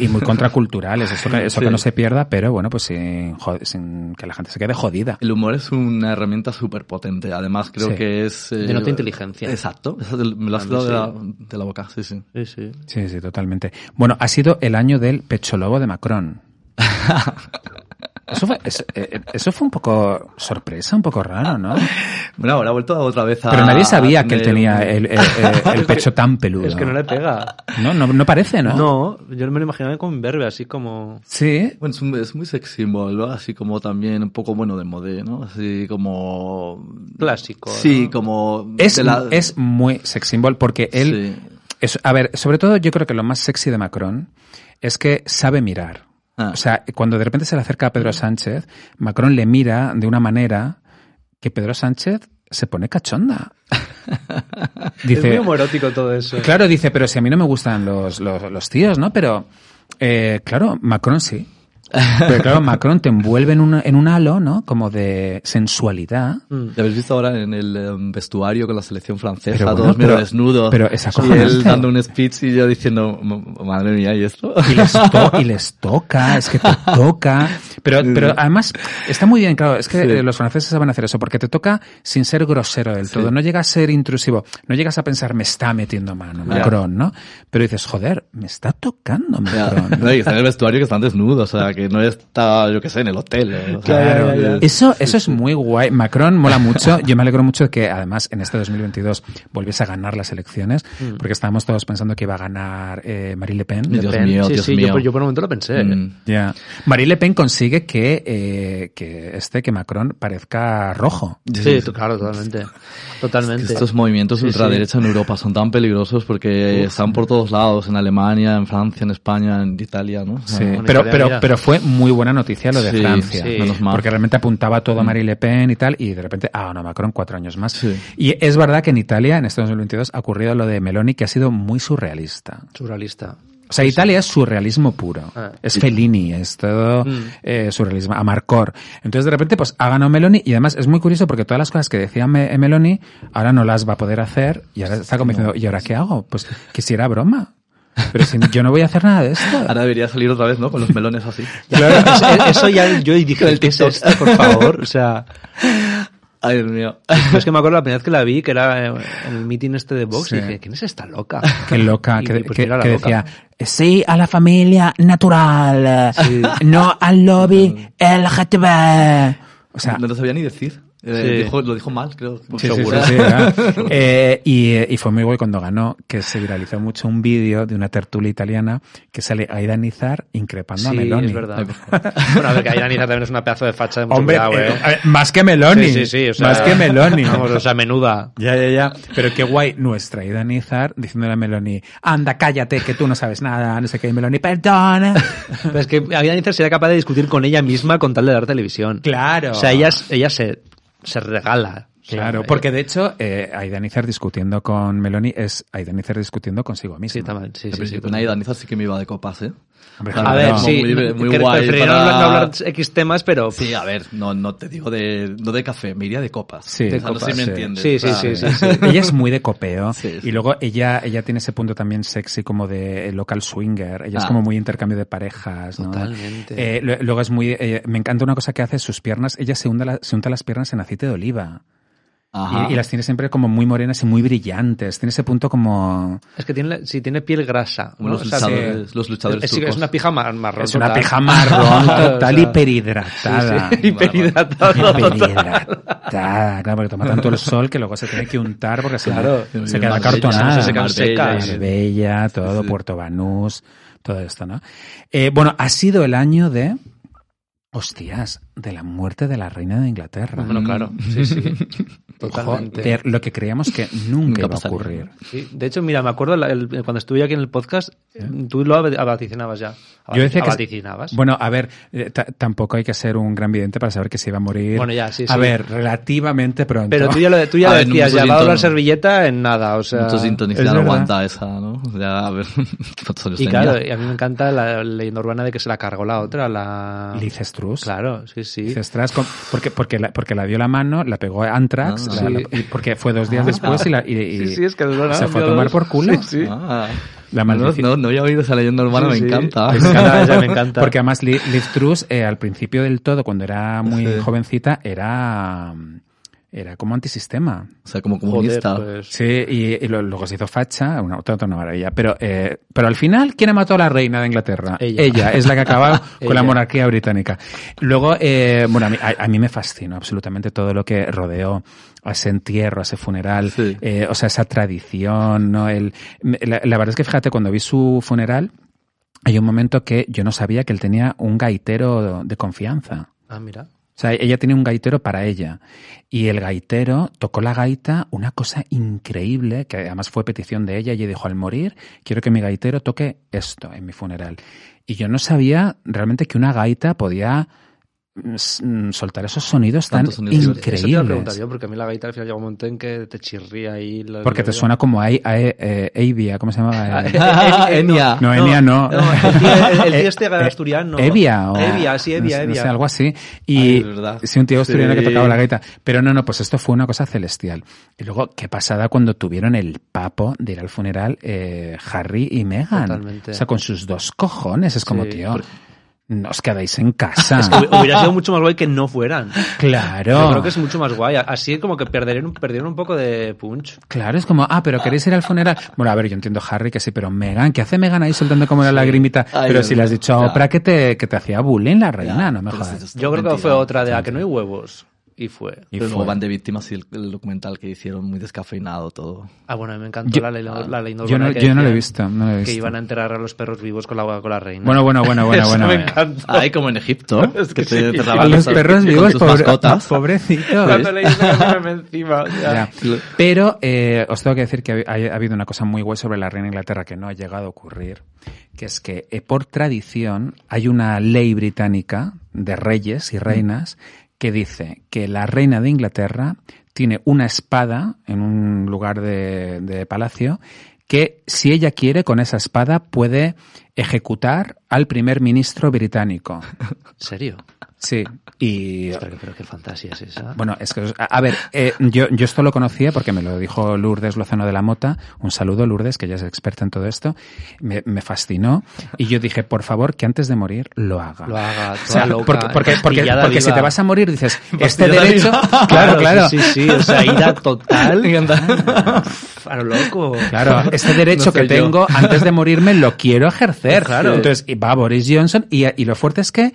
[SPEAKER 4] y, y muy contraculturales, eso, que, eso que
[SPEAKER 6] Sí.
[SPEAKER 4] no se pierda, pero bueno, pues sin, jo- sin que la gente se quede jodida.
[SPEAKER 6] El humor es una herramienta súper potente. Además, creo
[SPEAKER 4] Sí.
[SPEAKER 6] que es... eh,
[SPEAKER 5] Denota inteligencia.
[SPEAKER 6] Exacto. Eso te- me lo has
[SPEAKER 5] Para mí
[SPEAKER 6] dado de la, de la boca, sí, sí.
[SPEAKER 5] Sí, sí.
[SPEAKER 4] Sí, sí, totalmente. Bueno, ha sido el año del pecholobo de
[SPEAKER 5] <laughs>
[SPEAKER 4] Macron. Eso fue, es- eh, eso fue un poco sorpresa, un poco raro, ¿no?
[SPEAKER 6] Bueno, ahora ha vuelto otra vez a...
[SPEAKER 4] Pero
[SPEAKER 5] Ah,
[SPEAKER 4] nadie sabía
[SPEAKER 6] a
[SPEAKER 4] que él
[SPEAKER 6] tener
[SPEAKER 4] tenía
[SPEAKER 6] un-
[SPEAKER 4] el, el-
[SPEAKER 5] <laughs>
[SPEAKER 4] el- el pecho tan peludo.
[SPEAKER 5] Es que no le pega.
[SPEAKER 4] no, no, no parece, ¿no?
[SPEAKER 5] No, yo me lo imaginaba con verbe, así como...
[SPEAKER 4] Sí,
[SPEAKER 6] Bueno, es, un- es muy sex symbol, ¿no? Así como también un poco, bueno, de modé, ¿no? Así como...
[SPEAKER 5] Clásico.
[SPEAKER 6] Sí,
[SPEAKER 5] ¿no?
[SPEAKER 6] como...
[SPEAKER 4] Es,
[SPEAKER 6] de la-
[SPEAKER 4] es muy sex symbol porque él...
[SPEAKER 6] Sí.
[SPEAKER 4] es- a ver, sobre todo yo creo que lo más sexy de Macron es que sabe mirar.
[SPEAKER 6] Ah. Mm.
[SPEAKER 4] O sea, cuando de repente se le acerca a Pedro Sánchez, Macron le mira de una manera que Pedro Sánchez se pone
[SPEAKER 6] <laughs>
[SPEAKER 4] cachonda.
[SPEAKER 5] Es muy humorótico todo eso.
[SPEAKER 4] Claro, dice, pero si a mí no me gustan los, los, los tíos, ¿no? Pero, eh, claro, Macron
[SPEAKER 6] <laughs>
[SPEAKER 4] sí. Pero claro, Macron te envuelve en, una- en un halo, ¿no? Como de sensualidad.
[SPEAKER 5] Mm.
[SPEAKER 6] ¿Lo habéis visto ahora en el em, vestuario con la selección francesa?
[SPEAKER 4] Pero bueno,
[SPEAKER 6] todos medio
[SPEAKER 4] pero-
[SPEAKER 6] desnudos.
[SPEAKER 4] pero es
[SPEAKER 6] y él
[SPEAKER 4] acojonante.
[SPEAKER 6] dando un speech y yo diciendo, "M- madre mía, ¿y esto?
[SPEAKER 4] Y
[SPEAKER 5] <laughs>
[SPEAKER 4] les, to- y les toca, es que te toca. Pero, pero además, está muy bien, claro, es que
[SPEAKER 6] Sí.
[SPEAKER 4] eh, los franceses saben hacer eso, porque te toca sin ser grosero del todo, no llega a ser intrusivo, no llegas a pensar, me está metiendo mano, Macron, ¿no? Pero dices, joder, me está tocando
[SPEAKER 6] <laughs> Ya.
[SPEAKER 4] Macron.
[SPEAKER 6] <laughs> No, y está en el vestuario que están desnudos, o sea, que no está, yo qué sé, en el hotel. ¿eh? O sea,
[SPEAKER 4] Claro,
[SPEAKER 5] <laughs> Ya, ya, ya.
[SPEAKER 4] eso, eso es muy guay. Macron mola mucho. Yo me alegro mucho de que además en este 2022 volviese a ganar las elecciones,
[SPEAKER 5] Mm.
[SPEAKER 4] porque estábamos todos pensando que iba a ganar eh, Marine Le Pen.
[SPEAKER 6] Dios mío,
[SPEAKER 5] sí,
[SPEAKER 6] Dios
[SPEAKER 5] sí,
[SPEAKER 6] mío.
[SPEAKER 5] Yo, yo por un momento lo pensé.
[SPEAKER 6] Mm.
[SPEAKER 4] Ya. Marine Le Pen consigue que, eh, que este, que Macron parezca rojo.
[SPEAKER 5] Sí, tú- claro, totalmente.
[SPEAKER 6] Que
[SPEAKER 5] Totalmente.
[SPEAKER 6] Estos movimientos
[SPEAKER 5] Sí,
[SPEAKER 6] ultraderecha en Europa son tan peligrosos porque están por todos lados, en Alemania, en Francia, en España, en Italia, ¿no? O sea,
[SPEAKER 4] Sí,
[SPEAKER 5] bueno,
[SPEAKER 4] pero,
[SPEAKER 5] Italia,
[SPEAKER 4] pero,
[SPEAKER 5] mira.
[SPEAKER 4] pero fue muy buena noticia lo de
[SPEAKER 6] Sí,
[SPEAKER 4] Francia. Mm.
[SPEAKER 5] sí.
[SPEAKER 6] Menos mal.
[SPEAKER 4] Porque realmente apuntaba todo a Marine Le Pen y tal, y de repente, ah, no, Macron cuatro años más.
[SPEAKER 6] Sí.
[SPEAKER 4] Y es verdad que en Italia, en este 2022, ha ocurrido lo de Meloni, que ha sido muy surrealista.
[SPEAKER 5] Surrealista.
[SPEAKER 4] O sea, Italia es surrealismo puro.
[SPEAKER 5] Pues Ah.
[SPEAKER 4] Es Fellini, es todo
[SPEAKER 5] Mm.
[SPEAKER 4] eh, surrealismo, Amarcor. Entonces, de repente, pues ha ganado Meloni y además es muy curioso porque todas las cosas que decía Me- eh, Meloni ahora no las va a poder hacer y ahora está como diciendo, ¿y ahora qué hago? Pues que si era broma. Pero si yo no voy a hacer nada de
[SPEAKER 5] <laughs>
[SPEAKER 4] esto.
[SPEAKER 6] Ahora debería salir otra vez, ¿no? Con los melones así.
[SPEAKER 5] Claro, es- eso ya
[SPEAKER 4] <laughs>
[SPEAKER 5] yo dije, ¿qué es esto, por favor? O sea,
[SPEAKER 6] Ay, Dios mío.
[SPEAKER 5] yo es que me acuerdo la primera vez que la vi, que era eh, en el meeting este de Vox,
[SPEAKER 4] Sí.
[SPEAKER 5] y dije, ¿quién es esta loca?
[SPEAKER 4] Qué loca,
[SPEAKER 5] Y-
[SPEAKER 4] que,
[SPEAKER 5] y pues
[SPEAKER 4] que-
[SPEAKER 5] mira la
[SPEAKER 4] que
[SPEAKER 5] loca.
[SPEAKER 4] decía, sí a la familia natural, no al lobby LGTB. O sea,
[SPEAKER 6] no lo sabía ni decir. Eh,
[SPEAKER 5] Sí.
[SPEAKER 6] dijo- lo dijo mal, creo.
[SPEAKER 4] Sí, sí,
[SPEAKER 6] seguro.
[SPEAKER 4] sí, sí, <laughs> era. Eh, y, eh, y fue muy guay cuando ganó, que se viralizó mucho un vídeo de una tertulia italiana que sale Aida Nizar increpando a
[SPEAKER 5] sí,
[SPEAKER 4] Meloni. Eh,
[SPEAKER 5] es verdad. bueno, a ver, que Aida Niza también es una pedazo de facha de mucho
[SPEAKER 4] Hombre,
[SPEAKER 5] cuidado, ¿eh?
[SPEAKER 4] eh, eh, más que Meloni.
[SPEAKER 5] Sí, sí, sí, o sea,
[SPEAKER 4] más que Meloni.
[SPEAKER 5] <laughs> Vamos, o sea, menuda.
[SPEAKER 4] Ya, ya, ya. Pero qué guay nuestra Aida Nizar diciéndole a Meloni, anda, cállate, que tú no sabes nada, no sé qué, y Meloni, <laughs> perdona.
[SPEAKER 5] Pero es que Aida Niza sería capaz de discutir con ella misma con tal de dar televisión.
[SPEAKER 4] Claro.
[SPEAKER 5] O sea, ella, ella se, se regala. sea,
[SPEAKER 4] Claro,
[SPEAKER 5] eh,
[SPEAKER 4] porque de hecho, eh, Aidanizar discutiendo con Meloni es Aidanizar discutiendo consigo mismo.
[SPEAKER 5] Sí, también, sí, sí,
[SPEAKER 6] Al
[SPEAKER 5] sí.
[SPEAKER 6] principio, nadie danizar sí que me iba de copas, ¿eh?
[SPEAKER 4] Hombre,
[SPEAKER 6] A
[SPEAKER 5] A
[SPEAKER 4] claro.
[SPEAKER 5] ver,
[SPEAKER 6] No,
[SPEAKER 5] sí,
[SPEAKER 6] muy- muy
[SPEAKER 5] que
[SPEAKER 6] guay
[SPEAKER 5] prefiero
[SPEAKER 6] para-
[SPEAKER 5] no hablar de X temas, pero...
[SPEAKER 6] Sí, a ver, no, no te digo de, no de café, me iría de copas.
[SPEAKER 4] Sí.
[SPEAKER 6] O
[SPEAKER 4] De
[SPEAKER 6] sea, no sé
[SPEAKER 4] copas,
[SPEAKER 6] si me
[SPEAKER 4] sí.
[SPEAKER 6] entiendes.
[SPEAKER 5] Sí,
[SPEAKER 6] o sea,
[SPEAKER 5] sí, sí,
[SPEAKER 4] Eh,
[SPEAKER 6] <laughs>
[SPEAKER 4] Ella es muy de copeo
[SPEAKER 6] Sí, sí.
[SPEAKER 4] y luego ella ella tiene ese punto también sexy como de local swinger. Ella es
[SPEAKER 6] Ah.
[SPEAKER 4] como muy intercambio de parejas, ¿no?
[SPEAKER 5] Totalmente.
[SPEAKER 4] Eh, lo- luego es muy eh, me encanta una cosa que hace sus piernas, ella se, hunda la- se unta las piernas en aceite de oliva
[SPEAKER 6] Ajá.
[SPEAKER 4] y, y las tiene siempre como muy morenas y muy brillantes. Tiene ese punto como
[SPEAKER 5] Es que tiene, la- sí, tiene piel grasa.
[SPEAKER 6] Como
[SPEAKER 5] ¿no?
[SPEAKER 6] los
[SPEAKER 5] O sea, sí.
[SPEAKER 6] luchadores, los luchadores
[SPEAKER 5] es, sí, es
[SPEAKER 6] turcos.
[SPEAKER 5] una pija mar- marrón.
[SPEAKER 4] es una
[SPEAKER 5] total. <laughs>
[SPEAKER 4] pija marrón total
[SPEAKER 5] O sea,
[SPEAKER 4] hiperhidratada.
[SPEAKER 5] sí, sí, hiperhidratada total.
[SPEAKER 4] Hiperhidratada, claro, porque toma tanto el sol que luego se tiene que untar porque se,
[SPEAKER 5] Claro.
[SPEAKER 4] se queda
[SPEAKER 6] Marbella,
[SPEAKER 4] cartonada.
[SPEAKER 5] se secan
[SPEAKER 6] Marbella,
[SPEAKER 5] secas.
[SPEAKER 6] eh.
[SPEAKER 4] Bella, todo, Puerto Banús, todo esto, ¿no? Eh, bueno, ha sido el año de. Hostias, de la muerte de la reina de Inglaterra.
[SPEAKER 5] Bueno, claro. Sí, <laughs>
[SPEAKER 6] <laughs>
[SPEAKER 5] sí. Totalmente.
[SPEAKER 4] Joder, lo que creíamos
[SPEAKER 5] <laughs>
[SPEAKER 4] que nunca,
[SPEAKER 6] Nunca
[SPEAKER 4] iba a
[SPEAKER 6] pasaría.
[SPEAKER 4] ocurrir.
[SPEAKER 5] Sí, de hecho, mira, me acuerdo la- el- cuando estuve yo aquí en el podcast, tú lo ab- vaticinabas ya. Abati-
[SPEAKER 4] Yo decía que-
[SPEAKER 5] Vaticinabas.
[SPEAKER 4] Bueno, a ver, eh, ta- tampoco hay que ser un gran vidente para saber que se iba a morir.
[SPEAKER 5] Bueno, ya, sí,
[SPEAKER 4] A
[SPEAKER 5] sí.
[SPEAKER 4] ver, relativamente pronto.
[SPEAKER 5] Pero tú ya lo, tú ya
[SPEAKER 6] A
[SPEAKER 5] lo
[SPEAKER 6] ver,
[SPEAKER 5] decías,
[SPEAKER 6] mucho
[SPEAKER 5] ya va a doblar
[SPEAKER 6] sintono.
[SPEAKER 5] servilleta en nada, o sea...
[SPEAKER 6] Mucho sintonista
[SPEAKER 4] es
[SPEAKER 6] no
[SPEAKER 4] verdad.
[SPEAKER 6] aguanta esa, ¿no? Ya, a ver, <laughs> ¿cuántos años
[SPEAKER 5] Y
[SPEAKER 6] tenía?
[SPEAKER 5] claro, y a mí me encanta la leyenda urbana de que se la cargó la otra, la...
[SPEAKER 4] Liz Strauss.
[SPEAKER 5] Claro, sí, sí.
[SPEAKER 4] Dice Strass, con- porque, porque, la, porque la dio la mano, la pegó a Antrax, la-
[SPEAKER 6] Ah.
[SPEAKER 4] la-
[SPEAKER 5] Sí. Ah.
[SPEAKER 4] y porque fue dos días después y, la, y- y-
[SPEAKER 5] Sí, sí, es que es verdad,
[SPEAKER 4] se fue a
[SPEAKER 5] mira,
[SPEAKER 4] tomar
[SPEAKER 5] dos.
[SPEAKER 4] por culo. <laughs>
[SPEAKER 5] Sí, sí.
[SPEAKER 6] Ah.
[SPEAKER 4] La
[SPEAKER 6] no,
[SPEAKER 4] maldición.
[SPEAKER 6] no, no había oído esa leyenda urbana,
[SPEAKER 5] Sí,
[SPEAKER 6] me
[SPEAKER 5] sí.
[SPEAKER 6] encanta.
[SPEAKER 5] Me <laughs> encanta, esa me encanta.
[SPEAKER 4] Porque además Li- Liz Truss, eh, al principio del todo, cuando era muy
[SPEAKER 6] Sí.
[SPEAKER 4] jovencita, era, era como antisistema.
[SPEAKER 6] O sea, como
[SPEAKER 5] Joder,
[SPEAKER 6] comunista.
[SPEAKER 5] pues.
[SPEAKER 4] Sí, y, y lo- luego se hizo facha, una, otra, otra maravilla. Pero, eh, pero al final, ¿quién mató a la reina de Inglaterra?
[SPEAKER 5] Ella.
[SPEAKER 4] es la que
[SPEAKER 5] <laughs>
[SPEAKER 4] acaba con
[SPEAKER 5] Ella.
[SPEAKER 4] la monarquía británica. Luego, eh, bueno, a mí, a- a mí me fascinó absolutamente todo lo que rodeó a ese entierro, a ese funeral,
[SPEAKER 6] Sí.
[SPEAKER 4] eh, o sea, esa tradición, ¿no? El, me- la, la verdad es que fíjate, cuando vi su funeral, hay un momento que yo no sabía que él tenía un gaitero de confianza.
[SPEAKER 5] Ah, mira.
[SPEAKER 4] O sea, ella tiene un gaitero para ella. Y el gaitero tocó la gaita, una cosa increíble, que además fue petición de ella. Ella dijo, al morir, quiero que mi gaitero toque esto en mi funeral. Y yo no sabía realmente que una gaita podía mm, s- mm, soltar esos sonidos tan
[SPEAKER 6] Tantos sonidos diversos.
[SPEAKER 5] Eso te iba a preguntar
[SPEAKER 4] increíbles.
[SPEAKER 5] yo, porque a mí la gaita al final llega un momento en que te chirría ahí. la-
[SPEAKER 4] Porque te suena como a, Evia, ¿cómo se llamaba?
[SPEAKER 6] <laughs>
[SPEAKER 5] <laughs>
[SPEAKER 6] Ah, Enya.
[SPEAKER 4] No, Enya no. Eh,
[SPEAKER 5] No, el tío,
[SPEAKER 4] <laughs>
[SPEAKER 5] el- el tío este asturiano.
[SPEAKER 4] Evia o
[SPEAKER 5] Evia, sí, Evia,
[SPEAKER 4] no sé, no
[SPEAKER 5] Evia.
[SPEAKER 4] sé, algo así.
[SPEAKER 6] Ay,
[SPEAKER 4] Y
[SPEAKER 6] es verdad.
[SPEAKER 4] sí, un tío asturiano
[SPEAKER 6] Sí.
[SPEAKER 4] que tocaba la gaita. Pero no, no, pues esto fue una cosa celestial. Y luego, qué pasada cuando tuvieron el papo de ir al funeral eh, Harry y Meghan.
[SPEAKER 5] Totalmente.
[SPEAKER 4] O sea, con sus dos cojones. Es como,
[SPEAKER 5] Sí.
[SPEAKER 4] tío, no os quedáis en casa.
[SPEAKER 5] Hubi-
[SPEAKER 4] Ah,
[SPEAKER 5] Hubiera sido mucho más guay que no fueran. Yo
[SPEAKER 4] claro.
[SPEAKER 5] creo que es mucho más guay. Así como que perderían, un- perdieron un poco de punch.
[SPEAKER 4] Claro, es como, ah, pero queréis ir al funeral. Bueno, a ver, yo entiendo Harry que sí, pero Megan, ¿qué hace Megan ahí soltando como la lagrimita?
[SPEAKER 6] Ay,
[SPEAKER 4] pero
[SPEAKER 6] Dios
[SPEAKER 4] si le has
[SPEAKER 6] mío.
[SPEAKER 4] dicho a
[SPEAKER 6] Ya.
[SPEAKER 4] Oprah que te, que te hacía bullying la reina,
[SPEAKER 6] Ya,
[SPEAKER 4] no me
[SPEAKER 6] pero
[SPEAKER 4] jodas.
[SPEAKER 6] esto es
[SPEAKER 5] Yo creo que
[SPEAKER 6] mentira.
[SPEAKER 5] fue otra de a que no hay huevos. Y fue.
[SPEAKER 4] Y
[SPEAKER 6] Pero luego
[SPEAKER 4] fue.
[SPEAKER 6] van de víctimas y el, el documental que hicieron muy descafeinado todo.
[SPEAKER 5] Ah, bueno, a mí me encantó
[SPEAKER 4] Yo- ah,
[SPEAKER 5] la, ley- la, ley
[SPEAKER 4] Yo no,
[SPEAKER 5] urbana que
[SPEAKER 4] yo no lo he
[SPEAKER 5] decían
[SPEAKER 4] visto, no lo he visto.
[SPEAKER 5] Que iban a enterrar a los perros vivos con la, con la reina.
[SPEAKER 4] Bueno, bueno, bueno, bueno,
[SPEAKER 5] <laughs> Eso
[SPEAKER 4] bueno.
[SPEAKER 5] me
[SPEAKER 4] bueno.
[SPEAKER 5] encanta.
[SPEAKER 6] <laughs> Ahí como en Egipto,
[SPEAKER 4] <laughs>
[SPEAKER 5] Es que
[SPEAKER 6] que te,
[SPEAKER 5] sí.
[SPEAKER 6] te
[SPEAKER 4] A
[SPEAKER 6] raban
[SPEAKER 4] los
[SPEAKER 6] con-
[SPEAKER 4] perros
[SPEAKER 6] con
[SPEAKER 4] vivos,
[SPEAKER 6] tus
[SPEAKER 4] pobre-
[SPEAKER 6] mascotas.
[SPEAKER 4] pobrecitos.
[SPEAKER 5] Cuando leí eso, ya se me encima. o sea.
[SPEAKER 4] Ya. Pero eh, os tengo que decir que ha, ha habido una cosa muy guay sobre la reina de Inglaterra que no ha llegado a ocurrir, que es que eh, por tradición hay una ley británica de reyes y reinas que dice que la reina de Inglaterra tiene una espada en un lugar de, de palacio que si ella quiere con esa espada puede ejecutar al primer ministro británico.
[SPEAKER 5] ¿En serio?
[SPEAKER 4] Sí. Y
[SPEAKER 5] Ostras, que- pero qué fantasía es esa.
[SPEAKER 4] bueno, es que, a, a ver, eh, yo, yo esto lo conocía porque me lo dijo Lourdes Lozano de la Mota. Un saludo, Lourdes, que ella es experta en todo esto. Me, me fascinó. Y yo dije, por favor, que antes de morir lo haga.
[SPEAKER 5] lo haga toda
[SPEAKER 4] O sea,
[SPEAKER 5] loca,
[SPEAKER 4] porque, porque, porque,
[SPEAKER 5] pastillada
[SPEAKER 4] porque si
[SPEAKER 5] viva.
[SPEAKER 4] te vas a morir
[SPEAKER 5] <laughs>
[SPEAKER 4] dices,
[SPEAKER 5] Pues
[SPEAKER 4] este
[SPEAKER 5] Pastillada
[SPEAKER 4] derecho,
[SPEAKER 5] viva.
[SPEAKER 4] <laughs> claro, claro,
[SPEAKER 5] Sí, sí, sí, o
[SPEAKER 4] <laughs>
[SPEAKER 5] sea, ira total. a lo loco. <laughs>
[SPEAKER 4] Claro, este derecho
[SPEAKER 5] No
[SPEAKER 4] que
[SPEAKER 5] sé yo.
[SPEAKER 4] tengo antes de morirme lo quiero ejercer.
[SPEAKER 5] Claro.
[SPEAKER 4] Entonces y va Boris Johnson y, y lo fuerte es que,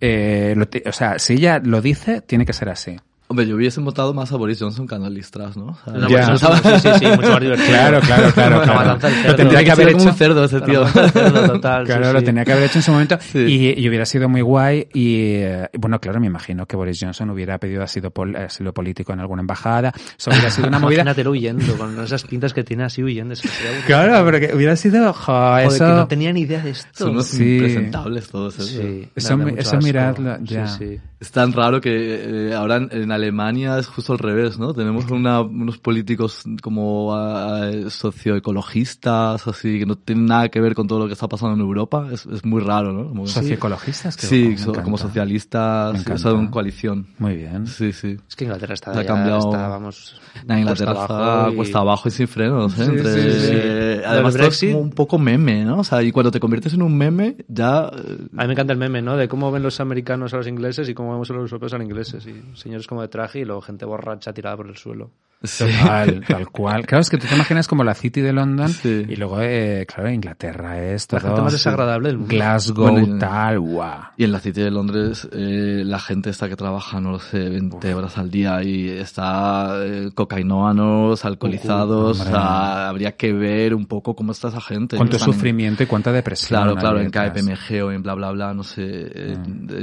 [SPEAKER 4] eh, lo ti- o sea, si ella lo dice, tiene que ser así.
[SPEAKER 6] Hombre, yo hubiese votado más a Boris Johnson que a Liz Truss, ¿no? O sea,
[SPEAKER 5] No,
[SPEAKER 4] Ya.
[SPEAKER 5] pues eso es- sí, sí, sí, mucho más divertido.
[SPEAKER 4] Claro, claro,
[SPEAKER 5] <laughs>
[SPEAKER 4] claro.
[SPEAKER 5] La
[SPEAKER 4] claro.
[SPEAKER 5] matanza del cerdo.
[SPEAKER 4] Lo tendría que haber
[SPEAKER 6] era como
[SPEAKER 4] hecho.
[SPEAKER 6] un cerdo ese tío.
[SPEAKER 5] Cerdo total, sí,
[SPEAKER 4] Claro, lo
[SPEAKER 5] sí.
[SPEAKER 4] tenía que haber hecho en su
[SPEAKER 5] <laughs>
[SPEAKER 4] momento
[SPEAKER 6] Sí.
[SPEAKER 4] y, y hubiera sido muy guay. Y eh, bueno, claro, me imagino que Boris Johnson hubiera pedido asilo, pol- asilo político en alguna embajada. Eso hubiera sido
[SPEAKER 5] <laughs>
[SPEAKER 4] una movida.
[SPEAKER 5] Imagínatelo huyendo, con esas pintas que tiene así huyendo. Eso sería aburrido.
[SPEAKER 4] Claro, pero que hubiera sido. jo,
[SPEAKER 5] Joder,
[SPEAKER 4] eso.
[SPEAKER 5] que no tenía ni idea de
[SPEAKER 4] <laughs>
[SPEAKER 6] <laughs> Son
[SPEAKER 5] esto.
[SPEAKER 6] unos
[SPEAKER 4] Sí.
[SPEAKER 6] impresentables todos esos.
[SPEAKER 5] Sí,
[SPEAKER 4] Eso
[SPEAKER 5] me da
[SPEAKER 4] mi-
[SPEAKER 5] mucho
[SPEAKER 4] eso
[SPEAKER 5] asco.
[SPEAKER 4] miradlo, ya.
[SPEAKER 5] Sí, sí.
[SPEAKER 6] Es tan raro que eh, ahora en, en Alemania es justo al revés, ¿no? Tenemos una- unos políticos como ah, socioecologistas, así, que no tienen nada que ver con todo lo que está pasando en Europa. Es, es muy raro, ¿no? Como-
[SPEAKER 4] Socioecologistas, que
[SPEAKER 6] Sí,
[SPEAKER 4] me
[SPEAKER 6] so- como
[SPEAKER 4] encanta. Me
[SPEAKER 6] socialistas, o sea, en
[SPEAKER 4] encanta.
[SPEAKER 6] coalición.
[SPEAKER 4] Muy bien.
[SPEAKER 6] Sí, sí.
[SPEAKER 5] Es que Inglaterra está,
[SPEAKER 6] Ha
[SPEAKER 5] ya-
[SPEAKER 6] cambiado.
[SPEAKER 5] está, vamos,
[SPEAKER 6] La Inglaterra
[SPEAKER 5] cuesta
[SPEAKER 6] está
[SPEAKER 5] abajo y-
[SPEAKER 6] cuesta abajo y sin frenos. ¿eh?
[SPEAKER 5] Sí,
[SPEAKER 6] Entre-
[SPEAKER 5] sí, sí.
[SPEAKER 6] eh,
[SPEAKER 5] Lo
[SPEAKER 6] Además,
[SPEAKER 5] del
[SPEAKER 6] todo es
[SPEAKER 5] Brexit-
[SPEAKER 6] como un poco meme, ¿no? O sea, y cuando te conviertes en un meme, ya. eh,
[SPEAKER 5] A mí me encanta el meme, ¿no? De cómo ven los americanos a los ingleses y cómo vemos a los europeos a los ingleses. Y señores como de traje y luego gente borracha tirada por el suelo.
[SPEAKER 4] Total, tal cual. Claro, es que tú te imaginas como la City de London
[SPEAKER 6] Sí.
[SPEAKER 4] y luego, eh, claro, Inglaterra es todo.
[SPEAKER 5] La gente más desagradable del mundo.
[SPEAKER 4] Glasgow,
[SPEAKER 6] Bueno, y-
[SPEAKER 4] tal, guau.
[SPEAKER 6] <laughs> Y en la City de Londres, eh, la gente está que trabaja, no lo sé, 20 horas al día y está eh, cocainómanos, alcoholizados.
[SPEAKER 4] Ujú,
[SPEAKER 6] o sea, habría que ver un poco cómo está esa gente.
[SPEAKER 4] Uh, Cuánto
[SPEAKER 6] Están en-
[SPEAKER 4] sufrimiento y cuánta depresión.
[SPEAKER 6] Claro,
[SPEAKER 4] hay
[SPEAKER 6] claro, en
[SPEAKER 4] detrás.
[SPEAKER 6] KPMG o en bla, bla, bla, no sé. eh,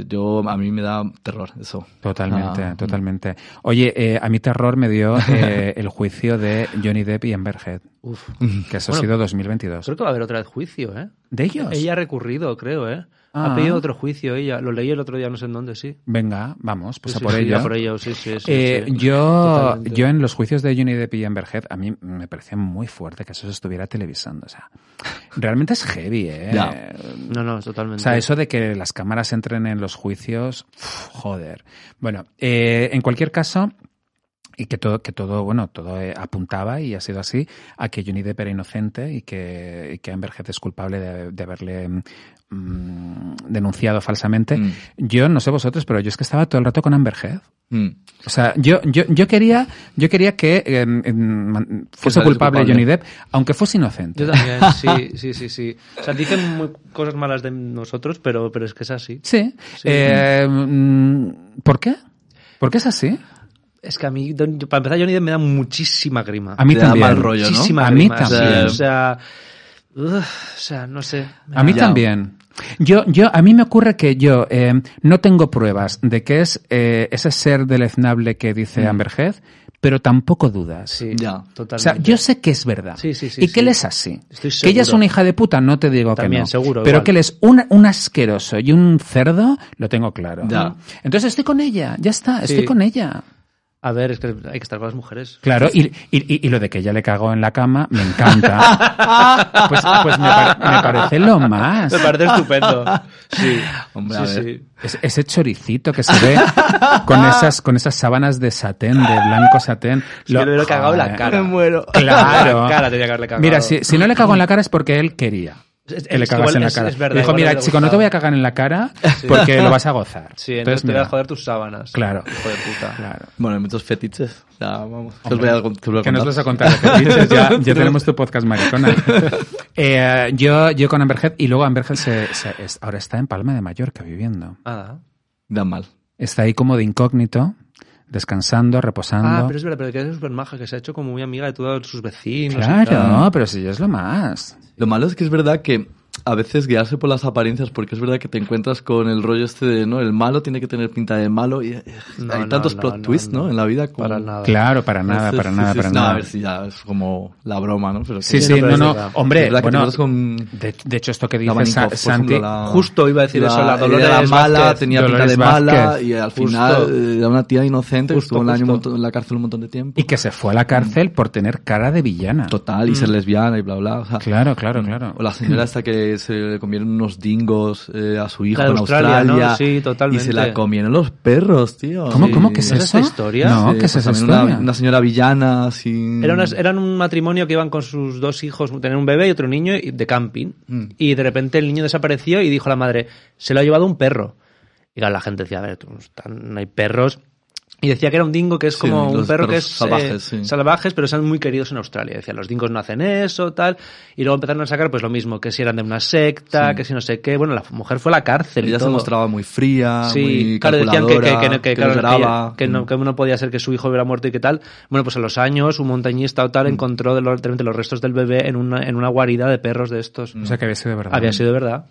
[SPEAKER 6] Yo, a mí me da terror eso.
[SPEAKER 4] Mm. Totalmente,
[SPEAKER 6] Ah.
[SPEAKER 4] totalmente. Oye, eh, a mi terror me
[SPEAKER 5] <laughs>
[SPEAKER 4] dio eh, el juicio de Johnny Depp y Amber Heard,
[SPEAKER 5] Uf.
[SPEAKER 4] que eso
[SPEAKER 5] Bueno,
[SPEAKER 4] ha sido 2022.
[SPEAKER 5] Creo que va a haber otra vez juicio, ¿eh?
[SPEAKER 4] ¿De ellos?
[SPEAKER 5] Ella ha recurrido, creo, ¿eh?
[SPEAKER 4] Ah.
[SPEAKER 5] Ha pedido otro juicio ella. Lo leí el otro día, no sé en dónde, sí.
[SPEAKER 4] Venga, vamos, pues
[SPEAKER 5] Sí,
[SPEAKER 4] a
[SPEAKER 5] sí,
[SPEAKER 4] por
[SPEAKER 5] sí,
[SPEAKER 4] ello.
[SPEAKER 5] a por ello, sí, sí, sí,
[SPEAKER 4] Eh,
[SPEAKER 5] sí.
[SPEAKER 4] yo,
[SPEAKER 5] Totalmente.
[SPEAKER 4] yo en los juicios de Johnny Depp y Amber Heard, a mí me parecía muy fuerte que eso se estuviera televisando. O sea, realmente es heavy, ¿eh?
[SPEAKER 6] Ya.
[SPEAKER 5] No, no,
[SPEAKER 4] O
[SPEAKER 5] totalmente.
[SPEAKER 4] sea, eso de que las cámaras entren en los juicios, uf, joder. Bueno, eh, en cualquier caso, y que todo, que todo, bueno, todo eh, apuntaba y ha sido así, a que Johnny Depp era inocente y que, y que Amber Heard es culpable de, de haberle mm, denunciado falsamente.
[SPEAKER 6] Mm.
[SPEAKER 4] Yo no sé vosotros, pero yo es que estaba todo el rato con Amber Heard.
[SPEAKER 6] Mm.
[SPEAKER 4] O sea, yo, yo, yo quería, yo quería que eh, mm, man- fuese
[SPEAKER 6] saliese
[SPEAKER 4] culpable,
[SPEAKER 6] culpable.
[SPEAKER 4] Johnny Depp, aunque fuese inocente.
[SPEAKER 5] Yo también, sí, sí, sí, sí. O sea, dicen muy- cosas malas de nosotros, pero, pero es que es así.
[SPEAKER 4] Sí.
[SPEAKER 5] Sí.
[SPEAKER 4] Eh, mm, ¿Por qué? ¿Por qué es así?
[SPEAKER 5] Es que a mí, don- para empezar, Johnny Depp me da muchísima grima.
[SPEAKER 4] A mí
[SPEAKER 6] Te da
[SPEAKER 4] también.
[SPEAKER 6] mal rollo, ¿no?
[SPEAKER 5] muchísima
[SPEAKER 4] A mí
[SPEAKER 5] grima, sí,
[SPEAKER 4] también.
[SPEAKER 5] o sea, ugh, o sea, no sé.
[SPEAKER 4] A mí
[SPEAKER 6] Ya.
[SPEAKER 4] también. Yo, yo, a mí me ocurre que yo eh, no tengo pruebas de que es eh, ese ser deleznable que
[SPEAKER 5] Mm.
[SPEAKER 4] dice Amber Heard, pero tampoco dudas.
[SPEAKER 5] Sí,
[SPEAKER 6] Ya.
[SPEAKER 4] O sea,
[SPEAKER 5] totalmente.
[SPEAKER 4] yo sé que es verdad.
[SPEAKER 5] Sí, sí, sí,
[SPEAKER 4] y que
[SPEAKER 5] sí.
[SPEAKER 4] él es así.
[SPEAKER 5] Estoy
[SPEAKER 4] que ella es
[SPEAKER 5] seguro.
[SPEAKER 4] una hija de puta, no te digo que
[SPEAKER 5] También,
[SPEAKER 4] no.
[SPEAKER 5] seguro,
[SPEAKER 4] pero
[SPEAKER 5] igual.
[SPEAKER 4] que él es un, un asqueroso y un cerdo, lo tengo claro.
[SPEAKER 6] Ya.
[SPEAKER 4] Entonces estoy con ella, ya está,
[SPEAKER 5] Sí.
[SPEAKER 4] estoy con ella.
[SPEAKER 5] A ver, es que hay que estar con las mujeres.
[SPEAKER 4] Claro, y, y, y- y lo de que ella le cagó en la cama, me encanta. pues pues me, par- me parece lo más.
[SPEAKER 5] Me parece <laughs> estupendo. Sí,
[SPEAKER 6] Hombre,
[SPEAKER 5] sí,
[SPEAKER 6] a ver.
[SPEAKER 5] sí.
[SPEAKER 4] Es- ese choricito que se ve con esas, con esas sábanas de satén, de blanco satén.
[SPEAKER 5] Es que le hubiera cagado en la
[SPEAKER 4] Joder.
[SPEAKER 5] cara.
[SPEAKER 6] Me muero.
[SPEAKER 4] Claro.
[SPEAKER 5] La cara tenía que haberle cagado.
[SPEAKER 4] Mira, si, si no le cago en la cara es porque él quería.
[SPEAKER 5] Es-
[SPEAKER 4] que le
[SPEAKER 5] es-
[SPEAKER 4] cagas
[SPEAKER 5] igual
[SPEAKER 4] en la
[SPEAKER 5] es-
[SPEAKER 4] cara.
[SPEAKER 5] es verdad,
[SPEAKER 4] Le dijo,
[SPEAKER 5] igual le
[SPEAKER 4] mira,
[SPEAKER 5] hubiera
[SPEAKER 4] chico, no te
[SPEAKER 5] gustado".
[SPEAKER 4] voy a cagar en la cara porque
[SPEAKER 5] <laughs>
[SPEAKER 4] lo vas a gozar.
[SPEAKER 5] Sí, entonces te voy
[SPEAKER 4] mira,
[SPEAKER 5] a joder tus sábanas.
[SPEAKER 4] Claro.
[SPEAKER 5] Hijo de puta.
[SPEAKER 4] Claro.
[SPEAKER 6] Bueno, hay muchos fetiches. Ya, vamos. Que os voy a, que os voy a
[SPEAKER 4] Que nos
[SPEAKER 6] contar.
[SPEAKER 4] vas a contar, que dices, ya,
[SPEAKER 6] <laughs>
[SPEAKER 4] ya tenemos tu podcast maricona. Eh, yo, yo con Amber Heard, y luego Amber Heard se- se- es- ahora está en Palma de Mallorca viviendo.
[SPEAKER 5] Ah,
[SPEAKER 6] Da mal.
[SPEAKER 4] Está ahí como de incógnito, descansando, reposando.
[SPEAKER 5] ah pero es verdad, pero que es súper maja, que se ha hecho como muy amiga de todos sus vecinos. y
[SPEAKER 4] Claro,
[SPEAKER 5] tal.
[SPEAKER 4] pero si ya es lo más.
[SPEAKER 6] Lo malo es que es verdad que a veces guiarse por las apariencias, porque es verdad que te encuentras con el rollo este de, ¿no? El malo tiene que tener pinta de malo y eh,
[SPEAKER 5] No,
[SPEAKER 6] hay
[SPEAKER 5] no,
[SPEAKER 6] tantos
[SPEAKER 5] no,
[SPEAKER 6] plot
[SPEAKER 5] no,
[SPEAKER 6] twists, ¿no?
[SPEAKER 5] no.
[SPEAKER 6] En la vida. como-
[SPEAKER 5] Para nada.
[SPEAKER 4] Claro, para nada, para
[SPEAKER 6] Sí,
[SPEAKER 4] nada,
[SPEAKER 6] sí,
[SPEAKER 4] para
[SPEAKER 6] sí. No,
[SPEAKER 4] nada.
[SPEAKER 6] a ver si ya es como la broma, ¿no? Pero
[SPEAKER 4] Sí,
[SPEAKER 6] que-
[SPEAKER 4] sí,
[SPEAKER 5] pero
[SPEAKER 4] no,
[SPEAKER 5] es
[SPEAKER 4] no.
[SPEAKER 5] verdad.
[SPEAKER 4] Hombre,
[SPEAKER 6] es verdad que te
[SPEAKER 4] bueno,
[SPEAKER 6] encuentras con
[SPEAKER 4] de, de hecho esto que
[SPEAKER 6] la
[SPEAKER 4] dice
[SPEAKER 6] Maninkoff,
[SPEAKER 4] Sa-
[SPEAKER 6] por
[SPEAKER 4] Santi,
[SPEAKER 6] ejemplo, la-
[SPEAKER 5] Justo iba a decir eso, la
[SPEAKER 6] era
[SPEAKER 5] Dolores
[SPEAKER 6] la mala,
[SPEAKER 5] Vázquez.
[SPEAKER 6] tenía pinta
[SPEAKER 4] Dolores
[SPEAKER 6] de mala
[SPEAKER 4] Vázquez.
[SPEAKER 6] y al
[SPEAKER 5] Justo.
[SPEAKER 6] final eh, era una tía inocente, que
[SPEAKER 5] Justo,
[SPEAKER 6] estuvo un año un
[SPEAKER 5] justo.
[SPEAKER 6] montón- en la cárcel un montón de tiempo.
[SPEAKER 4] y que se fue a la cárcel por tener cara de villana.
[SPEAKER 6] Total,
[SPEAKER 4] Mm.
[SPEAKER 6] y ser lesbiana y bla, bla. O sea,
[SPEAKER 4] Claro, claro, claro.
[SPEAKER 6] O la señora hasta que se le comieron unos dingos eh, a su hijo
[SPEAKER 5] La de
[SPEAKER 6] en Australia.
[SPEAKER 5] Australia, ¿no? Sí, totalmente.
[SPEAKER 6] Y se la comieron los perros, tío.
[SPEAKER 4] ¿Cómo,
[SPEAKER 6] Sí.
[SPEAKER 4] cómo que es
[SPEAKER 5] ¿No es
[SPEAKER 4] esa
[SPEAKER 5] esta historia?
[SPEAKER 4] No,
[SPEAKER 6] Sí,
[SPEAKER 4] que es
[SPEAKER 6] pues
[SPEAKER 4] esa
[SPEAKER 6] también una-
[SPEAKER 4] historia.
[SPEAKER 6] Una, señora villana sin...
[SPEAKER 5] Era unas- eran un matrimonio que iban con sus dos hijos, tener un bebé y otro niño y- de camping.
[SPEAKER 6] Mm.
[SPEAKER 5] Y de repente el niño desapareció y dijo la madre, se lo ha llevado un perro. Y claro, la gente decía, a ver, tú, están- no hay perros. Y decía que era un dingo, que es
[SPEAKER 6] Sí,
[SPEAKER 5] como un
[SPEAKER 6] los
[SPEAKER 5] perro que es
[SPEAKER 6] perros salvajes,
[SPEAKER 5] eh,
[SPEAKER 6] sí.
[SPEAKER 5] salvajes, pero son muy queridos en Australia. Decía, los dingos no hacen eso, tal. Y luego empezaron a sacar pues lo mismo, que si eran de una secta, que si no sé qué. Bueno, la mujer fue a la cárcel. y
[SPEAKER 6] Ella se
[SPEAKER 5] todo.
[SPEAKER 6] mostraba muy fría, muy
[SPEAKER 5] claro, decían que, que, que, no-
[SPEAKER 6] calculadora,
[SPEAKER 5] que,
[SPEAKER 6] que
[SPEAKER 5] claro, que
[SPEAKER 6] lloraba. Mm.
[SPEAKER 5] ella- que
[SPEAKER 4] Mm.
[SPEAKER 5] no, que no podía ser que su hijo hubiera muerto y que tal. Bueno, pues a los años, un montañista o
[SPEAKER 4] Mm.
[SPEAKER 5] tal encontró de los, de repente los restos del bebé en una, en una guarida de perros de estos.
[SPEAKER 4] O sea, que había sido de verdad.
[SPEAKER 5] Había sido de verdad.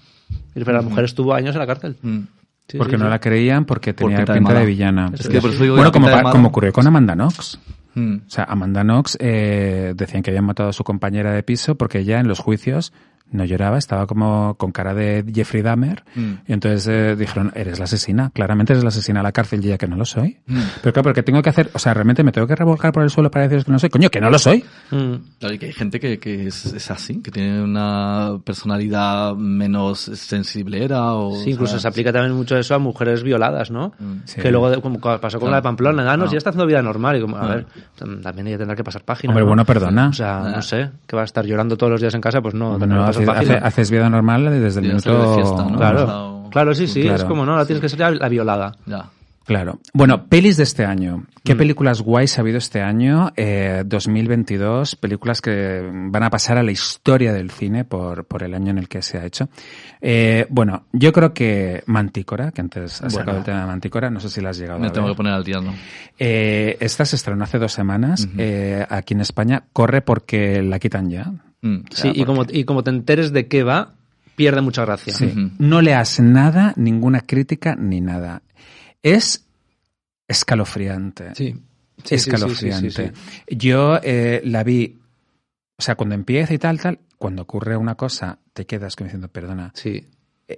[SPEAKER 5] Y la mujer estuvo años en la cárcel.
[SPEAKER 6] Mm.
[SPEAKER 4] Mm.
[SPEAKER 5] Sí,
[SPEAKER 4] Porque
[SPEAKER 5] sí,
[SPEAKER 4] no
[SPEAKER 5] sí.
[SPEAKER 4] la creían porque tenía
[SPEAKER 6] pinta
[SPEAKER 4] pinta,
[SPEAKER 6] de
[SPEAKER 4] de,
[SPEAKER 6] mala.
[SPEAKER 4] villana.
[SPEAKER 6] Es que por eso digo
[SPEAKER 4] bueno,
[SPEAKER 6] que
[SPEAKER 4] como,
[SPEAKER 6] pinta de
[SPEAKER 4] pa-
[SPEAKER 6] mala.
[SPEAKER 4] como ocurrió con Amanda Knox.
[SPEAKER 6] Mm.
[SPEAKER 4] O sea, Amanda Knox eh, decían que habían matado a su compañera de piso porque ella en los juicios no lloraba, estaba como con cara de Jeffrey Dahmer.
[SPEAKER 6] Mm.
[SPEAKER 4] Y entonces eh, dijeron, eres la asesina, claramente eres la asesina a la cárcel, y ya que no lo soy.
[SPEAKER 6] mm.
[SPEAKER 4] Pero claro, porque tengo que hacer, o sea, realmente me tengo que revolcar por el suelo para deciros que no soy. Coño, que no lo soy.
[SPEAKER 5] Mm.
[SPEAKER 6] Claro, y que hay gente que, que es, es así, que tiene una personalidad menos sensiblera o...
[SPEAKER 4] Pues,
[SPEAKER 5] Sí,
[SPEAKER 4] ah,
[SPEAKER 5] incluso se
[SPEAKER 6] ¿sabes?
[SPEAKER 5] aplica también mucho eso a mujeres violadas, ¿no?
[SPEAKER 4] Sí.
[SPEAKER 5] Que luego, de- como co- pasó con
[SPEAKER 6] Claro.
[SPEAKER 5] la de Pamplona, ah, no,
[SPEAKER 6] No.
[SPEAKER 5] si ya está haciendo vida normal, y como, a
[SPEAKER 6] No.
[SPEAKER 5] ver, tam- también ella tendrá que pasar página.
[SPEAKER 4] Mm. Hombre,
[SPEAKER 5] ¿no?
[SPEAKER 4] bueno, perdona. Ah.
[SPEAKER 5] O sea, no sé, que va a estar llorando todos los días en casa, pues no, tendrá
[SPEAKER 4] No,
[SPEAKER 5] que pasar
[SPEAKER 4] haces,
[SPEAKER 5] página.
[SPEAKER 4] hace- haces vida normal desde el
[SPEAKER 6] Ya sale ¿eh? de
[SPEAKER 4] minuto...
[SPEAKER 6] fiesta, ¿no?
[SPEAKER 5] claro,
[SPEAKER 6] Claro.
[SPEAKER 5] claro, sí, sí, es
[SPEAKER 4] Claro.
[SPEAKER 5] como, no, ahora tienes que ser la, la violada.
[SPEAKER 6] Ya.
[SPEAKER 4] Claro. Bueno, pelis de este año.
[SPEAKER 6] Mm.
[SPEAKER 4] ¿Qué películas guays ha habido este año? Eh, 2022, películas que van a pasar a la historia del cine por, por el año en el que se ha hecho. Eh, bueno, yo creo que Mantícora, que antes has sacado el tema de Mantícora, no sé si la has llegado
[SPEAKER 6] Me
[SPEAKER 4] a
[SPEAKER 6] tengo
[SPEAKER 4] ver.
[SPEAKER 6] que poner al día, ¿no?
[SPEAKER 4] Eh, esta se estrenó hace dos semanas eh, aquí en España. Corre porque la quitan ya.
[SPEAKER 6] Mm.
[SPEAKER 5] Sí, y como, y como te enteres de qué va, pierde mucha gracia.
[SPEAKER 4] Sí. No leas nada, ninguna crítica ni nada. Es escalofriante.
[SPEAKER 5] Sí. Sí, sí, sí,
[SPEAKER 4] escalofriante.
[SPEAKER 5] sí, sí,
[SPEAKER 4] Yo eh, la vi, o sea, cuando empieza y tal, tal, cuando ocurre una cosa, te quedas como diciendo, perdona, ¿e-,
[SPEAKER 5] Sí.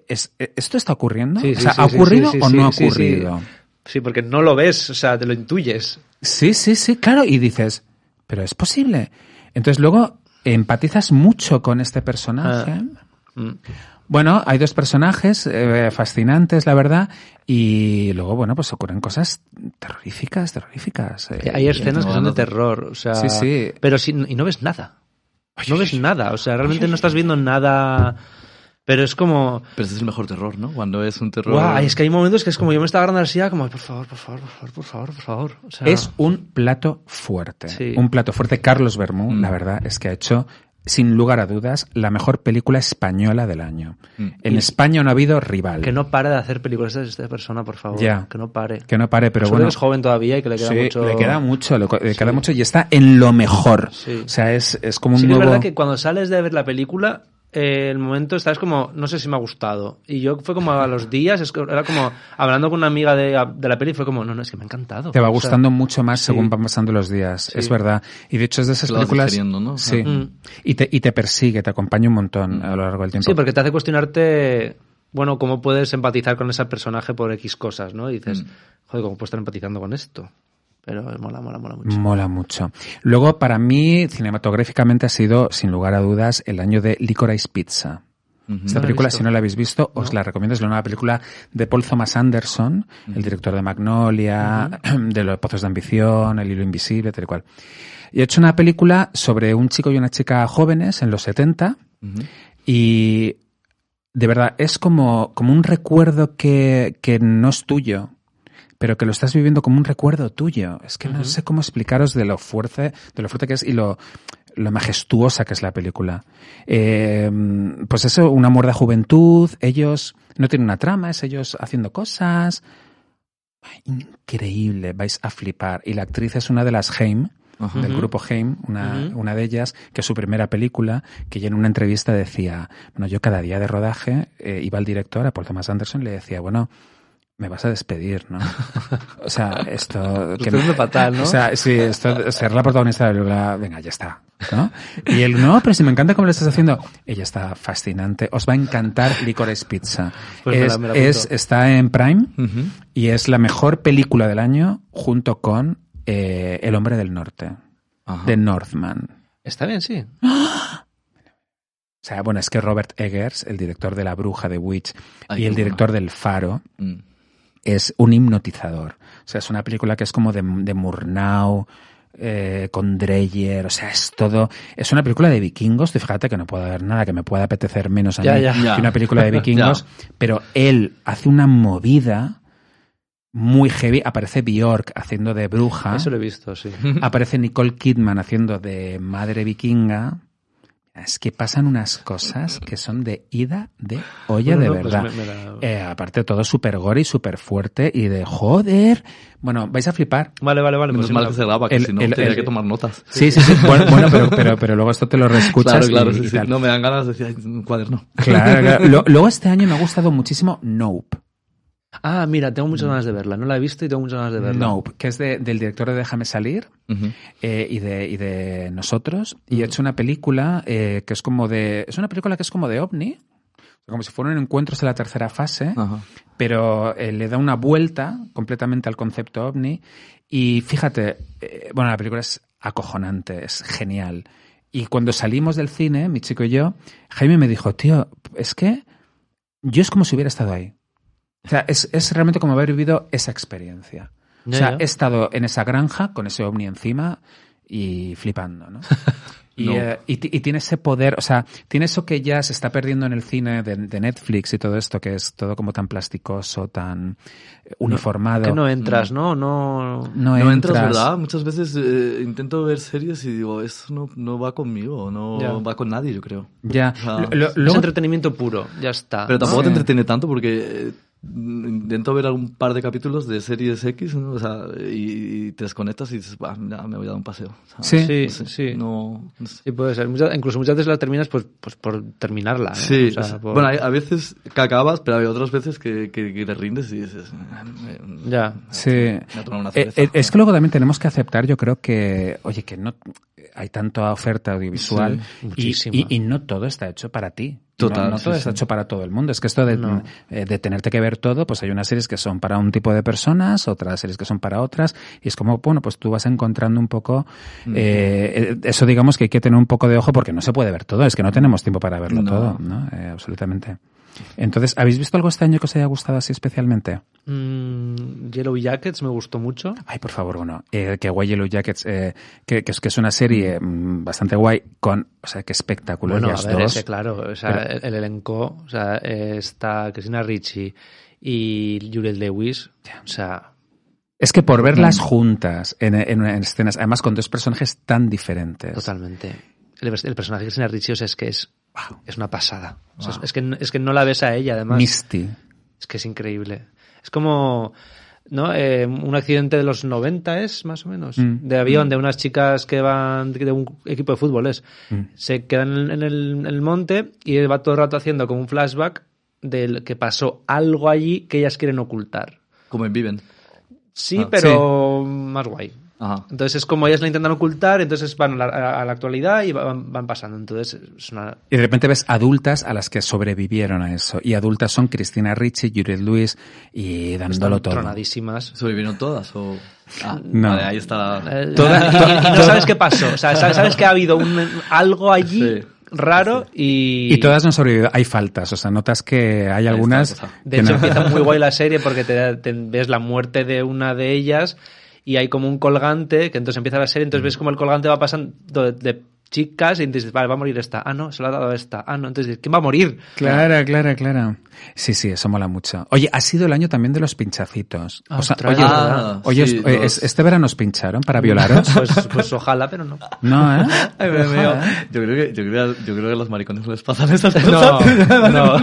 [SPEAKER 4] ¿es- es- ¿esto está ocurriendo?
[SPEAKER 5] Sí,
[SPEAKER 4] o
[SPEAKER 5] sí,
[SPEAKER 4] sea,
[SPEAKER 5] sí,
[SPEAKER 4] ¿ha
[SPEAKER 5] sí,
[SPEAKER 4] ocurrido
[SPEAKER 5] sí, sí,
[SPEAKER 4] o no ha
[SPEAKER 5] sí, sí, sí.
[SPEAKER 4] ocurrido?
[SPEAKER 5] Sí, porque no lo ves, o sea, te lo intuyes.
[SPEAKER 4] Sí, sí, sí, claro. Y dices, pero es posible. Entonces luego empatizas mucho con este personaje.
[SPEAKER 5] Mm.
[SPEAKER 4] Bueno, hay dos personajes eh, fascinantes, la verdad, y luego, bueno, pues ocurren cosas terroríficas, terroríficas. eh,
[SPEAKER 5] Hay escenas que son de
[SPEAKER 6] no-
[SPEAKER 5] terror, o sea,
[SPEAKER 4] Sí, sí.
[SPEAKER 5] pero sí, y no ves nada. No ves nada, o sea, realmente no estás viendo nada, pero es como
[SPEAKER 6] Pero ese es el mejor terror, ¿no? Cuando es un terror...
[SPEAKER 5] guau, es que hay momentos que es como yo me estaba agarrando así, como por favor, por favor, por favor, por favor, por favor. O sea,
[SPEAKER 4] Es un plato fuerte.
[SPEAKER 5] Sí.
[SPEAKER 4] Un plato fuerte. Carlos Bermú,
[SPEAKER 6] Mm.
[SPEAKER 4] la verdad, es que ha hecho, sin lugar a dudas, la mejor película española del año.
[SPEAKER 6] Mm.
[SPEAKER 4] En España no ha habido rival.
[SPEAKER 5] que no pare de hacer películas de esta persona, por favor,
[SPEAKER 4] Ya.
[SPEAKER 5] que no pare.
[SPEAKER 4] Que no pare, pero
[SPEAKER 5] Seguro
[SPEAKER 4] bueno.
[SPEAKER 5] que es joven todavía y que le queda
[SPEAKER 4] sí,
[SPEAKER 5] mucho.
[SPEAKER 4] Le queda mucho, le co- le queda mucho y está en lo mejor.
[SPEAKER 5] Sí.
[SPEAKER 4] O sea, es, es como un
[SPEAKER 5] Sí que es
[SPEAKER 4] nuevo...
[SPEAKER 5] verdad que cuando sales de ver la película, eh, el momento estás como, no sé si me ha gustado. Y yo fue como a los días, es que era como hablando con una amiga de, de la peli, fue como, no, no, es que me ha encantado.
[SPEAKER 4] Te va
[SPEAKER 5] O sea, mm,
[SPEAKER 4] gustando mucho más según van pasando los días, es verdad. Y de hecho es de esas
[SPEAKER 6] Lo vas
[SPEAKER 4] películas...
[SPEAKER 6] digiriendo, ¿no?
[SPEAKER 4] Sí.
[SPEAKER 5] Mm.
[SPEAKER 4] Y, te, y te persigue, te acompaña un montón a lo largo del tiempo.
[SPEAKER 5] Sí, porque te hace cuestionarte, bueno, cómo puedes empatizar con ese personaje por X cosas, ¿no? Y dices,
[SPEAKER 4] Mm.
[SPEAKER 5] joder, ¿cómo puedo estar empatizando con esto? Pero eh, mola, mola, mola mucho.
[SPEAKER 4] Mola mucho. Luego, para mí, cinematográficamente ha sido, sin lugar a dudas, el año de Licorice Pizza.
[SPEAKER 6] Ujú.
[SPEAKER 4] Esta
[SPEAKER 5] No la he
[SPEAKER 4] película,
[SPEAKER 5] visto.
[SPEAKER 4] si no la habéis visto, os la recomiendo. Es la nueva película de Paul Thomas Anderson, el director de Magnolia, <clears throat> de Los Pozos de Ambición, El Hilo Invisible, tal y cual. Y ha hecho una película sobre un chico y una chica jóvenes en los 70
[SPEAKER 6] Ujú.
[SPEAKER 4] y de verdad es como, como un recuerdo que, que no es tuyo, pero que lo estás viviendo como un recuerdo tuyo. Es que no sé cómo explicaros de lo fuerte, de lo fuerte que es y lo, lo majestuosa que es la película. Eh, pues eso, un amor de juventud, ellos no tienen una trama, es ellos haciendo cosas. Ay, Increíble, vais a flipar. Y la actriz es una de las Heim,
[SPEAKER 6] Ajá.
[SPEAKER 4] del grupo Heim, una,
[SPEAKER 5] Ujú.
[SPEAKER 4] una de ellas, que es su primera película, que ella en una entrevista decía, bueno, yo cada día de rodaje eh, iba al director, a Paul Thomas Anderson, y le decía, bueno, me vas a despedir,
[SPEAKER 5] <laughs>
[SPEAKER 4] ¿no? O sea, esto...
[SPEAKER 5] Lo estoy fatal, ¿no?
[SPEAKER 4] O sea, sí, esto, ser la protagonista de la película, venga, ya está, ¿no? Y él, no, pero si me encanta cómo lo estás haciendo. Ella está fascinante, os va a encantar Licores Pizza.
[SPEAKER 5] Pues me la-
[SPEAKER 4] Es-
[SPEAKER 5] me la apunto.
[SPEAKER 4] es, está en Prime,
[SPEAKER 6] Ujú.
[SPEAKER 4] y es la mejor película del año junto con eh, El Hombre del Norte,
[SPEAKER 6] Ajá.
[SPEAKER 4] de Northman.
[SPEAKER 5] Está bien, sí.
[SPEAKER 4] O sea, bueno, es que Robert Eggers, el director de La Bruja, de Witch,
[SPEAKER 6] Ay,
[SPEAKER 4] y
[SPEAKER 6] qué
[SPEAKER 4] el
[SPEAKER 6] bueno.
[SPEAKER 4] director del Faro,
[SPEAKER 6] Mm.
[SPEAKER 4] es un hipnotizador. O sea, es una película que es como de, de Murnau, eh, con Dreyer, o sea, es todo... Es una película de vikingos, y fíjate que no puede haber nada que me pueda apetecer menos a
[SPEAKER 5] Ya,
[SPEAKER 4] mí
[SPEAKER 5] ya.
[SPEAKER 4] que una película
[SPEAKER 6] <laughs>
[SPEAKER 4] de vikingos,
[SPEAKER 6] Ya.
[SPEAKER 4] pero él hace una movida muy heavy, aparece Bjork haciendo de bruja.
[SPEAKER 5] Eso lo he
[SPEAKER 4] <laughs>
[SPEAKER 5] visto, sí.
[SPEAKER 4] aparece Nicole Kidman haciendo de madre vikinga. Es que pasan unas cosas que son de ida de olla
[SPEAKER 5] Bueno,
[SPEAKER 4] de
[SPEAKER 5] no, pues
[SPEAKER 4] verdad.
[SPEAKER 5] me- me la-
[SPEAKER 4] Eh, aparte todo súper gore y súper fuerte y de joder. Bueno, vais a flipar.
[SPEAKER 5] Vale, vale,
[SPEAKER 4] Mm.
[SPEAKER 5] vale.
[SPEAKER 6] Menos
[SPEAKER 5] pues sí,
[SPEAKER 6] mal
[SPEAKER 5] me
[SPEAKER 6] que
[SPEAKER 5] la-
[SPEAKER 6] se graba, que
[SPEAKER 4] el-
[SPEAKER 6] si no
[SPEAKER 4] el-
[SPEAKER 6] tenía
[SPEAKER 4] el-
[SPEAKER 6] que tomar notas.
[SPEAKER 4] Sí, sí, sí. Bueno, bueno, pero, pero, pero luego esto te lo reescuchas.
[SPEAKER 6] Claro, claro,
[SPEAKER 4] y-
[SPEAKER 6] sí,
[SPEAKER 4] y
[SPEAKER 6] sí.
[SPEAKER 4] tal.
[SPEAKER 6] No me dan ganas de decir, ay, un cuaderno.
[SPEAKER 4] Claro, claro. Lo- luego este año me ha gustado muchísimo Nope.
[SPEAKER 5] Ah, mira, tengo muchas ganas de verla. No la he visto y tengo muchas ganas de verla.
[SPEAKER 4] Nope, que es de- del director de Déjame salir
[SPEAKER 6] Ujú.
[SPEAKER 4] eh, y, de, y de nosotros. Y ha hecho una película eh, que es como de. Es una película que es como de ovni, como si fueran encuentros de la tercera fase,
[SPEAKER 6] Ajá.
[SPEAKER 4] pero eh, le da una vuelta completamente al concepto ovni. Y fíjate, eh, bueno, la película es acojonante, es genial. Y cuando salimos del cine, mi chico y yo, Jaime me dijo, tío, es que yo es como si hubiera estado ahí. O sea, es, es realmente como haber vivido esa experiencia.
[SPEAKER 5] Ya,
[SPEAKER 4] o sea,
[SPEAKER 5] ya.
[SPEAKER 4] he estado en esa granja con ese ovni encima y flipando,
[SPEAKER 5] <laughs>
[SPEAKER 4] ¿no? Y,
[SPEAKER 6] No.
[SPEAKER 4] eh, y ti- y tiene ese poder, o sea, tiene eso que ya se está perdiendo en el cine de, de Netflix y todo esto, que es todo como tan plasticoso, tan eh, uniformado.
[SPEAKER 5] Que no entras,
[SPEAKER 4] Mm.
[SPEAKER 5] ¿no? No.
[SPEAKER 4] No
[SPEAKER 6] No entras, ¿verdad? Muchas veces eh, intento ver series y digo, eso no, no va conmigo, no
[SPEAKER 5] Ya.
[SPEAKER 6] va con nadie, yo creo.
[SPEAKER 4] Ya.
[SPEAKER 6] Ah.
[SPEAKER 4] Lo- lo-
[SPEAKER 5] Es
[SPEAKER 4] luego-
[SPEAKER 5] entretenimiento puro, ya está.
[SPEAKER 6] Pero
[SPEAKER 5] ¿no?
[SPEAKER 6] tampoco
[SPEAKER 4] Sí.
[SPEAKER 6] te entretiene tanto porque eh, intento ver algún par de capítulos de series X ¿no? O sea, y, y te desconectas y dices, "Bah, mira, me voy a dar un paseo. O sea,
[SPEAKER 4] Sí.
[SPEAKER 5] Sí,
[SPEAKER 6] no sé,
[SPEAKER 5] sí.
[SPEAKER 6] No, no sé.
[SPEAKER 5] Sí, puede ser. Muchas- incluso muchas veces las terminas pues, pues por terminarla. ¿eh?
[SPEAKER 6] Sí,
[SPEAKER 5] O sea,
[SPEAKER 6] o sea,
[SPEAKER 5] por-
[SPEAKER 6] bueno, hay- a veces que acabas, pero hay otras veces que, que, que te rindes y dices, "Eh, eh,
[SPEAKER 5] Ya.
[SPEAKER 4] Sí.
[SPEAKER 6] voy a tomar una
[SPEAKER 4] Eh,
[SPEAKER 6] cerveza".
[SPEAKER 4] eh, es que luego también tenemos que aceptar, yo creo que, oye, que no hay tanta oferta audiovisual
[SPEAKER 5] Sí,
[SPEAKER 4] y-
[SPEAKER 5] muchísima.
[SPEAKER 4] y, y no todo está hecho para ti.
[SPEAKER 6] Total,
[SPEAKER 4] No, no
[SPEAKER 6] sí,
[SPEAKER 4] todo
[SPEAKER 6] sí.
[SPEAKER 4] está hecho para todo el mundo. Es que esto de, eh, de tenerte que ver todo, pues hay unas series que son para un tipo de personas, otras series que son para otras, y es como, bueno, pues tú vas encontrando un poco, eh, eh, eso digamos que hay que tener un poco de ojo porque no se puede ver todo, es que no tenemos tiempo para verlo
[SPEAKER 6] No.
[SPEAKER 4] todo, ¿no? Eh, absolutamente. Entonces, ¿habéis visto algo este año que os haya gustado así especialmente?
[SPEAKER 5] Mm, Yellow Jackets me gustó mucho.
[SPEAKER 4] Ay, por favor, bueno, eh, que guay Yellow Jackets, eh, que, que es, que es una serie mm, bastante guay con, o sea, que espectáculo.
[SPEAKER 5] Bueno,
[SPEAKER 4] ellas
[SPEAKER 5] a ver,
[SPEAKER 4] dos.
[SPEAKER 5] ese, claro. O sea,
[SPEAKER 4] Pero-
[SPEAKER 5] el, el elenco, o sea, eh, está Cristina Ricci y Juliette Lewis. O sea,
[SPEAKER 4] Es que por
[SPEAKER 5] Mm.
[SPEAKER 4] verlas juntas en, en- en escenas, además con dos personajes tan diferentes.
[SPEAKER 5] totalmente. El, vers- el personaje de Cristina Ricci, o sea, es que es, es una pasada. O sea, es- es, que, no- es que no la ves a ella, además.
[SPEAKER 4] Misty.
[SPEAKER 5] Es que es increíble. Es como ¿no? Eh, un accidente de los 90 es, más o menos,
[SPEAKER 4] Mm.
[SPEAKER 5] de avión, de unas chicas que van de un equipo de fútbol, es.
[SPEAKER 4] Mm.
[SPEAKER 5] Se quedan en el, en el monte y él va todo el rato haciendo como un flashback del que pasó algo allí que ellas quieren ocultar.
[SPEAKER 6] Como en Viven.
[SPEAKER 5] Sí,
[SPEAKER 6] Ah,
[SPEAKER 5] pero más guay.
[SPEAKER 6] Ajá.
[SPEAKER 5] Entonces es como ellas la intentan ocultar, entonces van a la, a la actualidad y van, van pasando. Entonces es una...
[SPEAKER 4] Y de repente ves adultas a las que sobrevivieron a eso. Y adultas son Cristina Ricci, Judith Lewis y dándolo
[SPEAKER 5] Están
[SPEAKER 4] todo.
[SPEAKER 5] tronadísimas.
[SPEAKER 6] ¿Sobrevivieron todas? O... Ah,
[SPEAKER 4] No.
[SPEAKER 6] vale, ahí está la...
[SPEAKER 5] Eh, <laughs> y, y no sabes qué pasó. O sea, sabes, sabes que ha habido un- algo allí
[SPEAKER 6] Sí.
[SPEAKER 5] raro y.
[SPEAKER 4] Y todas no han sobrevivido. Hay faltas, o sea, notas que hay algunas.
[SPEAKER 6] cosa.
[SPEAKER 5] De
[SPEAKER 4] que
[SPEAKER 5] hecho,
[SPEAKER 4] no-
[SPEAKER 5] empieza
[SPEAKER 6] <laughs>
[SPEAKER 5] muy guay la serie porque te, te ves la muerte de una de ellas y hay como un colgante que entonces empieza la serie. Entonces
[SPEAKER 6] Mm.
[SPEAKER 5] ves como el colgante va pasando de, de chicas y dices, vale, va a morir esta. Ah, no, se lo ha dado a esta. Ah, no, entonces, ¿quién va a morir?
[SPEAKER 4] Claro, claro, claro. Sí, sí, eso mola mucho. Oye, ha sido el año también de los pinchacitos.
[SPEAKER 5] Ah,
[SPEAKER 4] o sea,
[SPEAKER 5] otra
[SPEAKER 4] oye,
[SPEAKER 5] vez,
[SPEAKER 6] ¿verdad?
[SPEAKER 4] oye,
[SPEAKER 6] Sí,
[SPEAKER 4] os- eh,
[SPEAKER 6] los-
[SPEAKER 4] es- este verano os pincharon para violaros.
[SPEAKER 5] <laughs> Pues, pues ojalá, pero
[SPEAKER 6] <laughs>
[SPEAKER 5] no.
[SPEAKER 4] no, ¿eh? Ojalá.
[SPEAKER 6] Yo creo que, yo creo, yo creo que a los maricones les pasan esas cosas.
[SPEAKER 5] No, <laughs>
[SPEAKER 6] <laughs>
[SPEAKER 5] no.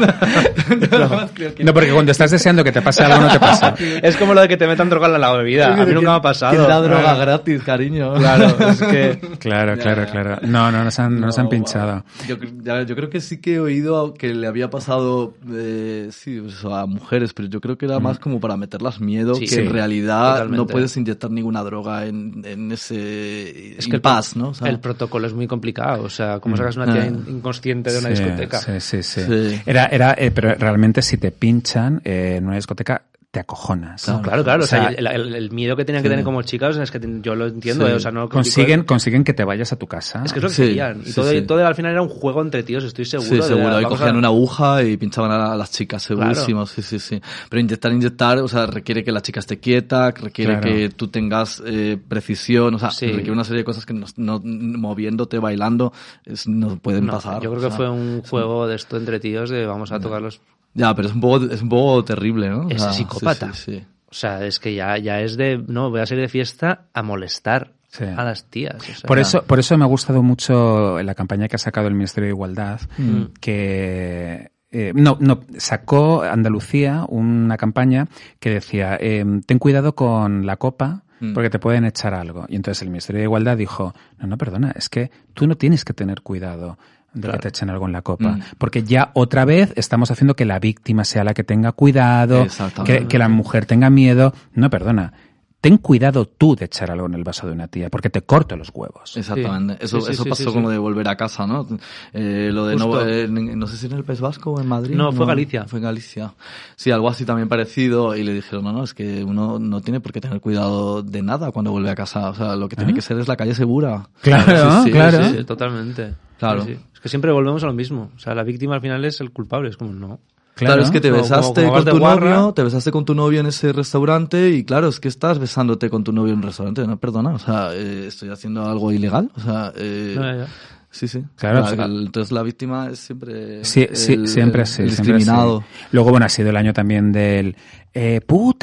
[SPEAKER 4] No, porque cuando estás deseando que te pase algo, no te pasa.
[SPEAKER 5] Es como lo de que te metan droga en la bebida. A mí nunca me ha pasado. Ah.
[SPEAKER 6] ¿Quién da droga gratis, cariño?
[SPEAKER 5] Claro, es que.
[SPEAKER 4] Claro, claro, claro. No, <laughs> no, nos han, nos han pinchado.
[SPEAKER 6] Yo, cre- ya, yo creo que sí que he oído que le había pasado eh, sí, o sea, a mujeres, pero yo creo que era más como para meterlas miedo,
[SPEAKER 5] Sí,
[SPEAKER 6] que
[SPEAKER 5] sí,
[SPEAKER 6] en realidad no
[SPEAKER 5] totalmente.
[SPEAKER 6] puedes inyectar ninguna droga en, en ese
[SPEAKER 5] Es que el
[SPEAKER 6] paz,
[SPEAKER 5] pro-
[SPEAKER 6] ¿no? O sea,
[SPEAKER 5] el protocolo es muy complicado. O sea, como sacas una tía
[SPEAKER 6] Ah.
[SPEAKER 5] in- inconsciente de una
[SPEAKER 4] Sí,
[SPEAKER 5] discoteca.
[SPEAKER 4] Sí, sí, sí.
[SPEAKER 6] Sí.
[SPEAKER 4] Era, era, eh, pero realmente si te pinchan eh, en una discoteca, te acojonas.
[SPEAKER 5] No, claro, claro. O
[SPEAKER 4] O sea,
[SPEAKER 5] sea, el, el- el miedo que tenían que tener como chicas, o sea, es que ten- yo lo entiendo.
[SPEAKER 6] Sí.
[SPEAKER 5] eh, o sea, no critico-
[SPEAKER 4] Consiguen, consiguen que te vayas a tu casa.
[SPEAKER 5] Es que es lo que
[SPEAKER 6] Sí,
[SPEAKER 5] querían. Y
[SPEAKER 6] sí,
[SPEAKER 5] todo,
[SPEAKER 6] sí.
[SPEAKER 5] todo al final era un juego entre tíos, estoy seguro.
[SPEAKER 6] Sí,
[SPEAKER 5] de,
[SPEAKER 6] seguro. Y
[SPEAKER 5] vamos
[SPEAKER 6] cogían
[SPEAKER 5] a-
[SPEAKER 6] una aguja y pinchaban a las chicas, segurísimo. Sí, sí, sí. Pero inyectar, inyectar, o sea, requiere que la chica esté quieta, requiere
[SPEAKER 4] Claro.
[SPEAKER 6] que tú tengas eh, precisión, o sea,
[SPEAKER 5] Sí.
[SPEAKER 6] requiere una serie de cosas que no, no- moviéndote, bailando, es- no pueden
[SPEAKER 5] No,
[SPEAKER 6] pasar.
[SPEAKER 5] yo creo
[SPEAKER 6] o
[SPEAKER 5] que
[SPEAKER 6] sea.
[SPEAKER 5] fue un juego de esto entre tíos de vamos a tocarlos.
[SPEAKER 6] Ya, pero es un poco, es un poco terrible, ¿no? O
[SPEAKER 5] Ese
[SPEAKER 6] sea,
[SPEAKER 5] psicópata.
[SPEAKER 6] Sí, sí, sí.
[SPEAKER 5] O sea, es que ya, ya es de, no, voy a salir de fiesta a molestar
[SPEAKER 4] Sí.
[SPEAKER 5] a las tías. o sea,
[SPEAKER 4] Por eso, por eso me ha gustado mucho la campaña que ha sacado el Ministerio de Igualdad,
[SPEAKER 5] Mm.
[SPEAKER 4] que eh, no, no, sacó Andalucía una campaña que decía eh, ten cuidado con la copa
[SPEAKER 6] Mm.
[SPEAKER 4] porque te pueden echar algo. Y entonces el Ministerio de Igualdad dijo, no, no, perdona, es que tú no tienes que tener cuidado. de
[SPEAKER 6] Claro.
[SPEAKER 4] que te echen algo en la copa.
[SPEAKER 6] Mm.
[SPEAKER 4] Porque ya otra vez estamos haciendo que la víctima sea la que tenga cuidado, que,
[SPEAKER 6] Exactamente.
[SPEAKER 4] que la mujer tenga miedo. No, perdona. Ten cuidado tú de echar algo en el vaso de una tía, porque te corto los huevos.
[SPEAKER 6] Exactamente.
[SPEAKER 5] Sí,
[SPEAKER 6] Eso,
[SPEAKER 5] sí,
[SPEAKER 6] eso
[SPEAKER 5] sí,
[SPEAKER 6] pasó
[SPEAKER 5] sí,
[SPEAKER 6] con lo
[SPEAKER 5] sí.
[SPEAKER 6] de volver a casa, ¿no? Eh, lo de no,
[SPEAKER 5] Justo.
[SPEAKER 6] eh, no sé si en el País Vasco o en Madrid.
[SPEAKER 5] No, fue Galicia.
[SPEAKER 6] Fue en Galicia. Sí, algo así también parecido. Y le dijeron, no, no, es que uno no tiene por qué tener cuidado de nada cuando vuelve a casa. O sea, lo que tiene que ser es la calle segura.
[SPEAKER 4] Claro,
[SPEAKER 6] Sí, sí,
[SPEAKER 4] claro.
[SPEAKER 6] sí,
[SPEAKER 5] Sí,
[SPEAKER 6] sí.
[SPEAKER 5] totalmente.
[SPEAKER 6] Claro.
[SPEAKER 5] Sí, sí. Es que siempre volvemos a lo mismo. O sea, la víctima al final es el culpable. Es como, no.
[SPEAKER 6] Claro, es que te
[SPEAKER 5] Como-
[SPEAKER 6] besaste
[SPEAKER 5] como vas
[SPEAKER 6] con
[SPEAKER 5] de
[SPEAKER 6] tu
[SPEAKER 5] guarra.
[SPEAKER 6] novio, te besaste con tu novio en ese restaurante y claro, es que estás besándote con tu novio en un restaurante, no, perdona, o sea, eh, estoy haciendo algo ilegal, o sea, eh,
[SPEAKER 5] No, ya, ya.
[SPEAKER 6] sí, sí,
[SPEAKER 4] Claro,
[SPEAKER 6] La-
[SPEAKER 4] o sea-
[SPEAKER 6] el- entonces la víctima es siempre
[SPEAKER 4] Sí, sí,
[SPEAKER 6] el-
[SPEAKER 4] siempre
[SPEAKER 6] el-
[SPEAKER 4] sí,
[SPEAKER 6] el
[SPEAKER 4] siempre
[SPEAKER 6] discriminado,
[SPEAKER 4] sí. Luego, bueno, ha sido el año también del eh,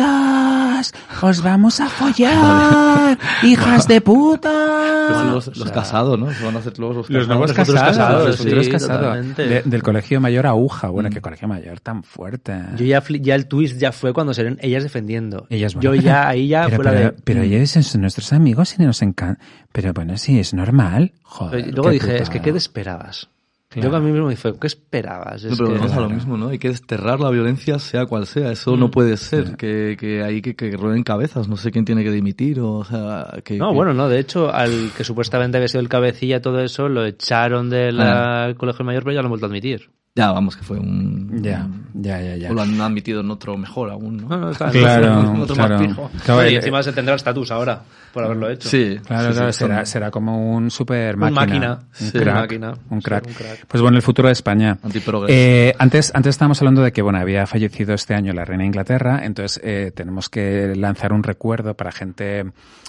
[SPEAKER 4] putas, os vamos a
[SPEAKER 6] <laughs>
[SPEAKER 4] follar, hijas de
[SPEAKER 6] Pues
[SPEAKER 4] puta.
[SPEAKER 6] los, los casados, ¿no? Se van a hacer luego los,
[SPEAKER 4] Los nuevos
[SPEAKER 6] casados,
[SPEAKER 4] casados, los
[SPEAKER 6] futuros casados, sí, Mm.
[SPEAKER 4] futuros
[SPEAKER 5] sí,
[SPEAKER 4] casados.
[SPEAKER 5] totalmente.
[SPEAKER 4] De- del colegio mayor Aguja. Bueno, qué colegio mayor tan fuerte.
[SPEAKER 5] Yo ya, fli- ya el twist ya fue cuando serán ellas defendiendo.
[SPEAKER 4] Ellas, bueno,
[SPEAKER 5] Yo ya, ahí ya
[SPEAKER 4] <laughs> pero,
[SPEAKER 5] fue la
[SPEAKER 4] pero,
[SPEAKER 5] de. mm,
[SPEAKER 4] pero ya son nuestros amigos y nos encanta. Pero bueno, sí, es normal. Joder,
[SPEAKER 5] Pero Luego
[SPEAKER 4] qué
[SPEAKER 5] dije,
[SPEAKER 4] putada.
[SPEAKER 5] es que ¿qué te esperabas?
[SPEAKER 4] Claro.
[SPEAKER 5] Yo a mí mismo dije, ¿qué esperabas?
[SPEAKER 6] No,
[SPEAKER 5] Es
[SPEAKER 6] pero
[SPEAKER 5] que-
[SPEAKER 6] volvemos a lo mismo, ¿no? Hay que desterrar la violencia sea cual sea. Eso
[SPEAKER 4] Mm.
[SPEAKER 6] no puede ser. Que, que hay que, que rueden cabezas. No sé quién tiene que dimitir o, o sea... Que,
[SPEAKER 5] No,
[SPEAKER 6] que-
[SPEAKER 5] bueno, no. De hecho, al que supuestamente había sido el cabecilla y todo eso, lo echaron del
[SPEAKER 6] Ah.
[SPEAKER 5] eh, colegio mayor, pero ya lo han vuelto a admitir.
[SPEAKER 6] Ya, vamos, que fue un...
[SPEAKER 4] Ya,
[SPEAKER 5] mm,
[SPEAKER 4] ya, ya, ya.
[SPEAKER 6] O lo han admitido en otro mejor aún, ¿no?
[SPEAKER 4] Ah,
[SPEAKER 5] No, no, está-
[SPEAKER 4] Claro,
[SPEAKER 5] otro
[SPEAKER 4] claro.
[SPEAKER 5] más fijo. <laughs>
[SPEAKER 4] Claro,
[SPEAKER 5] No, y
[SPEAKER 4] el-
[SPEAKER 5] encima se tendrá estatus ahora por haberlo hecho.
[SPEAKER 6] Sí.
[SPEAKER 4] Claro,
[SPEAKER 6] sí, sí,
[SPEAKER 4] claro,
[SPEAKER 6] son-
[SPEAKER 4] será, será como un super máquina.
[SPEAKER 5] máquina.
[SPEAKER 4] Un
[SPEAKER 5] Sí,
[SPEAKER 4] crack,
[SPEAKER 5] máquina.
[SPEAKER 4] un
[SPEAKER 5] Sí,
[SPEAKER 4] crack.
[SPEAKER 5] un crack.
[SPEAKER 4] Pues bueno, el futuro de España.
[SPEAKER 6] Antiprogres.
[SPEAKER 4] Eh, antes, antes estábamos hablando de que bueno, había fallecido este año la reina de Inglaterra, entonces eh, tenemos que lanzar un recuerdo para gente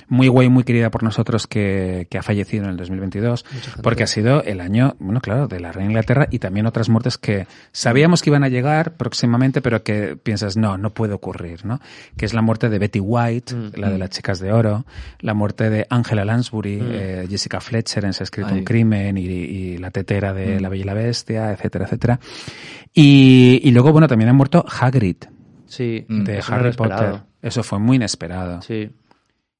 [SPEAKER 4] muy guay, muy querida por nosotros que, que ha fallecido en el 2022, porque ha sido el año, bueno, claro, de la reina de Inglaterra y también otras muertes que sabíamos que iban a llegar próximamente, pero que piensas, no, no puede ocurrir, ¿no? Que es la muerte de Betty White, la de las chicas de oro, la muerte de Angela Lansbury, eh, Jessica Fletcher en Se ha escrito
[SPEAKER 6] Ay.
[SPEAKER 4] un crimen y, y la tetera de
[SPEAKER 5] Mm.
[SPEAKER 4] La Bella y la Bestia, etcétera, etcétera. Y, y luego, bueno, también ha muerto Hagrid
[SPEAKER 5] Sí,
[SPEAKER 6] Mm.
[SPEAKER 4] de
[SPEAKER 5] Mm, eso no lo
[SPEAKER 4] Harry
[SPEAKER 5] esperaba.
[SPEAKER 4] Potter. Eso fue muy inesperado.
[SPEAKER 5] Sí.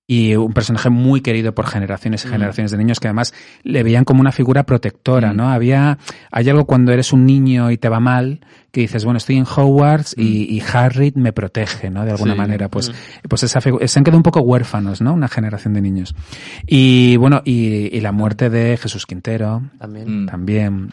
[SPEAKER 4] Y un personaje muy querido por generaciones y
[SPEAKER 5] Mm.
[SPEAKER 4] generaciones de niños que además le veían como una figura
[SPEAKER 5] Mm.
[SPEAKER 4] protectora, ¿no? Había, hay algo cuando eres un niño y te va mal, que dices, bueno, estoy en Hogwarts
[SPEAKER 5] Mm.
[SPEAKER 4] y, y Hagrid me protege, ¿no? De alguna
[SPEAKER 6] Sí.
[SPEAKER 4] manera, pues, pues esa figu- se han quedado un poco huérfanos, ¿no? Una generación de niños. Y bueno, y, y la muerte de Jesús Quintero,
[SPEAKER 5] También.
[SPEAKER 6] Mm.
[SPEAKER 4] también.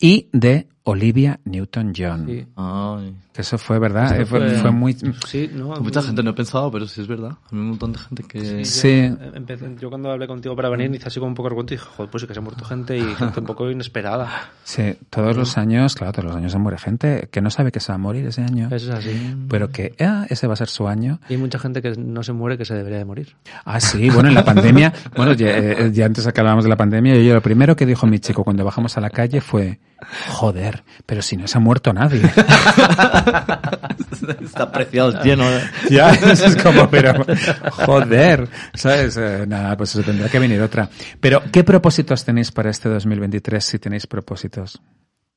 [SPEAKER 4] Y de Olivia Newton-John.
[SPEAKER 5] Sí.
[SPEAKER 6] Ay.
[SPEAKER 4] Que eso fue, ¿verdad? Eh,
[SPEAKER 5] Esto
[SPEAKER 4] Fue,
[SPEAKER 5] fue-
[SPEAKER 4] fue muy...
[SPEAKER 5] Sí, no.
[SPEAKER 6] Mucha gente no he pensado, pero sí es verdad. Hay un montón de gente que...
[SPEAKER 4] Sí. Mm.
[SPEAKER 5] Yo, empecé- yo cuando hablé contigo para venir, hice así como un poco el cuento y dije, joder, pues sí que se ha muerto gente y gente un poco inesperada.
[SPEAKER 4] Sí, todos los años, claro, todos los años se muere gente que no sabe que se va a morir ese año,
[SPEAKER 5] Eso es así.
[SPEAKER 4] pero que ah, ese va a ser su año.
[SPEAKER 5] Y hay mucha gente que no se muere que se debería de morir.
[SPEAKER 4] Ah, sí, bueno, en la pandemia, <laughs> bueno, ya, eh, ya antes que hablábamos de la pandemia, yo, yo lo primero que dijo mi chico cuando bajamos a la calle fue, joder, pero si no se ha muerto nadie. <laughs>
[SPEAKER 6] Está preciado, lleno. de-
[SPEAKER 4] ya, eso es como, pero, joder, ¿sabes? Eh, nada, pues eso tendrá que venir otra. Pero, ¿qué propósitos tenéis para este 2023 si tenéis propósitos?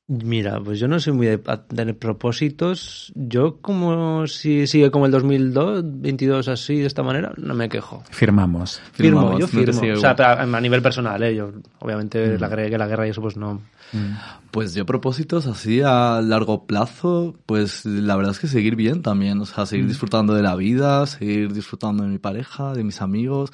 [SPEAKER 5] Mira, pues yo no soy muy de a tener propósitos. Yo como si sigue como el 2022 así, de esta manera, no me quejo.
[SPEAKER 4] Firmamos.
[SPEAKER 5] Firmo,
[SPEAKER 6] Firmamos,
[SPEAKER 5] yo
[SPEAKER 6] no te
[SPEAKER 5] firmo.
[SPEAKER 6] sigue Mm.
[SPEAKER 5] o sea,
[SPEAKER 6] igual.
[SPEAKER 5] pero a, a nivel personal, ¿eh? Yo, obviamente, la, guerra- que la guerra y eso, pues no.
[SPEAKER 6] Pues yo propósitos así a largo plazo, pues la verdad es que seguir bien también, o sea, seguir disfrutando de la vida, seguir disfrutando de mi pareja, de mis amigos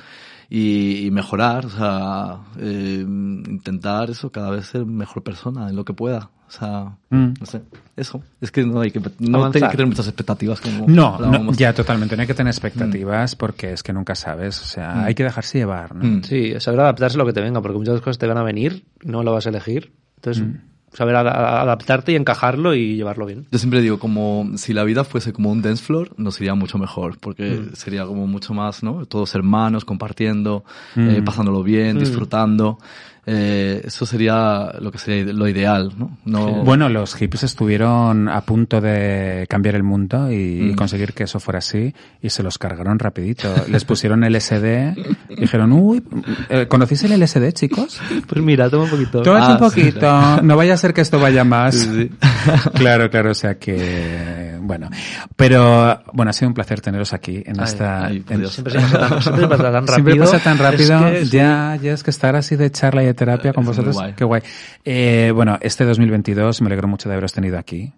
[SPEAKER 6] y, y mejorar, o sea, eh, intentar eso, cada vez ser mejor persona en lo que pueda, o sea,
[SPEAKER 4] Mm.
[SPEAKER 6] no sé, eso, es que no hay que, no
[SPEAKER 5] Avanzar.
[SPEAKER 6] tengo que tener muchas expectativas como
[SPEAKER 4] No, no,
[SPEAKER 6] hablábamos.
[SPEAKER 4] ya totalmente. No hay que tener expectativas porque es que nunca sabes. O sea, hay que dejarse llevar, ¿no?
[SPEAKER 6] Mm.
[SPEAKER 5] Sí, saber adaptarse a lo que te venga, porque muchas cosas te van a venir, no lo vas a elegir. Entonces,
[SPEAKER 6] Mm.
[SPEAKER 5] saber a- a- adaptarte y encajarlo y llevarlo
[SPEAKER 6] <laughs>
[SPEAKER 5] bien.
[SPEAKER 6] Yo siempre digo, como si la vida fuese como un dance floor, nos iría mucho mejor, porque
[SPEAKER 5] Mm.
[SPEAKER 6] sería como mucho más, ¿no? Todos hermanos, compartiendo,
[SPEAKER 5] Mm.
[SPEAKER 6] eh, pasándolo bien, disfrutando. Eh, eso sería lo que sería lo ideal, ¿no? no
[SPEAKER 4] Bueno, los hippies estuvieron a punto de cambiar el mundo y conseguir que eso fuera así y se los cargaron rapidito. Les pusieron LSD, dijeron, uy, eh, ¿conocéis el LSD, chicos?
[SPEAKER 5] Pues mira, toma un poquito.
[SPEAKER 4] Todo es <laughs>
[SPEAKER 6] Ah,
[SPEAKER 4] un poquito, no vaya a ser que esto vaya más.
[SPEAKER 6] Sí, sí.
[SPEAKER 4] Claro, claro, o sea que bueno, pero bueno, ha sido un placer teneros aquí en
[SPEAKER 6] Ay,
[SPEAKER 4] esta.
[SPEAKER 6] ay, por
[SPEAKER 4] en-
[SPEAKER 6] Dios. <laughs>
[SPEAKER 5] Siempre, se pasa tan- siempre se pasa tan rápido.
[SPEAKER 4] Siempre pasa tan rápido.
[SPEAKER 5] Es Eh, que es-
[SPEAKER 4] ya, ya es que estar así de charla y de terapia con
[SPEAKER 6] Es muy
[SPEAKER 4] vosotros.
[SPEAKER 6] guay.
[SPEAKER 4] Qué guay. Eh, bueno, este 2022 me alegro mucho de haberos tenido aquí.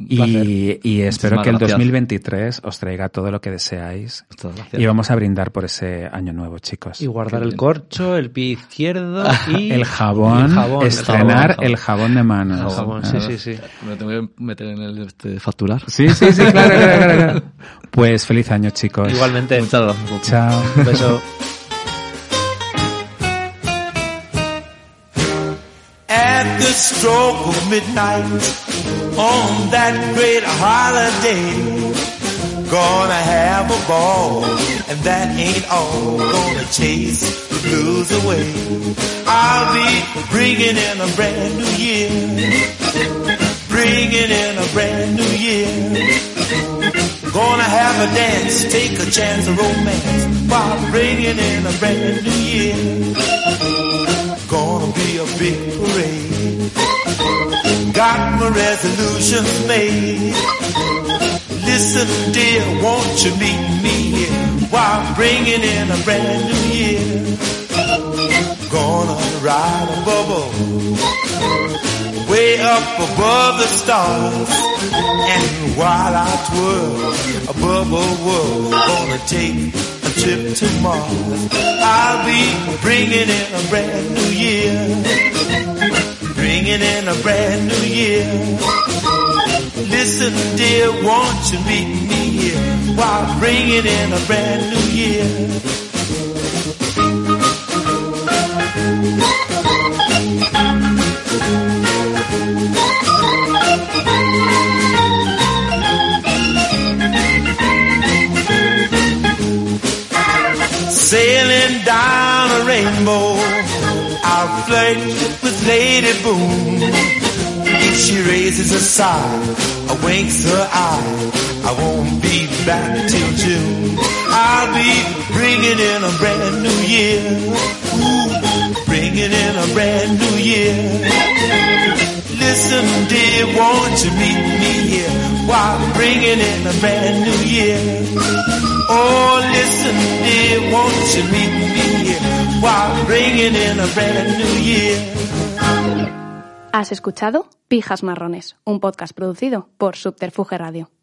[SPEAKER 4] Y, y espero
[SPEAKER 6] Muchísimas
[SPEAKER 4] que el
[SPEAKER 6] gracias.
[SPEAKER 4] 2023 os traiga todo lo que deseáis.
[SPEAKER 6] Muchas gracias.
[SPEAKER 4] Y vamos a brindar por ese año nuevo, chicos.
[SPEAKER 5] Y guardar
[SPEAKER 6] Qué
[SPEAKER 5] el
[SPEAKER 6] bien.
[SPEAKER 5] corcho, el pie izquierdo
[SPEAKER 4] <laughs>
[SPEAKER 5] y
[SPEAKER 4] El jabón,
[SPEAKER 5] el jabón, el
[SPEAKER 4] estrenar
[SPEAKER 6] jabón,
[SPEAKER 4] el jabón de manos.
[SPEAKER 5] El jabón, sí,
[SPEAKER 4] Ah.
[SPEAKER 5] sí, sí.
[SPEAKER 6] Me lo tengo que meter en el este, facturar.
[SPEAKER 4] Sí, sí, sí, claro, claro, claro,
[SPEAKER 5] <laughs>
[SPEAKER 4] claro. Pues feliz año, chicos.
[SPEAKER 5] Igualmente.
[SPEAKER 6] Muchas gracias. Poppy.
[SPEAKER 4] Chao.
[SPEAKER 5] Un beso.
[SPEAKER 7] At the stroke of midnight on that great holiday, gonna have a ball, and that ain't all. Gonna chase the blues away. I'll be bringing in a brand new year, bringing in a brand new year. Gonna have a dance, take a chance of romance, while bringing in a brand new year gonna be a big parade. Got my resolutions made. Listen, dear, won't you meet me here while bringing in a brand new year? Gonna ride a bubble way up above the stars, and while I twirl a bubble world, gonna take a trip to Mars. I'll be bringing in a brand new year, bringing in a brand new year. Listen, dear, won't you meet me here while bringing in a brand new year? Sailing down a rainbow, I'll flirt with Lady Boom. If she raises a sigh or winks her eye, I won't be back till June. I'll be bringing in a brand new year. Ooh, bringing in a brand new year. Listen, dear, won't you meet me here while bringing in a brand new year? Oh, listen, dear, won't you meet me here while bringing in a brand new year?
[SPEAKER 8] Has escuchado Pijas Marrones, un podcast producido por Subterfuge Radio.